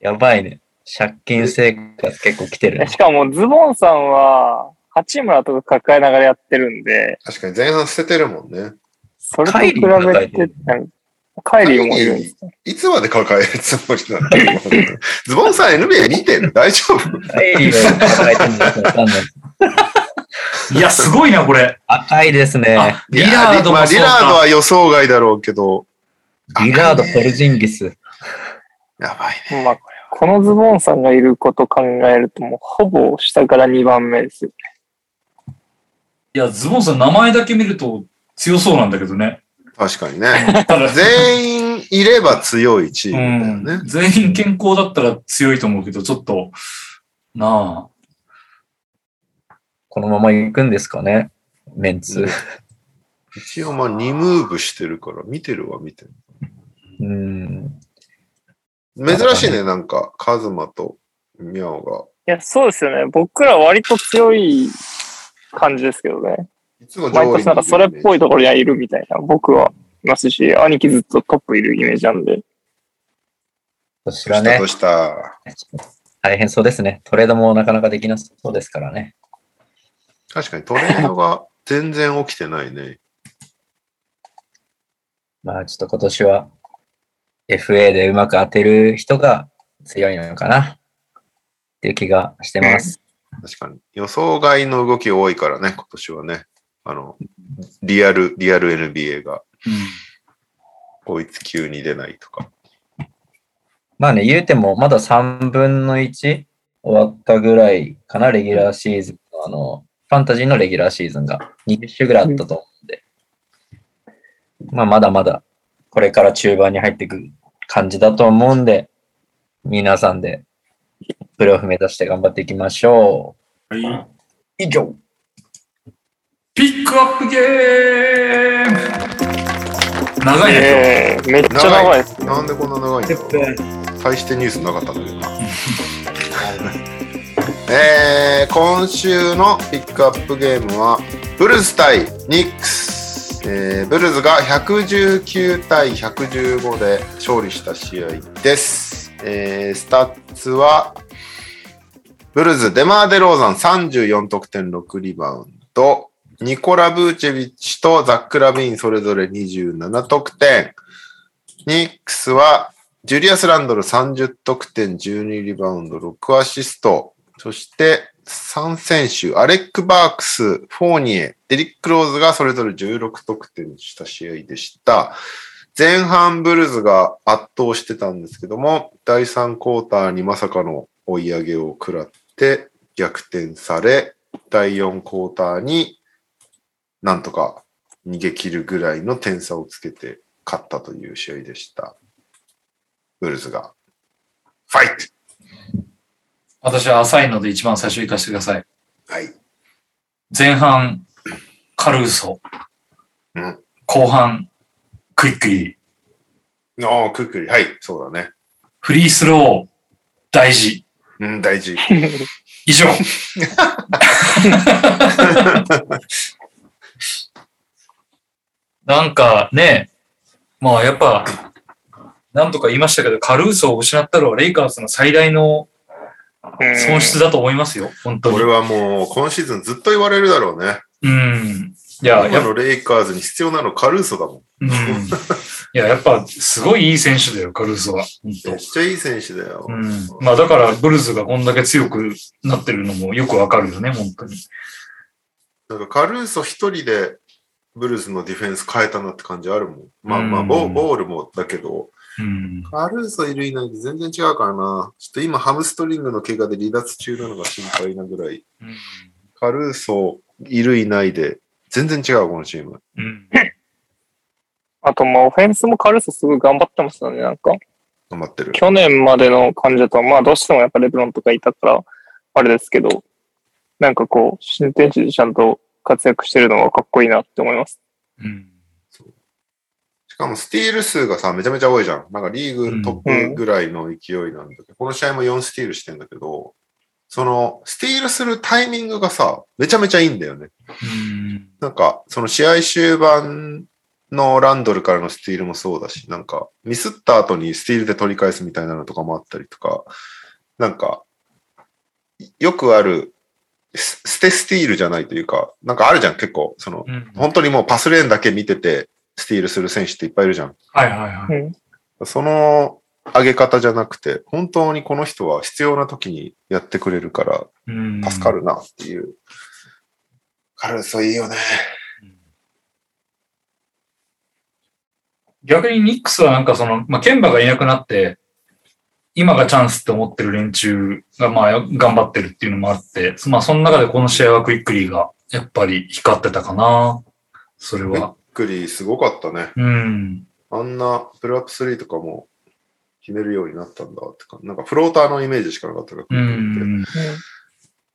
Speaker 4: やばいね。借金生活結構来てる
Speaker 5: え
Speaker 4: ね
Speaker 5: し。かも、ズボンさんは、八村とか抱えながらやってるんで、
Speaker 1: 確かに前半捨ててるもんね。
Speaker 5: それと
Speaker 4: カイ
Speaker 5: 比
Speaker 4: リー抱
Speaker 5: べ
Speaker 4: えて
Speaker 5: て
Speaker 4: る、
Speaker 5: なんカイリーもいるんですね
Speaker 1: いつまで抱えるつもりなんだろうズボンさん NBA 見てる大丈夫
Speaker 4: エイリーが抱えてるのかわかんない。
Speaker 2: いや、すごいな、これ。
Speaker 4: 赤いですね。
Speaker 2: あ、
Speaker 1: い
Speaker 2: リ
Speaker 1: や
Speaker 2: ラード
Speaker 1: まあ
Speaker 2: も
Speaker 1: リ
Speaker 2: そう
Speaker 1: ラード
Speaker 2: か。
Speaker 1: は予想外だろうけど。
Speaker 4: リラード、ポルジンギス。
Speaker 1: やばいね。
Speaker 5: まあ、このズボンさんがいること考えると、もうほぼ下から2番目ですよ。
Speaker 2: いや、ズボンさん、名前だけ見ると強そうなんだけ どね。
Speaker 1: 確かに ね。
Speaker 2: ただ、
Speaker 1: 全員いれば強いチー
Speaker 2: う
Speaker 1: ムだよ
Speaker 2: ん
Speaker 1: ね。
Speaker 2: 全員健康だったら強いと思うけど、ちょっと、な
Speaker 4: このまま行くんですかね。メンツ。
Speaker 1: 一応まあ2ムーブしてるから、見てるは見てる。
Speaker 4: うん。
Speaker 1: 珍しいね、なんか、カズマとミャオが。
Speaker 5: いや、そうですよね。僕ら割と強い感じですけどね。
Speaker 1: いつも
Speaker 5: 毎年なんかそれっぽい
Speaker 1: と。
Speaker 5: ところにはいるみたいな。僕はいますし、兄貴ずっとトップいるイメージなんで。
Speaker 4: そち
Speaker 1: どう
Speaker 4: ら
Speaker 1: した
Speaker 4: ね
Speaker 1: どう。した。
Speaker 4: 大変そうですね。トレードもなかなかできなそうですからね。
Speaker 1: 確かにトレードが全然起きてないね。
Speaker 4: まあちょっと今年は FA でうまく当てる人が強いのかなっていう気がしてます。
Speaker 1: 確かに。予想外の動き多いからね、今年はね。あの、リアル、リアル NBA が、
Speaker 2: あ、うん
Speaker 1: こいつ急に出ないとか。
Speaker 4: まあね、言うてもまだ3分の1終わったぐらいかな、レギュラーシーズンの、あの、ファンタジーのレギュラーシーズンが20週ぐらいあったと思うんで、まあまだまだこれから中盤に入っていく感じだと思うんで、皆さんでプレーオフ目指して頑張っていきましょう。
Speaker 2: はい。
Speaker 4: 以上。
Speaker 2: ピックアップゲーム長いね、
Speaker 5: えー、めっちゃ長いです。
Speaker 1: なんでこんな長いんだろう。大してニュースなか ったんだけどな。えー、今週のピックアップゲームは、ブルズ対ニックス。えーブルズが119対115で勝利した試合です。えースタッツは、ブルズ、デマーデローザン34得点6リバウンド。ニコラ・ブーチェビッチとザック・ラビーンそれぞれ27得点。ニックスは、ジュリアス・ランドル30得点、12リバウンド、6アシスト。そして、3選手、アレック・バークス、フォーニエ、デリック・ローズがそれぞれ16得点した試合でした。前半ブルーズが圧倒してたんですけども、第3クォーターにまさかの追い上げを食らって逆転され、第4クォーターになんとか逃げ切るぐらいの点差をつけて勝ったという試合でした。ウルズが。ファイト
Speaker 2: 私は浅いので一番最初行かせてください。
Speaker 1: はい。
Speaker 2: 前半、カルーソ。
Speaker 1: うん
Speaker 2: 後半、クイックリー。
Speaker 1: ああ、クックリ。はい、そうだね。
Speaker 2: フリースロー、大事。
Speaker 1: うん、大 事。
Speaker 2: 以上。なんかね、まあやっぱ、なんとか言いましたけど、カルーソを失ったのはレイカーズの最大の
Speaker 5: うん
Speaker 2: 損失だと思いますよ、本当
Speaker 1: これ
Speaker 2: に。
Speaker 1: はもう今シーズンずっと言われるだろうね。
Speaker 2: うん。いや、
Speaker 1: 今
Speaker 2: やっぱ、
Speaker 1: のレイカーズに必要なのカルーソだもん。
Speaker 2: うん。いや、やっぱ、すごいいい選手だよ、カルーソは。本
Speaker 1: めっちゃいい選手だよ。
Speaker 2: 当。うん。まあだから、ブルーズがこんだけ強くなってるのもよくわかるよね、本当に。
Speaker 1: なんかカルーソ一人でブルーズのディフェンス変えたなって感じあるもん。まあまあ、
Speaker 2: うん
Speaker 1: ボボールもだけど、
Speaker 2: うん。
Speaker 1: カルーソいるいないで全然違うからな。ちょっと今ハムストリングの怪我で離脱中なのが心配なぐらい。
Speaker 2: うん
Speaker 1: カルーソいるいないで全然違う、このチーム。
Speaker 2: うん。
Speaker 5: あと、まあ、オフェンスも軽さすごい頑張ってますよね、なんか。
Speaker 1: 頑張ってる。
Speaker 5: 去年までの感じだと、まあ、どうしてもやっぱレブロンとかいたから、あれですけど、なんかこう、新天地でちゃんと活躍してるのはかっこいいなって思います。
Speaker 2: うん。
Speaker 1: しかもスティール数がさ、めちゃめちゃ多いじゃん。なんかリーグトップぐらいの勢いなんだけど、この試合も4スティールしてんだけど、そのスティールするタイミングがさ、めちゃめちゃいいんだよね。
Speaker 2: うん
Speaker 1: なんか、その試合終盤のランドルからのスティールもそうだし、なんか、ミスった後にスティールで取り返すみたいなのとかもあったりとか、なんか、よくある、す捨てスティールじゃないというか、なんかあるじゃん、結構、その、
Speaker 2: うん
Speaker 1: 本当にもうパスレーンだけ見てて、スティールする選手っていっぱいいるじゃん。
Speaker 2: はいはいは
Speaker 5: う
Speaker 2: い。
Speaker 5: ん。
Speaker 1: その上げ方じゃなくて、本当にこの人は必要な時にやってくれるから、
Speaker 2: うん
Speaker 1: 助か。るなっていう。カルーソいいよね。
Speaker 2: 逆にニックスはなんかその、まあ、ケンバがいなくなって、今がチャンスって思ってる連中が、まあ、頑張ってるっていうのもあって、まあ、その中でこの試合はクイックリーが、やっぱり光ってたかな。それは。
Speaker 1: クリーすごかったね。
Speaker 2: うん。
Speaker 1: あんなプルアップ3とかも決めるようになったんだってか、なんかフローターのイメージしかなかったから、
Speaker 2: う
Speaker 1: クイックリーっ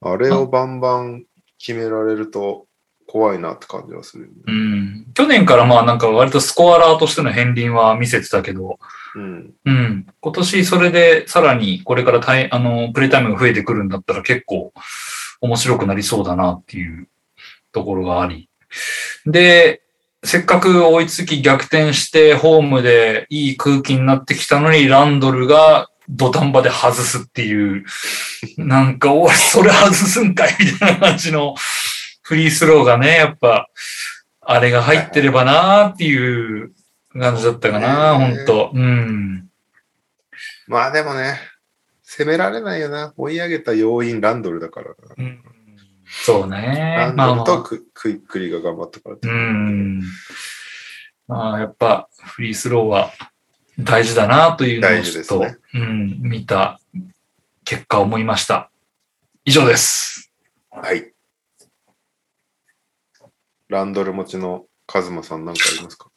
Speaker 1: て
Speaker 2: ん。
Speaker 1: あれをバンバン決められると怖いなって感じはするよね、
Speaker 2: うん。去年からまあ、なんか割とスコアラーとしての片鱗は見せてたけど、
Speaker 1: うん。
Speaker 2: うん。今年それでさらにこれからタイあのプレイタイムが増えてくるんだったら結構面白くなりそうだなっていうところがあり。で、せっかく追いつき逆転してホームでいい空気になってきたのにランドルが土壇場で外すっていう、なんか、おい、それ外すんかいみたいな感じのフリースローがね、やっぱ、あれが入ってればなーっていう感じだったかな、
Speaker 1: そう
Speaker 2: ほ
Speaker 1: ね
Speaker 2: んと。うん。
Speaker 1: まあでもね、攻められないよな。追い上げた要因ランドルだからな。
Speaker 2: うんそうね。ま
Speaker 1: ラ
Speaker 2: あ
Speaker 1: ンド
Speaker 2: ま
Speaker 1: ルと
Speaker 2: あ、
Speaker 1: ク,、クイックリーが頑張ったからってことだけ
Speaker 2: う
Speaker 1: ど
Speaker 2: ん。まあ、やっぱ、フリースローは大事だなというのを
Speaker 1: 大
Speaker 2: ち
Speaker 1: 事
Speaker 2: ょ
Speaker 1: で
Speaker 2: っ
Speaker 1: す
Speaker 2: と、
Speaker 1: ね
Speaker 2: うん、見た結果を思いました。以上です。
Speaker 1: はい。ランドル持ちのカズマさんなんかありますか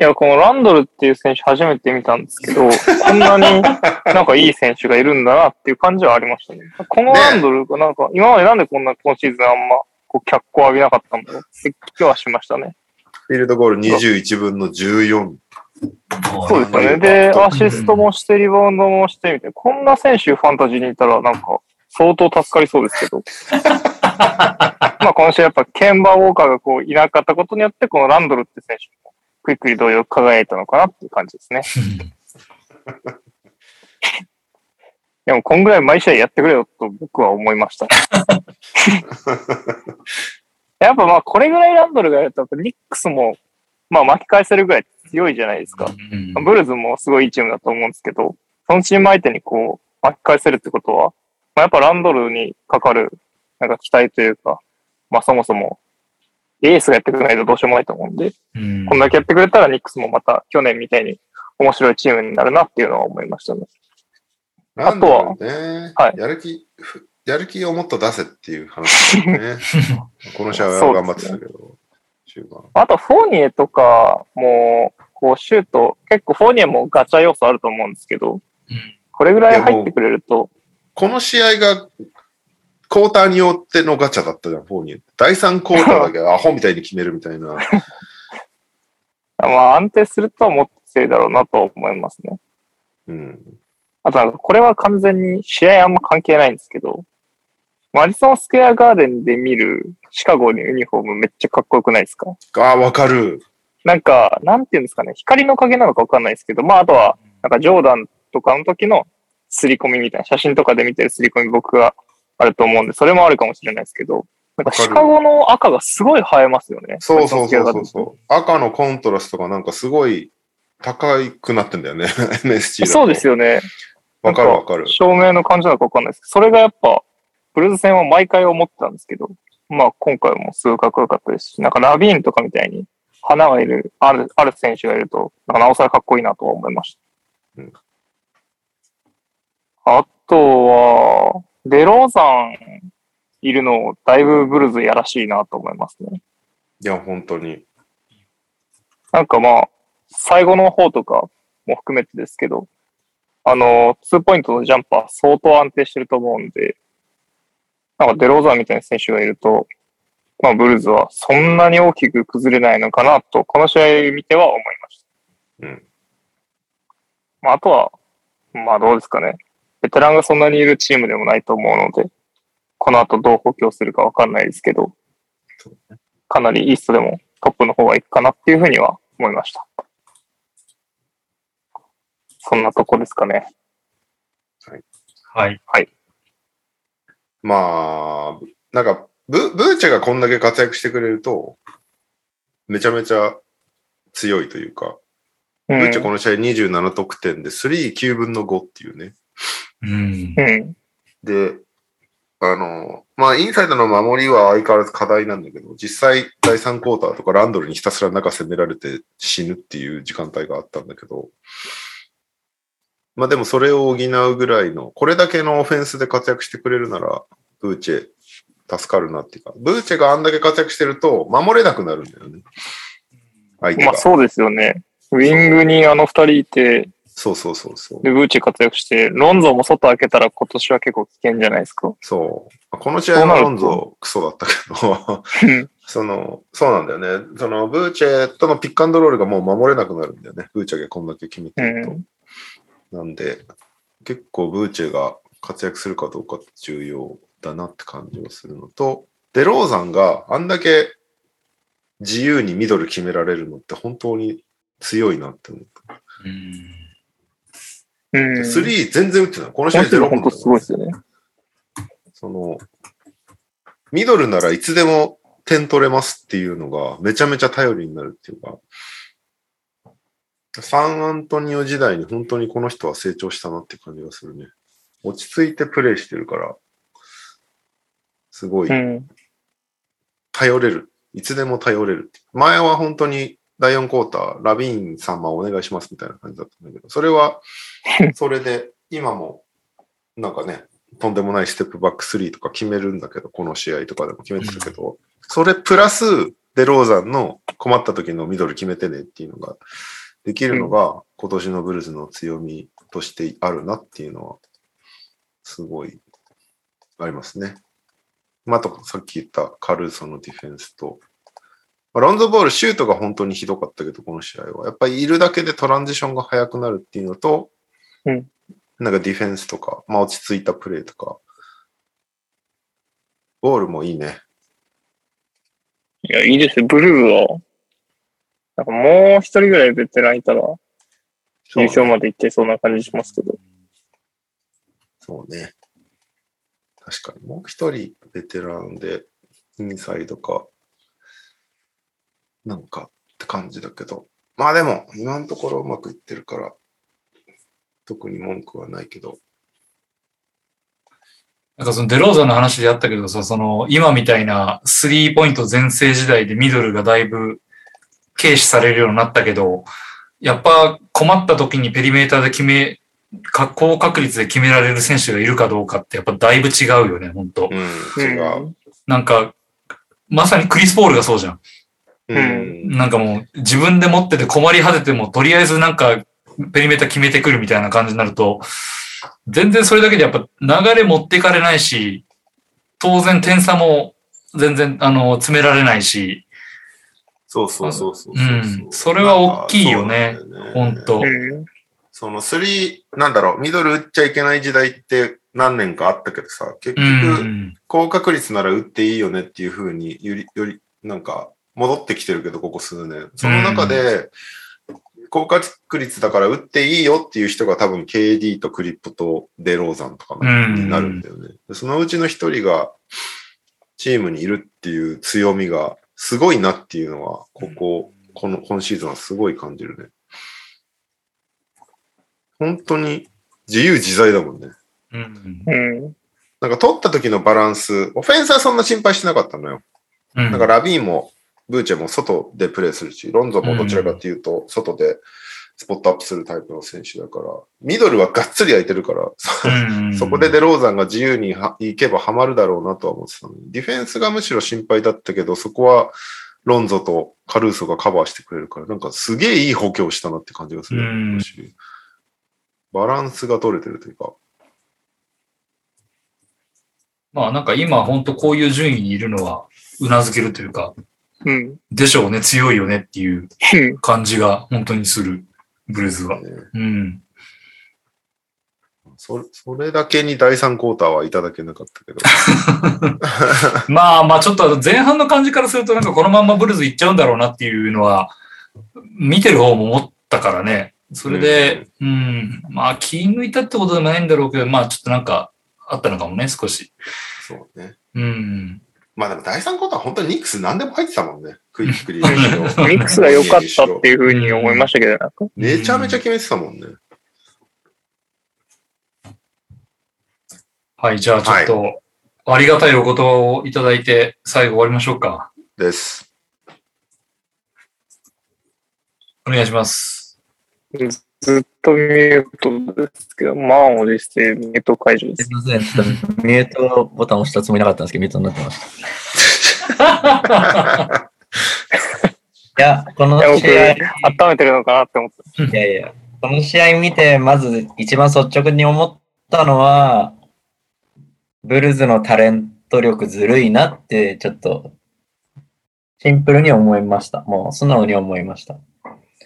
Speaker 5: いや、このランドルっていう選手初めて見たんですけど、こんなになんかいい選手がいるんだなっていう感じはありましたね。このランドルがなんか、今までなんでこんな今シーズンあんまこう脚光浴びなかったんだろうって気はしましたね。
Speaker 1: フィールドゴール21分の14。
Speaker 5: そうですよね。で、アシストもして、リバウンドもしてみたいな。こんな選手ファンタジーにいたらなんか相当助かりそうですけど。まあ今週やっぱケンバーウォーカーがこういなかったことによって、このランドルって選手もクイックリ同様輝いたのかなっていう感じですね。でも、こんぐらい毎試合やってくれよと僕は思いま した。やっぱまあ、これぐらいランドルがやると、ニックスも、まあ巻き返せるぐらい強いじゃないですか。
Speaker 2: うん
Speaker 5: ブルズもすごいいいチームだと思うんですけど、そのチーム相手にこう、巻き返せるってことは、まあ、やっぱランドルにかかる、なんか期待というか、まあそもそも、エースがやってくれないとどうしようもないと思うんで、
Speaker 2: うん
Speaker 5: こんだけやってくれたらニックスもまた去年みたいに面白いチームになるなっていうのは思いましたね。
Speaker 1: ランドルね、
Speaker 5: はい
Speaker 1: やる気ふやる気をもっと出せっていう話だよね。 この試合は頑張ってたけど、中盤。
Speaker 5: あと、フォーニエとかも、こう、シュート、結構フォーニエもガチャ要素あると思うんですけど、
Speaker 2: うん
Speaker 5: これぐらい入ってくれると、
Speaker 1: この試合が、クォーターによってのガチャだったじゃん、フォーニー。第3クォーターだ けアホみたいに決めるみたいな。
Speaker 5: まあ、安定するとはもっと強いだろうなと思いますね。
Speaker 1: うん。
Speaker 5: あとなんか、これは完全に試合あんま関係ないんですけど、マディソンスクエアガーデンで見るシカゴのユニフォームめっちゃかっこよくないですか
Speaker 1: ああ、わかる。
Speaker 5: なんか、なんていうんですかね、光の影なのかわかんないですけど、まあ、あとは、なんかジョーダンとかの時の刷り込みみたいな、写真とかで見てる刷り込み僕があると思うんで、それもあるかもしれないですけど、なんかシカゴの赤がすごい映えますよね。
Speaker 1: そうそうそうそう
Speaker 5: そ
Speaker 1: そう。赤のコントラストがなんかすごい高くなってんだよね。MSG だと。
Speaker 5: うそうですよね。
Speaker 1: わかるわかる。
Speaker 5: 照明の感じなのかわかんないですけど、それがやっぱ、ブルーズ戦は毎回思ってたんですけど、まあ今回もすごいかっこよかったですし、なんかラビーンとかみたいに花がいる、ある、ある選手がいると、なんかなおさらかっこいいなとは思いました。
Speaker 1: うん
Speaker 5: あとは、デローザンいるの、だいぶブルーズやらしいなと思いますね。
Speaker 1: いや、本当に。
Speaker 5: なんかまあ、最後の方とかも含めてですけど、あの、ツーポイントのジャンパー相当安定してると思うんで、なんかデローザーみたいな選手がいると、まあブルーズはそんなに大きく崩れないのかなと、この試合見ては思いました。
Speaker 1: うん。
Speaker 5: まああとは、まあどうですかね。ベテランがそんなにいるチームでもないと思うので、この後どう補強するかわかんないですけど、かなりイーストでもトップの方がいくかなっていうふうには思いました。そんなとこですかね。
Speaker 2: はい。
Speaker 1: まあ、なんかブ、ブーチェがこんだけ活躍してくれると、めちゃめちゃ強いというか、ブ
Speaker 5: うん
Speaker 1: ーチェこの試合27得点で3、9分の5っていうね。
Speaker 2: うん。
Speaker 5: うん。
Speaker 1: で、あの、まあ、インサイドの守りは相変わらず課題なんだけど、実際、第3クォーターとかランドルにひたすら中攻められて死ぬっていう時間帯があったんだけど、まあ、でもそれを補うぐらいの、これだけのオフェンスで活躍してくれるなら、ブーチェ、助かるなっていうか、ブーチェがあんだけ活躍してると、守れなくなるんだよね。相手
Speaker 5: ま
Speaker 1: が。
Speaker 5: あそうですよね。ウィングにあの二人いて、
Speaker 1: そうそうそうそう。
Speaker 5: で、ブーチ活躍して、ロンゾも外開けたら今年は結構危険じゃないですか。
Speaker 1: そう。この試合はロンゾクソだったけど
Speaker 5: うん、
Speaker 1: その、そうなんだよね。その、ブーチェとのピックアンドロールがもう守れなくなるんだよね。ブーチェがこんだけ決めてると。
Speaker 5: う
Speaker 1: なんで、結構ブーチェが活躍するかどうかって重要だなって感じがするのと、デローザンがあんだけ自由にミドル決められるのって本当に強いなって思っ
Speaker 2: うん
Speaker 5: う
Speaker 1: た。
Speaker 5: ん。
Speaker 1: スリー全然打ってない。この試
Speaker 5: も
Speaker 1: 合
Speaker 5: し
Speaker 1: ゼロ本
Speaker 5: 本当すごいですよね。
Speaker 1: その、ミドルならいつでも点取れますっていうのがめちゃめちゃ頼りになるっていうか、サンアントニオ時代に本当にこの人は成長したなって感じがするね。落ち着いてプレイしてるから、すごい
Speaker 5: うん。
Speaker 1: 頼れる。いつでも頼れるって。前は本当に第4クォーター、ラビーンさんまお願いしますみたいな感じだったんだけど、それは、それで、今も、なんかね、とんでもないステップバック3とか決めるんだけど、この試合とかでも決めてたけど、それプラス、デローザンの困った時のミドル決めてねっていうのができるのが、今年のブルーズの強みとしてあるなっていうのは、すごい、ありますね。まあ、あとさっき言ったカルーソのディフェンスと、まあロンドボール、シュートが本当にひどかったけど、この試合は。やっぱりいるだけでトランジションが速くなるっていうのと、
Speaker 5: うん
Speaker 1: なんかディフェンスとか、まあ、落ち着いたプレーとか、ボールもいいね。
Speaker 5: いや、いいですよ。ブルーズは、なんかもう一人ぐらいベテランいたら、優勝までいってそうな感じしますけど。
Speaker 1: そうね。確かに。もう一人ベテランで、インサイドか、なんかって感じだけど。まあでも、今のところうまくいってるから、特に文句はないけど。
Speaker 2: なんかそのデローザの話であったけどさ、その今みたいなスリーポイント全盛時代でミドルがだいぶ軽視されるようになったけど、やっぱ困った時にペリメーターで決めか高確率で決められる選手がいるかどうかって、やっぱだいぶ違うよね、本当
Speaker 1: うん、違う。
Speaker 2: なんか、まさにクリス・ポールがそうじゃん。
Speaker 1: う
Speaker 5: う
Speaker 1: ん。
Speaker 5: ん
Speaker 2: なんかもう自分で持ってて困り果てても、とりあえずなんかペリメーター決めてくるみたいな感じになると、全然それだけでやっぱ流れ持っていかれないし、当然点差も全然あの詰められないし、
Speaker 1: そうそうそうそう。
Speaker 2: うんそれは大きいよ
Speaker 1: な
Speaker 2: ね
Speaker 1: んかそうな
Speaker 2: 本
Speaker 1: んだよね
Speaker 2: 当、
Speaker 5: うん。
Speaker 1: そのスリー、なんだろう、ミドル打っちゃいけない時代って何年かあったけどさ、結
Speaker 2: う
Speaker 1: 局、
Speaker 2: ん。
Speaker 1: 高確率なら打っていいよねっていう風に、より、より、なんか、戻ってきてるけど、ここ数年。その中で、高確率だから打っていいよっていう人が多分 KD とクリップとデローザンとか
Speaker 2: うん
Speaker 1: になるんだよね。でそのうちの一人がチームにいるっていう強みがすごいなっていうのは、ここ、この、今シーズンはすごい感じるね。本当に自由自在だもんね。
Speaker 2: うん。
Speaker 5: うん。
Speaker 1: なんか取った時のバランス、オフェンスはそんな心配してなかったのよ。
Speaker 2: うん。
Speaker 1: なんかラビーもブーチェも外でプレーするし、ロンゾもどちらかというと、外でスポットアップするタイプの選手だから、ミドルはがっつり空いてるから、
Speaker 2: うん
Speaker 1: そこでデローザンが自由には行けばハマるだろうなとは思ってたのに、ディフェンスがむしろ心配だったけど、そこはロンゾとカルーソがカバーしてくれるから、なんかすげえいい補強したなって感じがする、
Speaker 2: うん
Speaker 1: バランスが取れてるというか、
Speaker 2: まあなんか今本当こういう順位にいるのは、うなずけるというか、
Speaker 5: うん。
Speaker 2: でしょうね、強いよねっていう
Speaker 5: うん
Speaker 2: 感じが本当にする、ブレズは。
Speaker 1: ね
Speaker 2: うん。
Speaker 1: そそれだけに第3クォーターはいただけなかったけど。
Speaker 2: まあまあちょっと前半の感じからするとなんかこのまんまブルーズいっちゃうんだろうなっていうのは、見てる方も思ったからね。それで、うん、まあ気抜いたってことでもないんだろうけど、まあちょっとなんかあったのかもね、少し。
Speaker 1: そうね。
Speaker 2: うん。
Speaker 1: まあでも第3クォーター本当にニックス何でも入ってたもんね。クイックリー
Speaker 5: ミックスが良かったっていうふうに思いましたけど、なんか。
Speaker 1: めちゃめちゃ決めてたもんね。
Speaker 2: はい、じゃあちょっと、ありがたいお言葉をいただいて、最後終わりましょうか。
Speaker 1: です。
Speaker 2: お願いします。
Speaker 5: ずっとミュートですけど、満を持してミュート解除です
Speaker 4: す。いません、ちょっとミュートボタン押したつもりなかったんですけど、ミュートになってました。 いや、この
Speaker 5: いや、僕、
Speaker 4: 試合、い
Speaker 5: 温めてるのかなって思って。
Speaker 4: やいや、この試合見て、まず一番率直に思ったのは、ブルズのタレント力ずるいなって、ちょっと、シンプルに思いました。もう素直に思いました。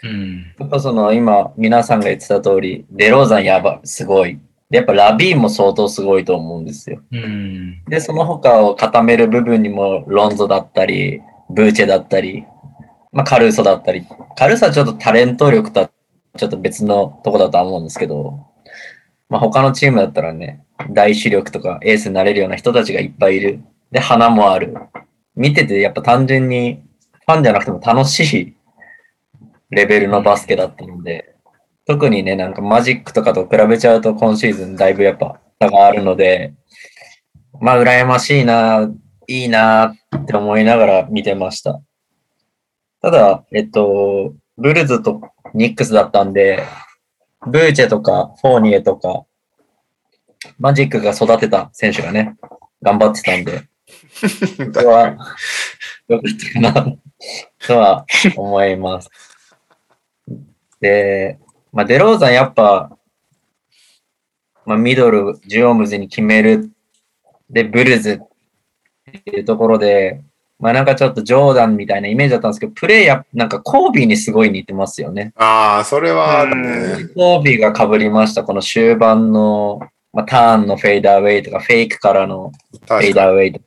Speaker 2: うん。
Speaker 4: やっぱその今、皆さんが言ってた通り、デローザンやば、すごい。で、やっぱラビーンも相当すごいと思うんですよ。
Speaker 2: うん。
Speaker 4: で、その他を固める部分にも、ロンゾだったり、ブーチェだったり、まあ、カルーソだったり。カルーソはちょっとタレント力とはちょっと別のとこだとは思うんですけど、まあ、他のチームだったらね、大主力とかエースになれるような人たちがいっぱいいる。で、花もある。見ててやっぱ単純にファンじゃなくても楽しいレベルのバスケだったので、特にね、なんかマジックとかと比べちゃうと今シーズンだいぶやっぱ差があるので、まあ、羨ましいな、いいなって思いながら見てました。ただ、えっと、ブルズとニックスだったんで、ブーチェとかフォーニエとか、マジックが育てた選手がね、頑張ってたんで、そこは、よかったかな、とは思います。で、まあ、デローザンやっぱ、まあ、ミドル、ジオームズに決める、で、ブルズっていうところで、まあなんかちょっとジョーダンみたいなイメージだったんですけど、プレイや、なんかコービーにすごい似てますよね。
Speaker 1: ああ、それはあるね。
Speaker 4: コービーが被りました、この終盤の、まあ、ターンのフェイダーウェイとか、フェイクからのフェ
Speaker 1: 確
Speaker 4: イ
Speaker 1: か
Speaker 4: ダーウェイとか。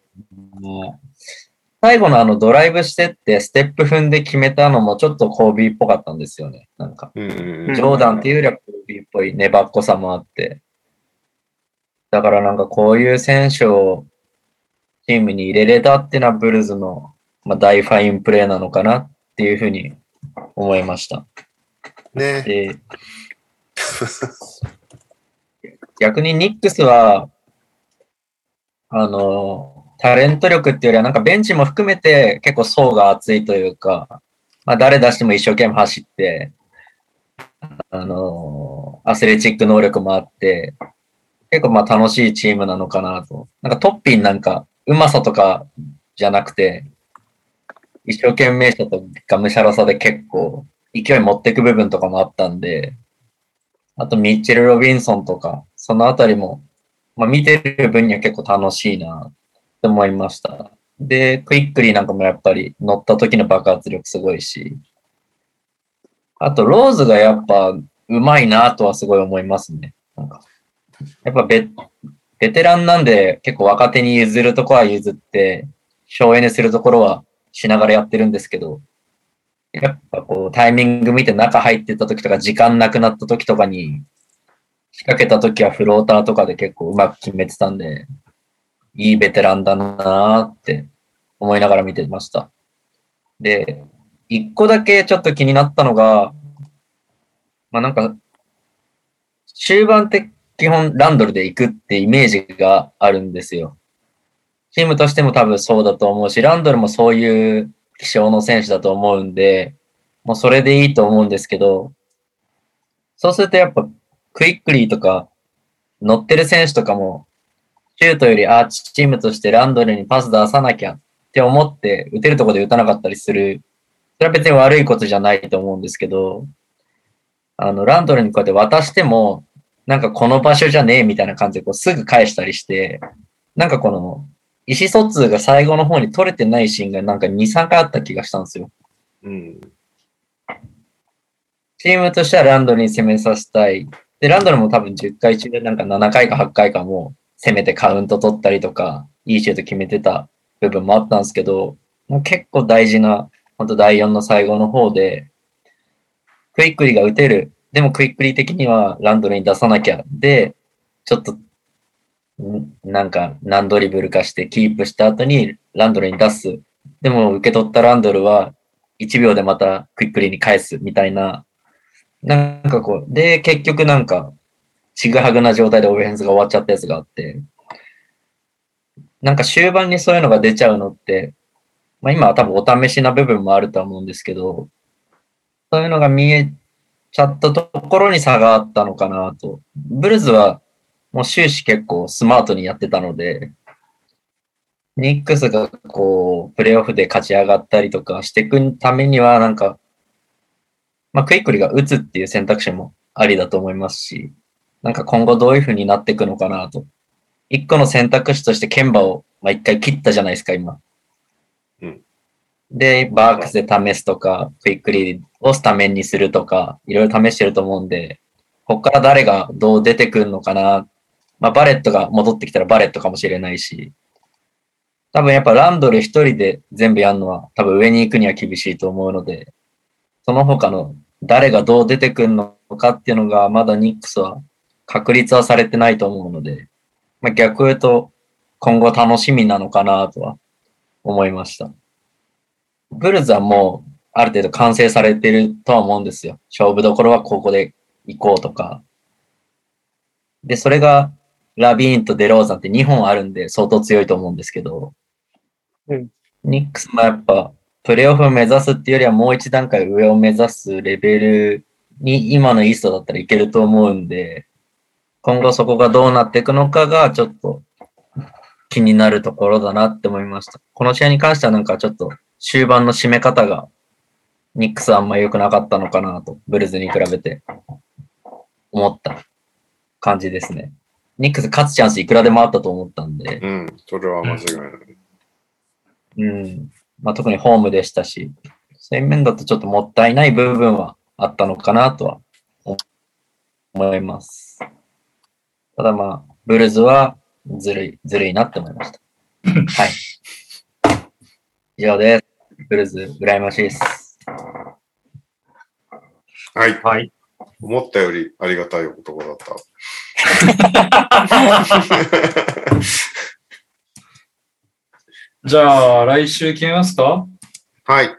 Speaker 4: 最後のあのドライブしてって、ステップ踏んで決めたのもちょっとコービーっぽかったんですよね。なんか、
Speaker 1: に。うんうんうん
Speaker 4: ジョーダンっていうよりはコービーっぽい粘っこさもあって。だからなんかこういう選手をチームに入れれたっていうのはブルーズの、まあ、大ファインプレーなのかなっていうふうに思いました。
Speaker 1: ね。
Speaker 4: で、逆にニックスは、あの、タレント力っていうよりは、なんかベンチも含めて結構層が厚いというか、まあ誰出しても一生懸命走って、あのーアスレチック能力もあって、結構まあ楽しいチームなのかなと。なんかトッピンなんか、うまさとかじゃなくて、一生懸命さとがむしゃらさで結構勢い持ってく部分とかもあったんで、あとミッチェル・ロビンソンとか、そのあたりも、まあ見てる分には結構楽しいなって思いました。で、クイックリーなんかもやっぱり乗った時の爆発力すごいし、あと、ローズがやっぱ、うまいなとはすごい思いますね。なんかやっぱベ、ベテランなんで、結構若手に譲るとこは譲って、省エネするところはしながらやってるんですけど、やっぱこう、タイミング見て中入ってった時とか、時間なくなった時とかに、仕掛けた時はフローターとかで結構うまく決めてたんで、いいベテランだなーって思いながら見てました。で、一個だけちょっと気になったのが、まあなんか、終盤って基本ランドルで行くってイメージがあるんですよ。チームとしても多分そうだと思うし、ランドルもそういう気象の選手だと思うんで、もうそれでいいと思うんですけど、そうするとやっぱクイックリーとか乗ってる選手とかも、シュートよりアーチチームとしてランドルにパス出さなきゃって思って打てるとこで打たなかったりするそれは別に悪いことじゃないと思うんですけど、あの、ランドルにこうやって渡しても、なんかこの場所じゃねえみたいな感じでこうすぐ返したりして、なんかこの、意思疎通が最後の方に取れてないシーンがなんか2、3回あった気がしたんですよ。
Speaker 1: うん。
Speaker 4: チームとしてはランドルに攻めさせたい。で、ランドルも多分10回中でなんか7回か8回かも攻めてカウント取ったりとか、いいシュート決めてた部分もあったんですけど、もう結構大事な、本当第4の最後の方で、クイックリが打てる。でもクイックリ的にはランドルに出さなきゃ。で、ちょっと、んなんか何ドリブルかしてキープした後にランドルに出す。でも受け取ったランドルは1秒でまたクイックリに返すみたいななんかこう、で、結局なんか、ちぐはぐな状態でオフェンスが終わっちゃったやつがあって、なんか終盤にそういうのが出ちゃうのって、まあ今は多分お試しな部分もあるとは思うんですけど、そういうのが見えちゃったところに差があったのかなと。ブルーズはもう終始結構スマートにやってたので、ニックスがこう、プレイオフで勝ち上がったりとかしていくためには、なんか、まあ、クイックリが打つっていう選択肢もありだと思いますし、なんか今後どういう風になっていくのかなと。一個の選択肢として剣馬を、まあ、一回切ったじゃないですか、今。
Speaker 1: うん
Speaker 4: で、バークスで試すとか、クイックリをスタメンにするとか、いろいろ試してると思うんで、こっから誰がどう出てくるのかな。まあ、バレットが戻ってきたらバレットかもしれないし、多分やっぱランドル一人で全部やるのは多分上に行くには厳しいと思うので、その他の誰がどう出てくるのかっていうのが、まだニックスは確立はされてないと思うので、まあ、逆を言うと、今後楽しみなのかなとは思いました。ブルーズはもう、ある程度完成されてるとは思うんですよ。勝負どころはここで行こうとか。で、それが、ラビーンとデローザンって2本あるんで、相当強いと思うんですけど、
Speaker 5: うん
Speaker 4: ニックスもやっぱ、プレーオフを目指すっていうよりはもう一段階上を目指すレベルに今のイーストだったらいけると思うんで、今後そこがどうなっていくのかがちょっと気になるところだなって思いました。この試合に関してはなんかちょっと終盤の締め方がニックスはあんま良くなかったのかなと、ブルーズに比べて思った感じですね。ニックス勝つチャンスいくらでもあったと思ったんで、
Speaker 1: うん。それは間違いない。
Speaker 4: うん。まあ、特にホームでしたし、そういう面だとちょっともったいない部分はあったのかなとは思思います。ただまあ、ブルーズはずるい、ずるいなって思いました。はい。以上です。ブルーズ、羨ましいです。
Speaker 1: はい。
Speaker 2: はい。
Speaker 1: 思ったよりありがたいお言葉だ った。
Speaker 2: じゃあ、来週決めますか
Speaker 1: はい。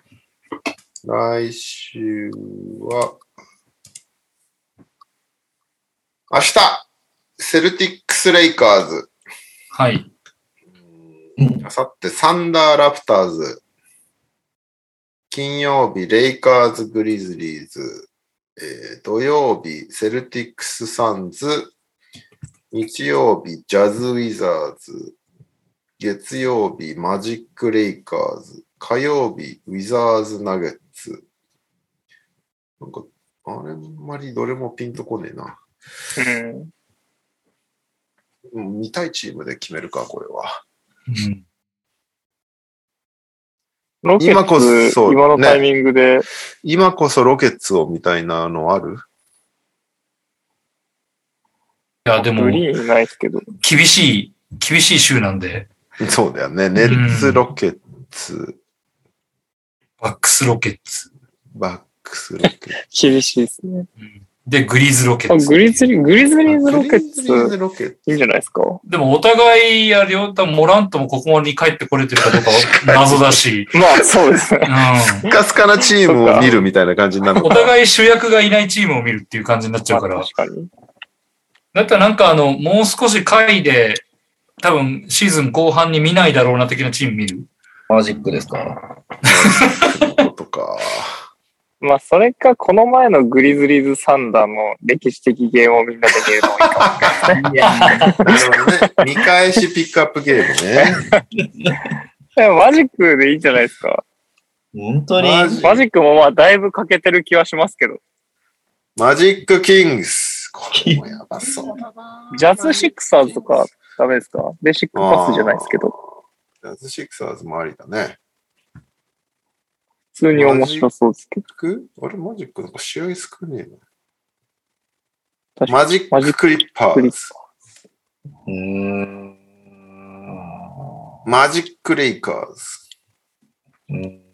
Speaker 1: 来週は、明日、セルティックス・レイカーズ。
Speaker 2: はい。
Speaker 1: あさって、サンダー・ラプターズ。金曜日、レイカーズ・グリズリーズ。えー土曜日、セルティックス・サンズ、日曜日、ジャズ・ウィザーズ、月曜日、マジック・レイカーズ、火曜日、ウィザーズ・ナゲッツ。なんか、あれんまりどれもピンとこねえな。
Speaker 5: うん。
Speaker 1: うん見たいチームで決めるか、これは。
Speaker 2: うん
Speaker 5: ロケ
Speaker 1: 今こ
Speaker 5: ッツ、
Speaker 1: そ
Speaker 5: 今のタイミングで、
Speaker 1: 今こそロケッツを見たいなのある
Speaker 2: いや、でも
Speaker 5: グ、リーンないですけど、
Speaker 2: 厳しい、厳しい週なんで、
Speaker 1: そうだよね。ネッ
Speaker 2: う
Speaker 1: ツ、
Speaker 2: ん
Speaker 1: ロケッツ、
Speaker 2: バックスロケッツ。
Speaker 1: バックス、ロケッツ。
Speaker 5: 厳しいですね。
Speaker 2: で、グリーズロケ
Speaker 5: あ
Speaker 2: ッツ。
Speaker 5: グリズリー、グリズリーズロケッ
Speaker 1: グリズリー
Speaker 5: ツ、
Speaker 1: ズロケッツ
Speaker 5: いいんじゃないですか。
Speaker 2: でも、お互い、や、両端、モラントもここに帰ってこれてるかどうか 謎だし、
Speaker 5: まあ、そうですね。
Speaker 2: う
Speaker 1: スカスカなチームを見るみたいな感じになる
Speaker 2: ん。お
Speaker 1: のかな。
Speaker 2: 互い主役がいないチームを見るっていう感じになっちゃうから
Speaker 5: まあ。確かに。
Speaker 2: だったらなんかあの、もう少し回で、多分シーズン後半に見ないだろうな的なチーム見る。
Speaker 4: マジックですか
Speaker 1: とか。
Speaker 5: まあ、それか、この前のグリズリーズ・サンダーの歴史的ゲームをみんなで見るのもいいかも
Speaker 1: なるほどね。見返しピックアップゲームね。
Speaker 5: でもマジックでいいんじゃないですか。
Speaker 4: 本当に
Speaker 1: マジ
Speaker 5: マジックもまあ、だいぶ欠けてる気はしますけど。
Speaker 1: マジックキングス。これもやばそうだな。
Speaker 5: ジャズ・シックサーズとかダメですかベーシックパスじゃないですけど、
Speaker 1: ジャズシックサーズもありだね。
Speaker 5: 普通に面白そうですけど。
Speaker 1: あれ、マジックなんか試合少ねえ
Speaker 5: 確
Speaker 1: な。マジッククリッパ
Speaker 5: クリ
Speaker 1: ー
Speaker 5: ッ。
Speaker 4: うーん。
Speaker 1: マジックレイカーズ。
Speaker 4: うん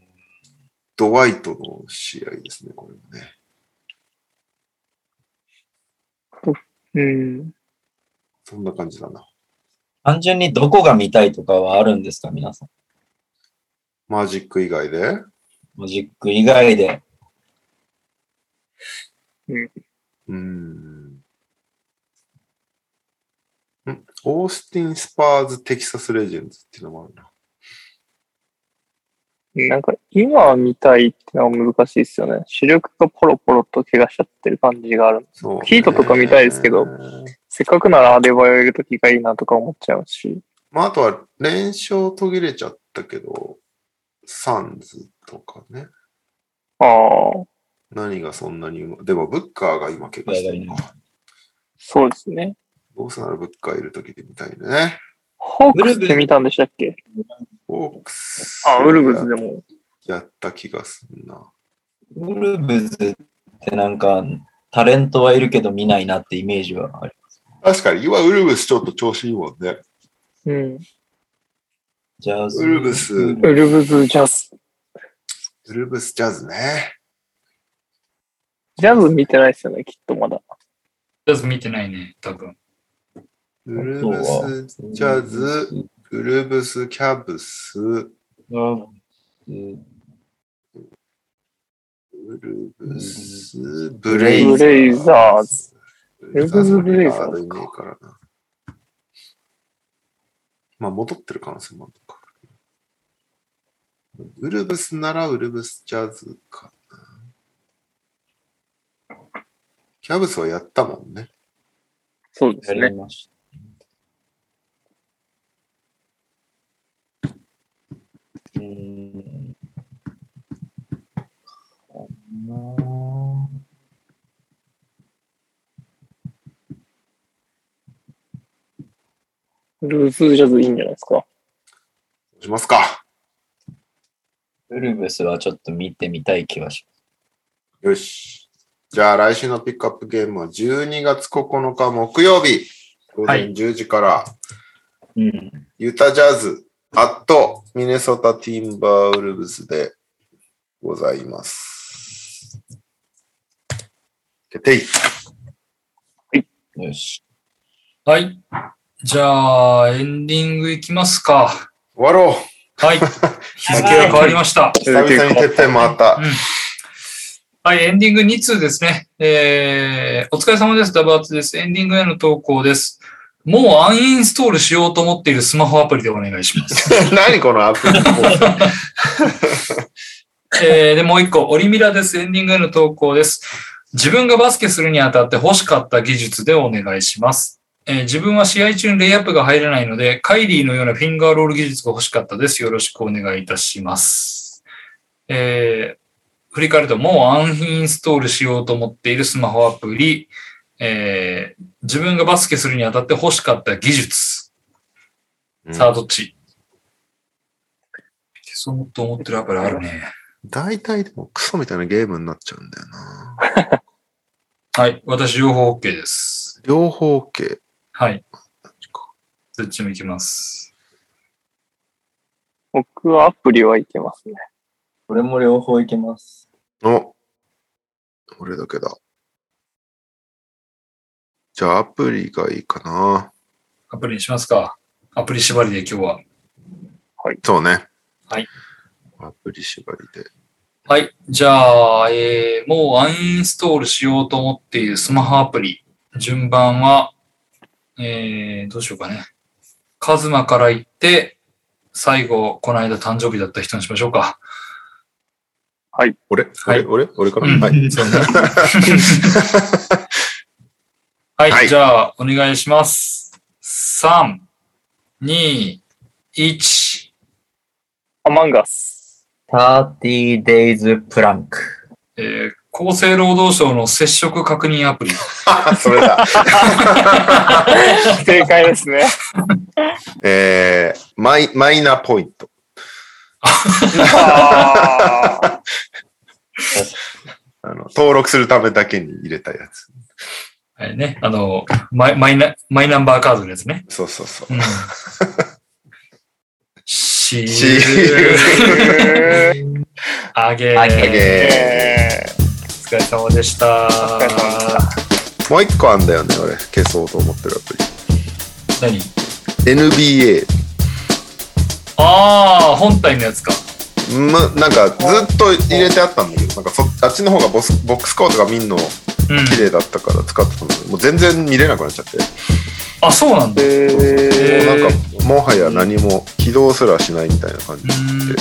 Speaker 1: ドワイトの試合ですね、これもね。
Speaker 5: うん。
Speaker 1: そんな感じだな。
Speaker 4: 単純にどこが見たいとかはあるんですか皆さん。
Speaker 1: マジック以外で。
Speaker 4: マジック以外で。
Speaker 1: うーん。んオースティン・スパーズ・テキサス・レジェンズっていうのもあるな。
Speaker 5: なんか、今見たいってのは難しいですよね。主力がポロポロと怪我しちゃってる感じがある。
Speaker 1: そうね
Speaker 5: ヒートとか見たいですけどせっかくならアデバイをいるときがいいなとか思っちゃうし。
Speaker 1: まあ、あとは連勝途切れちゃったけど、サンズとかね。
Speaker 5: ああ、
Speaker 1: 何がそんなにうまでも、ブッカーが今怪我してるのか。
Speaker 5: そうですね。
Speaker 1: どうせならブッカーいるときで見たいね。
Speaker 5: ホークスって見たんでしたっけ
Speaker 1: オークス。
Speaker 5: あ、ウルブズでも。
Speaker 1: やった気がすんな。
Speaker 4: ウルブズってなんか、タレントはいるけど見ないなってイメージはある。
Speaker 1: 確かに、今ウルブスちょっと調子いいもんね。
Speaker 5: うん。
Speaker 4: ジャズ
Speaker 1: ウルブス
Speaker 4: ウ
Speaker 5: ウルブズ・ジャズ。
Speaker 1: ウルブスジャズね。
Speaker 5: ジャズ見てないですよね、きっとまだ。
Speaker 2: ジャズ見てないね、多分。
Speaker 1: ウルブスジャズ、。ウルブスキャブス、ウルブスブレイザーズ。
Speaker 5: ブレイザーズ
Speaker 1: ウ
Speaker 5: ルブスブレイザーズか
Speaker 1: いねえからな。まあ、戻ってる可能性もあるのか。ウルブスならウルブスジャズかな。キャブスはやったもんね。
Speaker 5: そうで
Speaker 4: や
Speaker 5: す
Speaker 4: り
Speaker 5: ね。
Speaker 4: ましうーんかな
Speaker 5: ウルブズ・ジャズいいんじゃないですか。
Speaker 1: どうしますか。
Speaker 4: ウルブスはちょっと見てみたい気はし
Speaker 1: よし。じゃあ来週のピックアップゲームは12月9日木曜日午
Speaker 2: はい
Speaker 1: 前10時から、
Speaker 4: ます。うん。
Speaker 1: ユタジャズアットミネソタティンバーウルブスでございます。決定
Speaker 4: よし。
Speaker 2: はい。じゃあ、エンディングいきますか。
Speaker 1: 終わろう
Speaker 2: はい。日付が変わりました。
Speaker 1: 久々にてっぺん回った。
Speaker 2: はい、エンディング2通ですね。えー、お疲れ様です。ダブアツです。エンディングへの投稿です。もうアンインストールしようと思っているスマホアプリでお願いします。
Speaker 1: 何このアプリ
Speaker 2: えーで、もう一個、オリミラです。エンディングへの投稿です。自分がバスケするにあたって欲しかった技術でお願いします。えー自分は試合中にレイアップが入らないので、カイリーのようなフィンガーロール技術が欲しかったです。よろしくお願いいたします。えー振り返ると、もうアンヒインストールしようと思っているスマホアプリ、えー自分がバスケするにあたって欲しかった技術。
Speaker 1: うん
Speaker 2: さあ、どっち、消そうと思ってるアプリあるね。
Speaker 1: 大体でもクソみたいなゲームになっちゃうんだよな。
Speaker 2: はい。私、両方 OK です。
Speaker 1: 両方 OK。
Speaker 2: はい。どっちもいきます。
Speaker 5: 僕はアプリはいけますね。
Speaker 4: これも両方いけます。
Speaker 1: の、俺だけだ。じゃあアプリがいいかな。
Speaker 2: アプリにしますか。アプリ縛りで今日は。
Speaker 1: そうね。
Speaker 2: はい。
Speaker 1: アプリ縛りで。
Speaker 2: はい。じゃあ、えー、もうアンインストールしようと思っているスマホアプリ。順番は、えー、どうしようかね。カズマから行って、最後、この間誕生日だった人にしましょうか。
Speaker 1: 俺、
Speaker 2: はい
Speaker 1: 俺俺俺かな、
Speaker 2: うん
Speaker 1: はい。
Speaker 2: そうね はい、
Speaker 1: はい
Speaker 2: じゃあ、お願いします。3、2、1。
Speaker 5: アマンガ ス。
Speaker 4: 30 days プランク。
Speaker 2: えー厚生労働省の接触確認アプリ。
Speaker 1: あ、それだ。
Speaker 5: 正解ですね。
Speaker 1: えー、マイ、マイナポイント。
Speaker 5: あー
Speaker 1: あの、登録するためだけに入れたやつ。
Speaker 2: はいね、あのマイマイナ、マイナンバーカードですね。
Speaker 1: そうそうそう
Speaker 2: う。ん。し
Speaker 1: しー
Speaker 5: え
Speaker 2: あげ
Speaker 4: あげ
Speaker 1: だ
Speaker 2: ー。
Speaker 1: け
Speaker 5: ー
Speaker 2: お疲れ様でした。
Speaker 5: 疲れ様で
Speaker 1: もう一個あんだよね、俺。消そうと思ってるアプ
Speaker 2: 何
Speaker 1: リ。NBA。
Speaker 2: ああ、本体のやつか。
Speaker 1: むなんかずっと入れてあったんだけどなんかそあっちの方がボスボックスコートが見んの
Speaker 2: うん。
Speaker 1: 綺麗だったから使ってたんだけどもう全然見れなくなっちゃって、
Speaker 2: あ、そうなんだ。
Speaker 5: え
Speaker 2: へー
Speaker 1: もうなんかもはや何も起動すらしないみたいな感じ
Speaker 2: う
Speaker 1: にな
Speaker 2: ーん
Speaker 1: って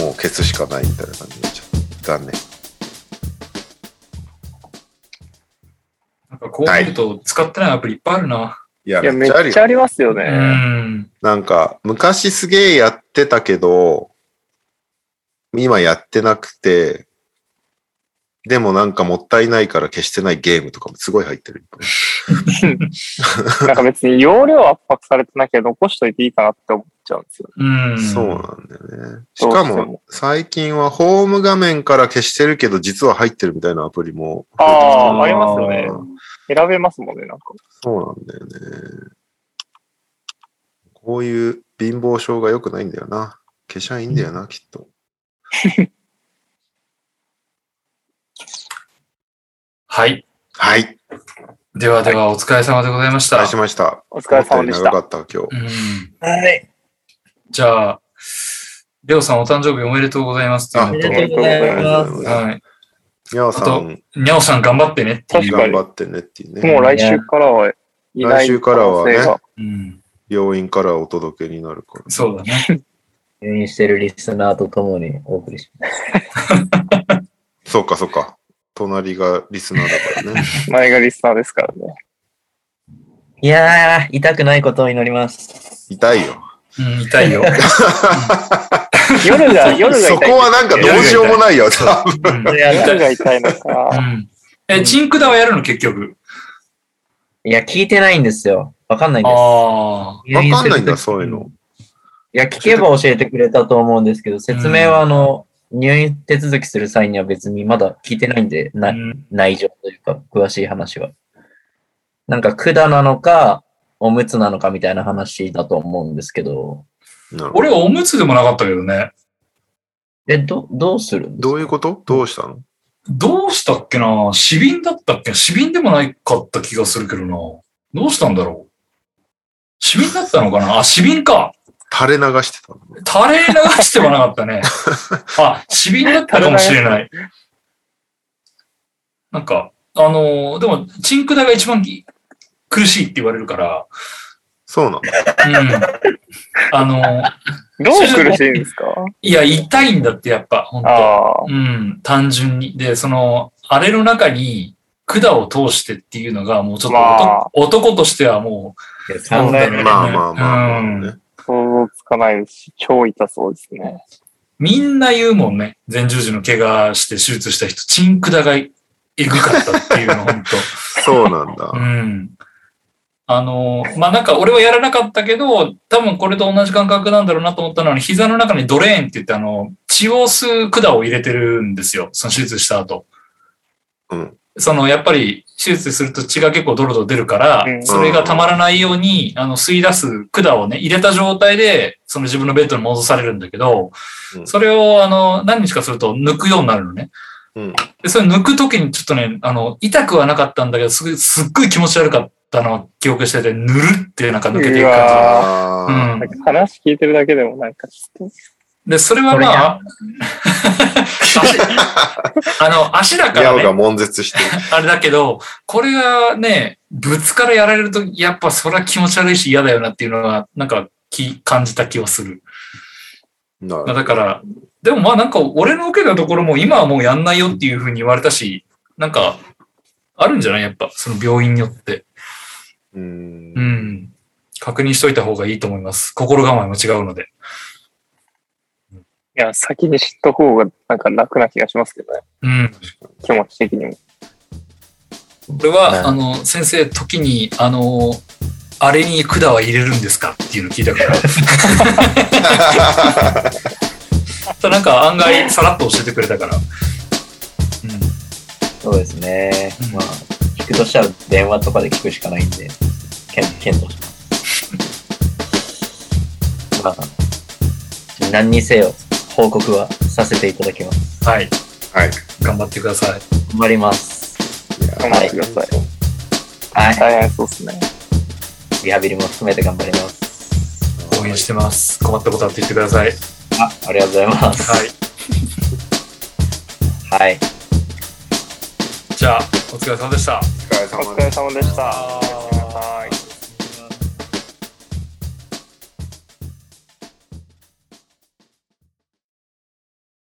Speaker 1: もう消すしかないみたいな感じになっちゃって残念
Speaker 2: なんかこう見ると使ってないアプリいっぱいあるな。
Speaker 1: いや
Speaker 5: ーいや、
Speaker 1: め
Speaker 5: め
Speaker 1: っちゃある
Speaker 5: っちゃ
Speaker 1: よ
Speaker 5: ありますよ
Speaker 2: う
Speaker 5: ね。
Speaker 2: ん。
Speaker 1: なんか昔すげえやってたけど今やってなくてでもなんかもったいないから消してないゲームとかもすごい入ってる。
Speaker 5: なんか別に容量圧迫されてなきゃ残しといていいかなって思っちゃうんですよ。
Speaker 2: うん。
Speaker 1: そう
Speaker 2: う
Speaker 1: なんだよね。しか
Speaker 5: どうして
Speaker 1: も
Speaker 5: も、
Speaker 1: 最近はホーム画面から消してるけど、実は入ってるみたいなアプリも。
Speaker 5: ああ、
Speaker 4: ー
Speaker 5: ありますよね
Speaker 1: う。ん
Speaker 5: 選べますもんね、なんか。
Speaker 1: そうなんだよね。こういう貧乏症が良くないんだよな。消しゃいいんだよな、きっと。
Speaker 2: はい。
Speaker 1: はい。
Speaker 2: ではでは、お疲れ様でございまし
Speaker 1: お
Speaker 2: た。
Speaker 1: 願いしました。
Speaker 5: お疲れ様でした
Speaker 1: 思。ったより長かった、今
Speaker 2: うん。
Speaker 4: はい。
Speaker 2: じゃあ、レオさんお誕生日おめでとうございますっていうの
Speaker 4: おめでとうございます。
Speaker 1: とうご
Speaker 2: と。
Speaker 1: ざい
Speaker 2: はい。
Speaker 1: 日。にゃおさん、
Speaker 2: にゃおさん頑張ってねっていう。
Speaker 5: 確か
Speaker 1: 頑
Speaker 5: に
Speaker 1: 張ってねっていう
Speaker 5: もう
Speaker 1: ね。
Speaker 5: 来週からはいない
Speaker 1: 来週からはね
Speaker 5: 可能性が
Speaker 2: うん。
Speaker 1: 病院からお届けになるから。
Speaker 2: そうだね。
Speaker 4: 入院してるリスナーと共にお送りします。
Speaker 1: そうか、そうか。隣がリスナーだ からね。
Speaker 5: 前がリスナーですから ね。
Speaker 4: いやー、痛くないことを祈ります。
Speaker 1: 痛いよ。
Speaker 2: うん、痛いよ。
Speaker 5: 夜が、夜が痛
Speaker 1: そ
Speaker 5: い。
Speaker 1: こはなんかどうしようもないよ、多分
Speaker 2: うん
Speaker 4: いや、
Speaker 5: 夜が痛いのか。
Speaker 2: うんえ、チンクダはやるの結局。
Speaker 4: いや聞いてないんですよ。わかんないんです。
Speaker 2: ああ。
Speaker 4: 入院
Speaker 1: わか
Speaker 4: す
Speaker 1: ん
Speaker 4: る
Speaker 1: ないんだ、
Speaker 4: 時
Speaker 1: そういうの。
Speaker 4: いや、聞けば教えてくれたと思うんですけど、説明はあの、入院手続きする際には別にまだ聞いてないんで、な
Speaker 2: うん
Speaker 4: 内情というか、詳しい話は。なんか、管なのか、おむつなのかみたいな話だと思うんですけど、
Speaker 1: なるほど
Speaker 2: 俺はおむつでもなかったけどね。
Speaker 4: え、ど、どうするんです
Speaker 1: どういうことどうしたの
Speaker 2: どうしたっけな死瓶だったっけ死瓶でもないかった気がするけどな。どうしたんだろう死瓶だったのかなあ、死瓶か。
Speaker 1: 垂れ流してたの
Speaker 2: 垂れ流してはなかったね。あ、死瓶だったかもしれない。なんか、あのーでも、チンクダが一番き苦しいって言われるから、
Speaker 1: そうなの
Speaker 2: うん。あのー
Speaker 5: どう苦しいんですか
Speaker 2: いや、痛いんだって、やっぱ、本当
Speaker 5: ああ、
Speaker 2: うん、単純に。で、その、あれの中に、管を通してっていうのが、もうちょっと
Speaker 5: ま
Speaker 2: 男,、
Speaker 5: あ
Speaker 2: 男としてはも
Speaker 4: いや
Speaker 2: う、
Speaker 4: 考え
Speaker 1: まあまあまあ、
Speaker 2: う
Speaker 1: まあ
Speaker 2: ん
Speaker 1: ね。
Speaker 5: 想像つかないですし、超痛そうですね。
Speaker 2: みんな言うもんね。前十字の怪我して手術した人、チン管がえぐかったっていうの、本当
Speaker 1: そうなんだ
Speaker 2: う。ん。あの、まあ、なんか俺はやらなかったけど、多分これと同じ感覚なんだろうなと思ったのに、膝の中にドレーンって言って、あの、血を吸う管を入れてるんですよ。その手術した後。
Speaker 1: うん
Speaker 2: その、やっぱり手術すると血が結構ドロドロ出るから、
Speaker 5: うん
Speaker 2: それがたまらないように、あの、吸い出す管をね、入れた状態で、その自分のベッドに戻されるんだけど、
Speaker 1: うん
Speaker 2: それを、あの、何日かすると抜くようになるのね。
Speaker 1: うん。
Speaker 2: で、それ抜くときにちょっとね、あの、痛くはなかったんだけど、すごい、すっごい気持ち悪かったのを記憶してて、ぬるってなんか抜けていく
Speaker 5: う
Speaker 2: 感
Speaker 5: わ
Speaker 1: あ
Speaker 2: じ。う
Speaker 1: あ、
Speaker 2: ん
Speaker 5: なん。か話聞いてるだけでもなんかちょっと、
Speaker 2: で、それはまあ、 足あの、足だか
Speaker 1: ヤ
Speaker 2: ら
Speaker 1: オ
Speaker 2: ね
Speaker 1: が、悶絶してる。
Speaker 2: あれだけど、これがね、ぶつからやられると、やっぱそれは気持ち悪いし嫌だよなっていうのは、なんか、き感じた気はする。
Speaker 1: なるほ
Speaker 2: まあ
Speaker 1: ど
Speaker 2: だから、でもまあなんか俺の受けたところも今はもうやんないよっていうふうに言われたし、なんか、あるんじゃないやっぱ、その病院によって。
Speaker 1: う。
Speaker 2: うんん。確認しといた方がいいと思います。心構えも違うので。
Speaker 5: いや、先に知った方がなんか楽な気がしますけどね。
Speaker 2: うん。
Speaker 5: 気持ち的にも。
Speaker 2: これは、
Speaker 4: ね
Speaker 2: あの、先生、時に、あの、あれに管は入れるんですかっていうの聞いた から。なんか案外、さらっと教えてくれたから。うん。
Speaker 4: そうですね
Speaker 2: うん。
Speaker 4: まあ、聞くとしたら電話とかで聞くしかないんで、検検討します。まあ、何にせよ、報告はさせていただきます。
Speaker 2: はい。
Speaker 1: はい。
Speaker 2: 頑張ってください。
Speaker 4: 頑張ります。
Speaker 5: 頑張ってください。
Speaker 4: はい。
Speaker 5: 大変そうですね。
Speaker 4: リハビリも含めて頑張ります。
Speaker 2: 応援してます。困ったことあって言ってください。
Speaker 4: あ、ありがとうございます。
Speaker 2: はい。
Speaker 4: はい。
Speaker 2: じゃあ、お疲れ様でした。
Speaker 1: お疲れ様です
Speaker 5: お疲れ様でした。
Speaker 2: あー
Speaker 5: はい。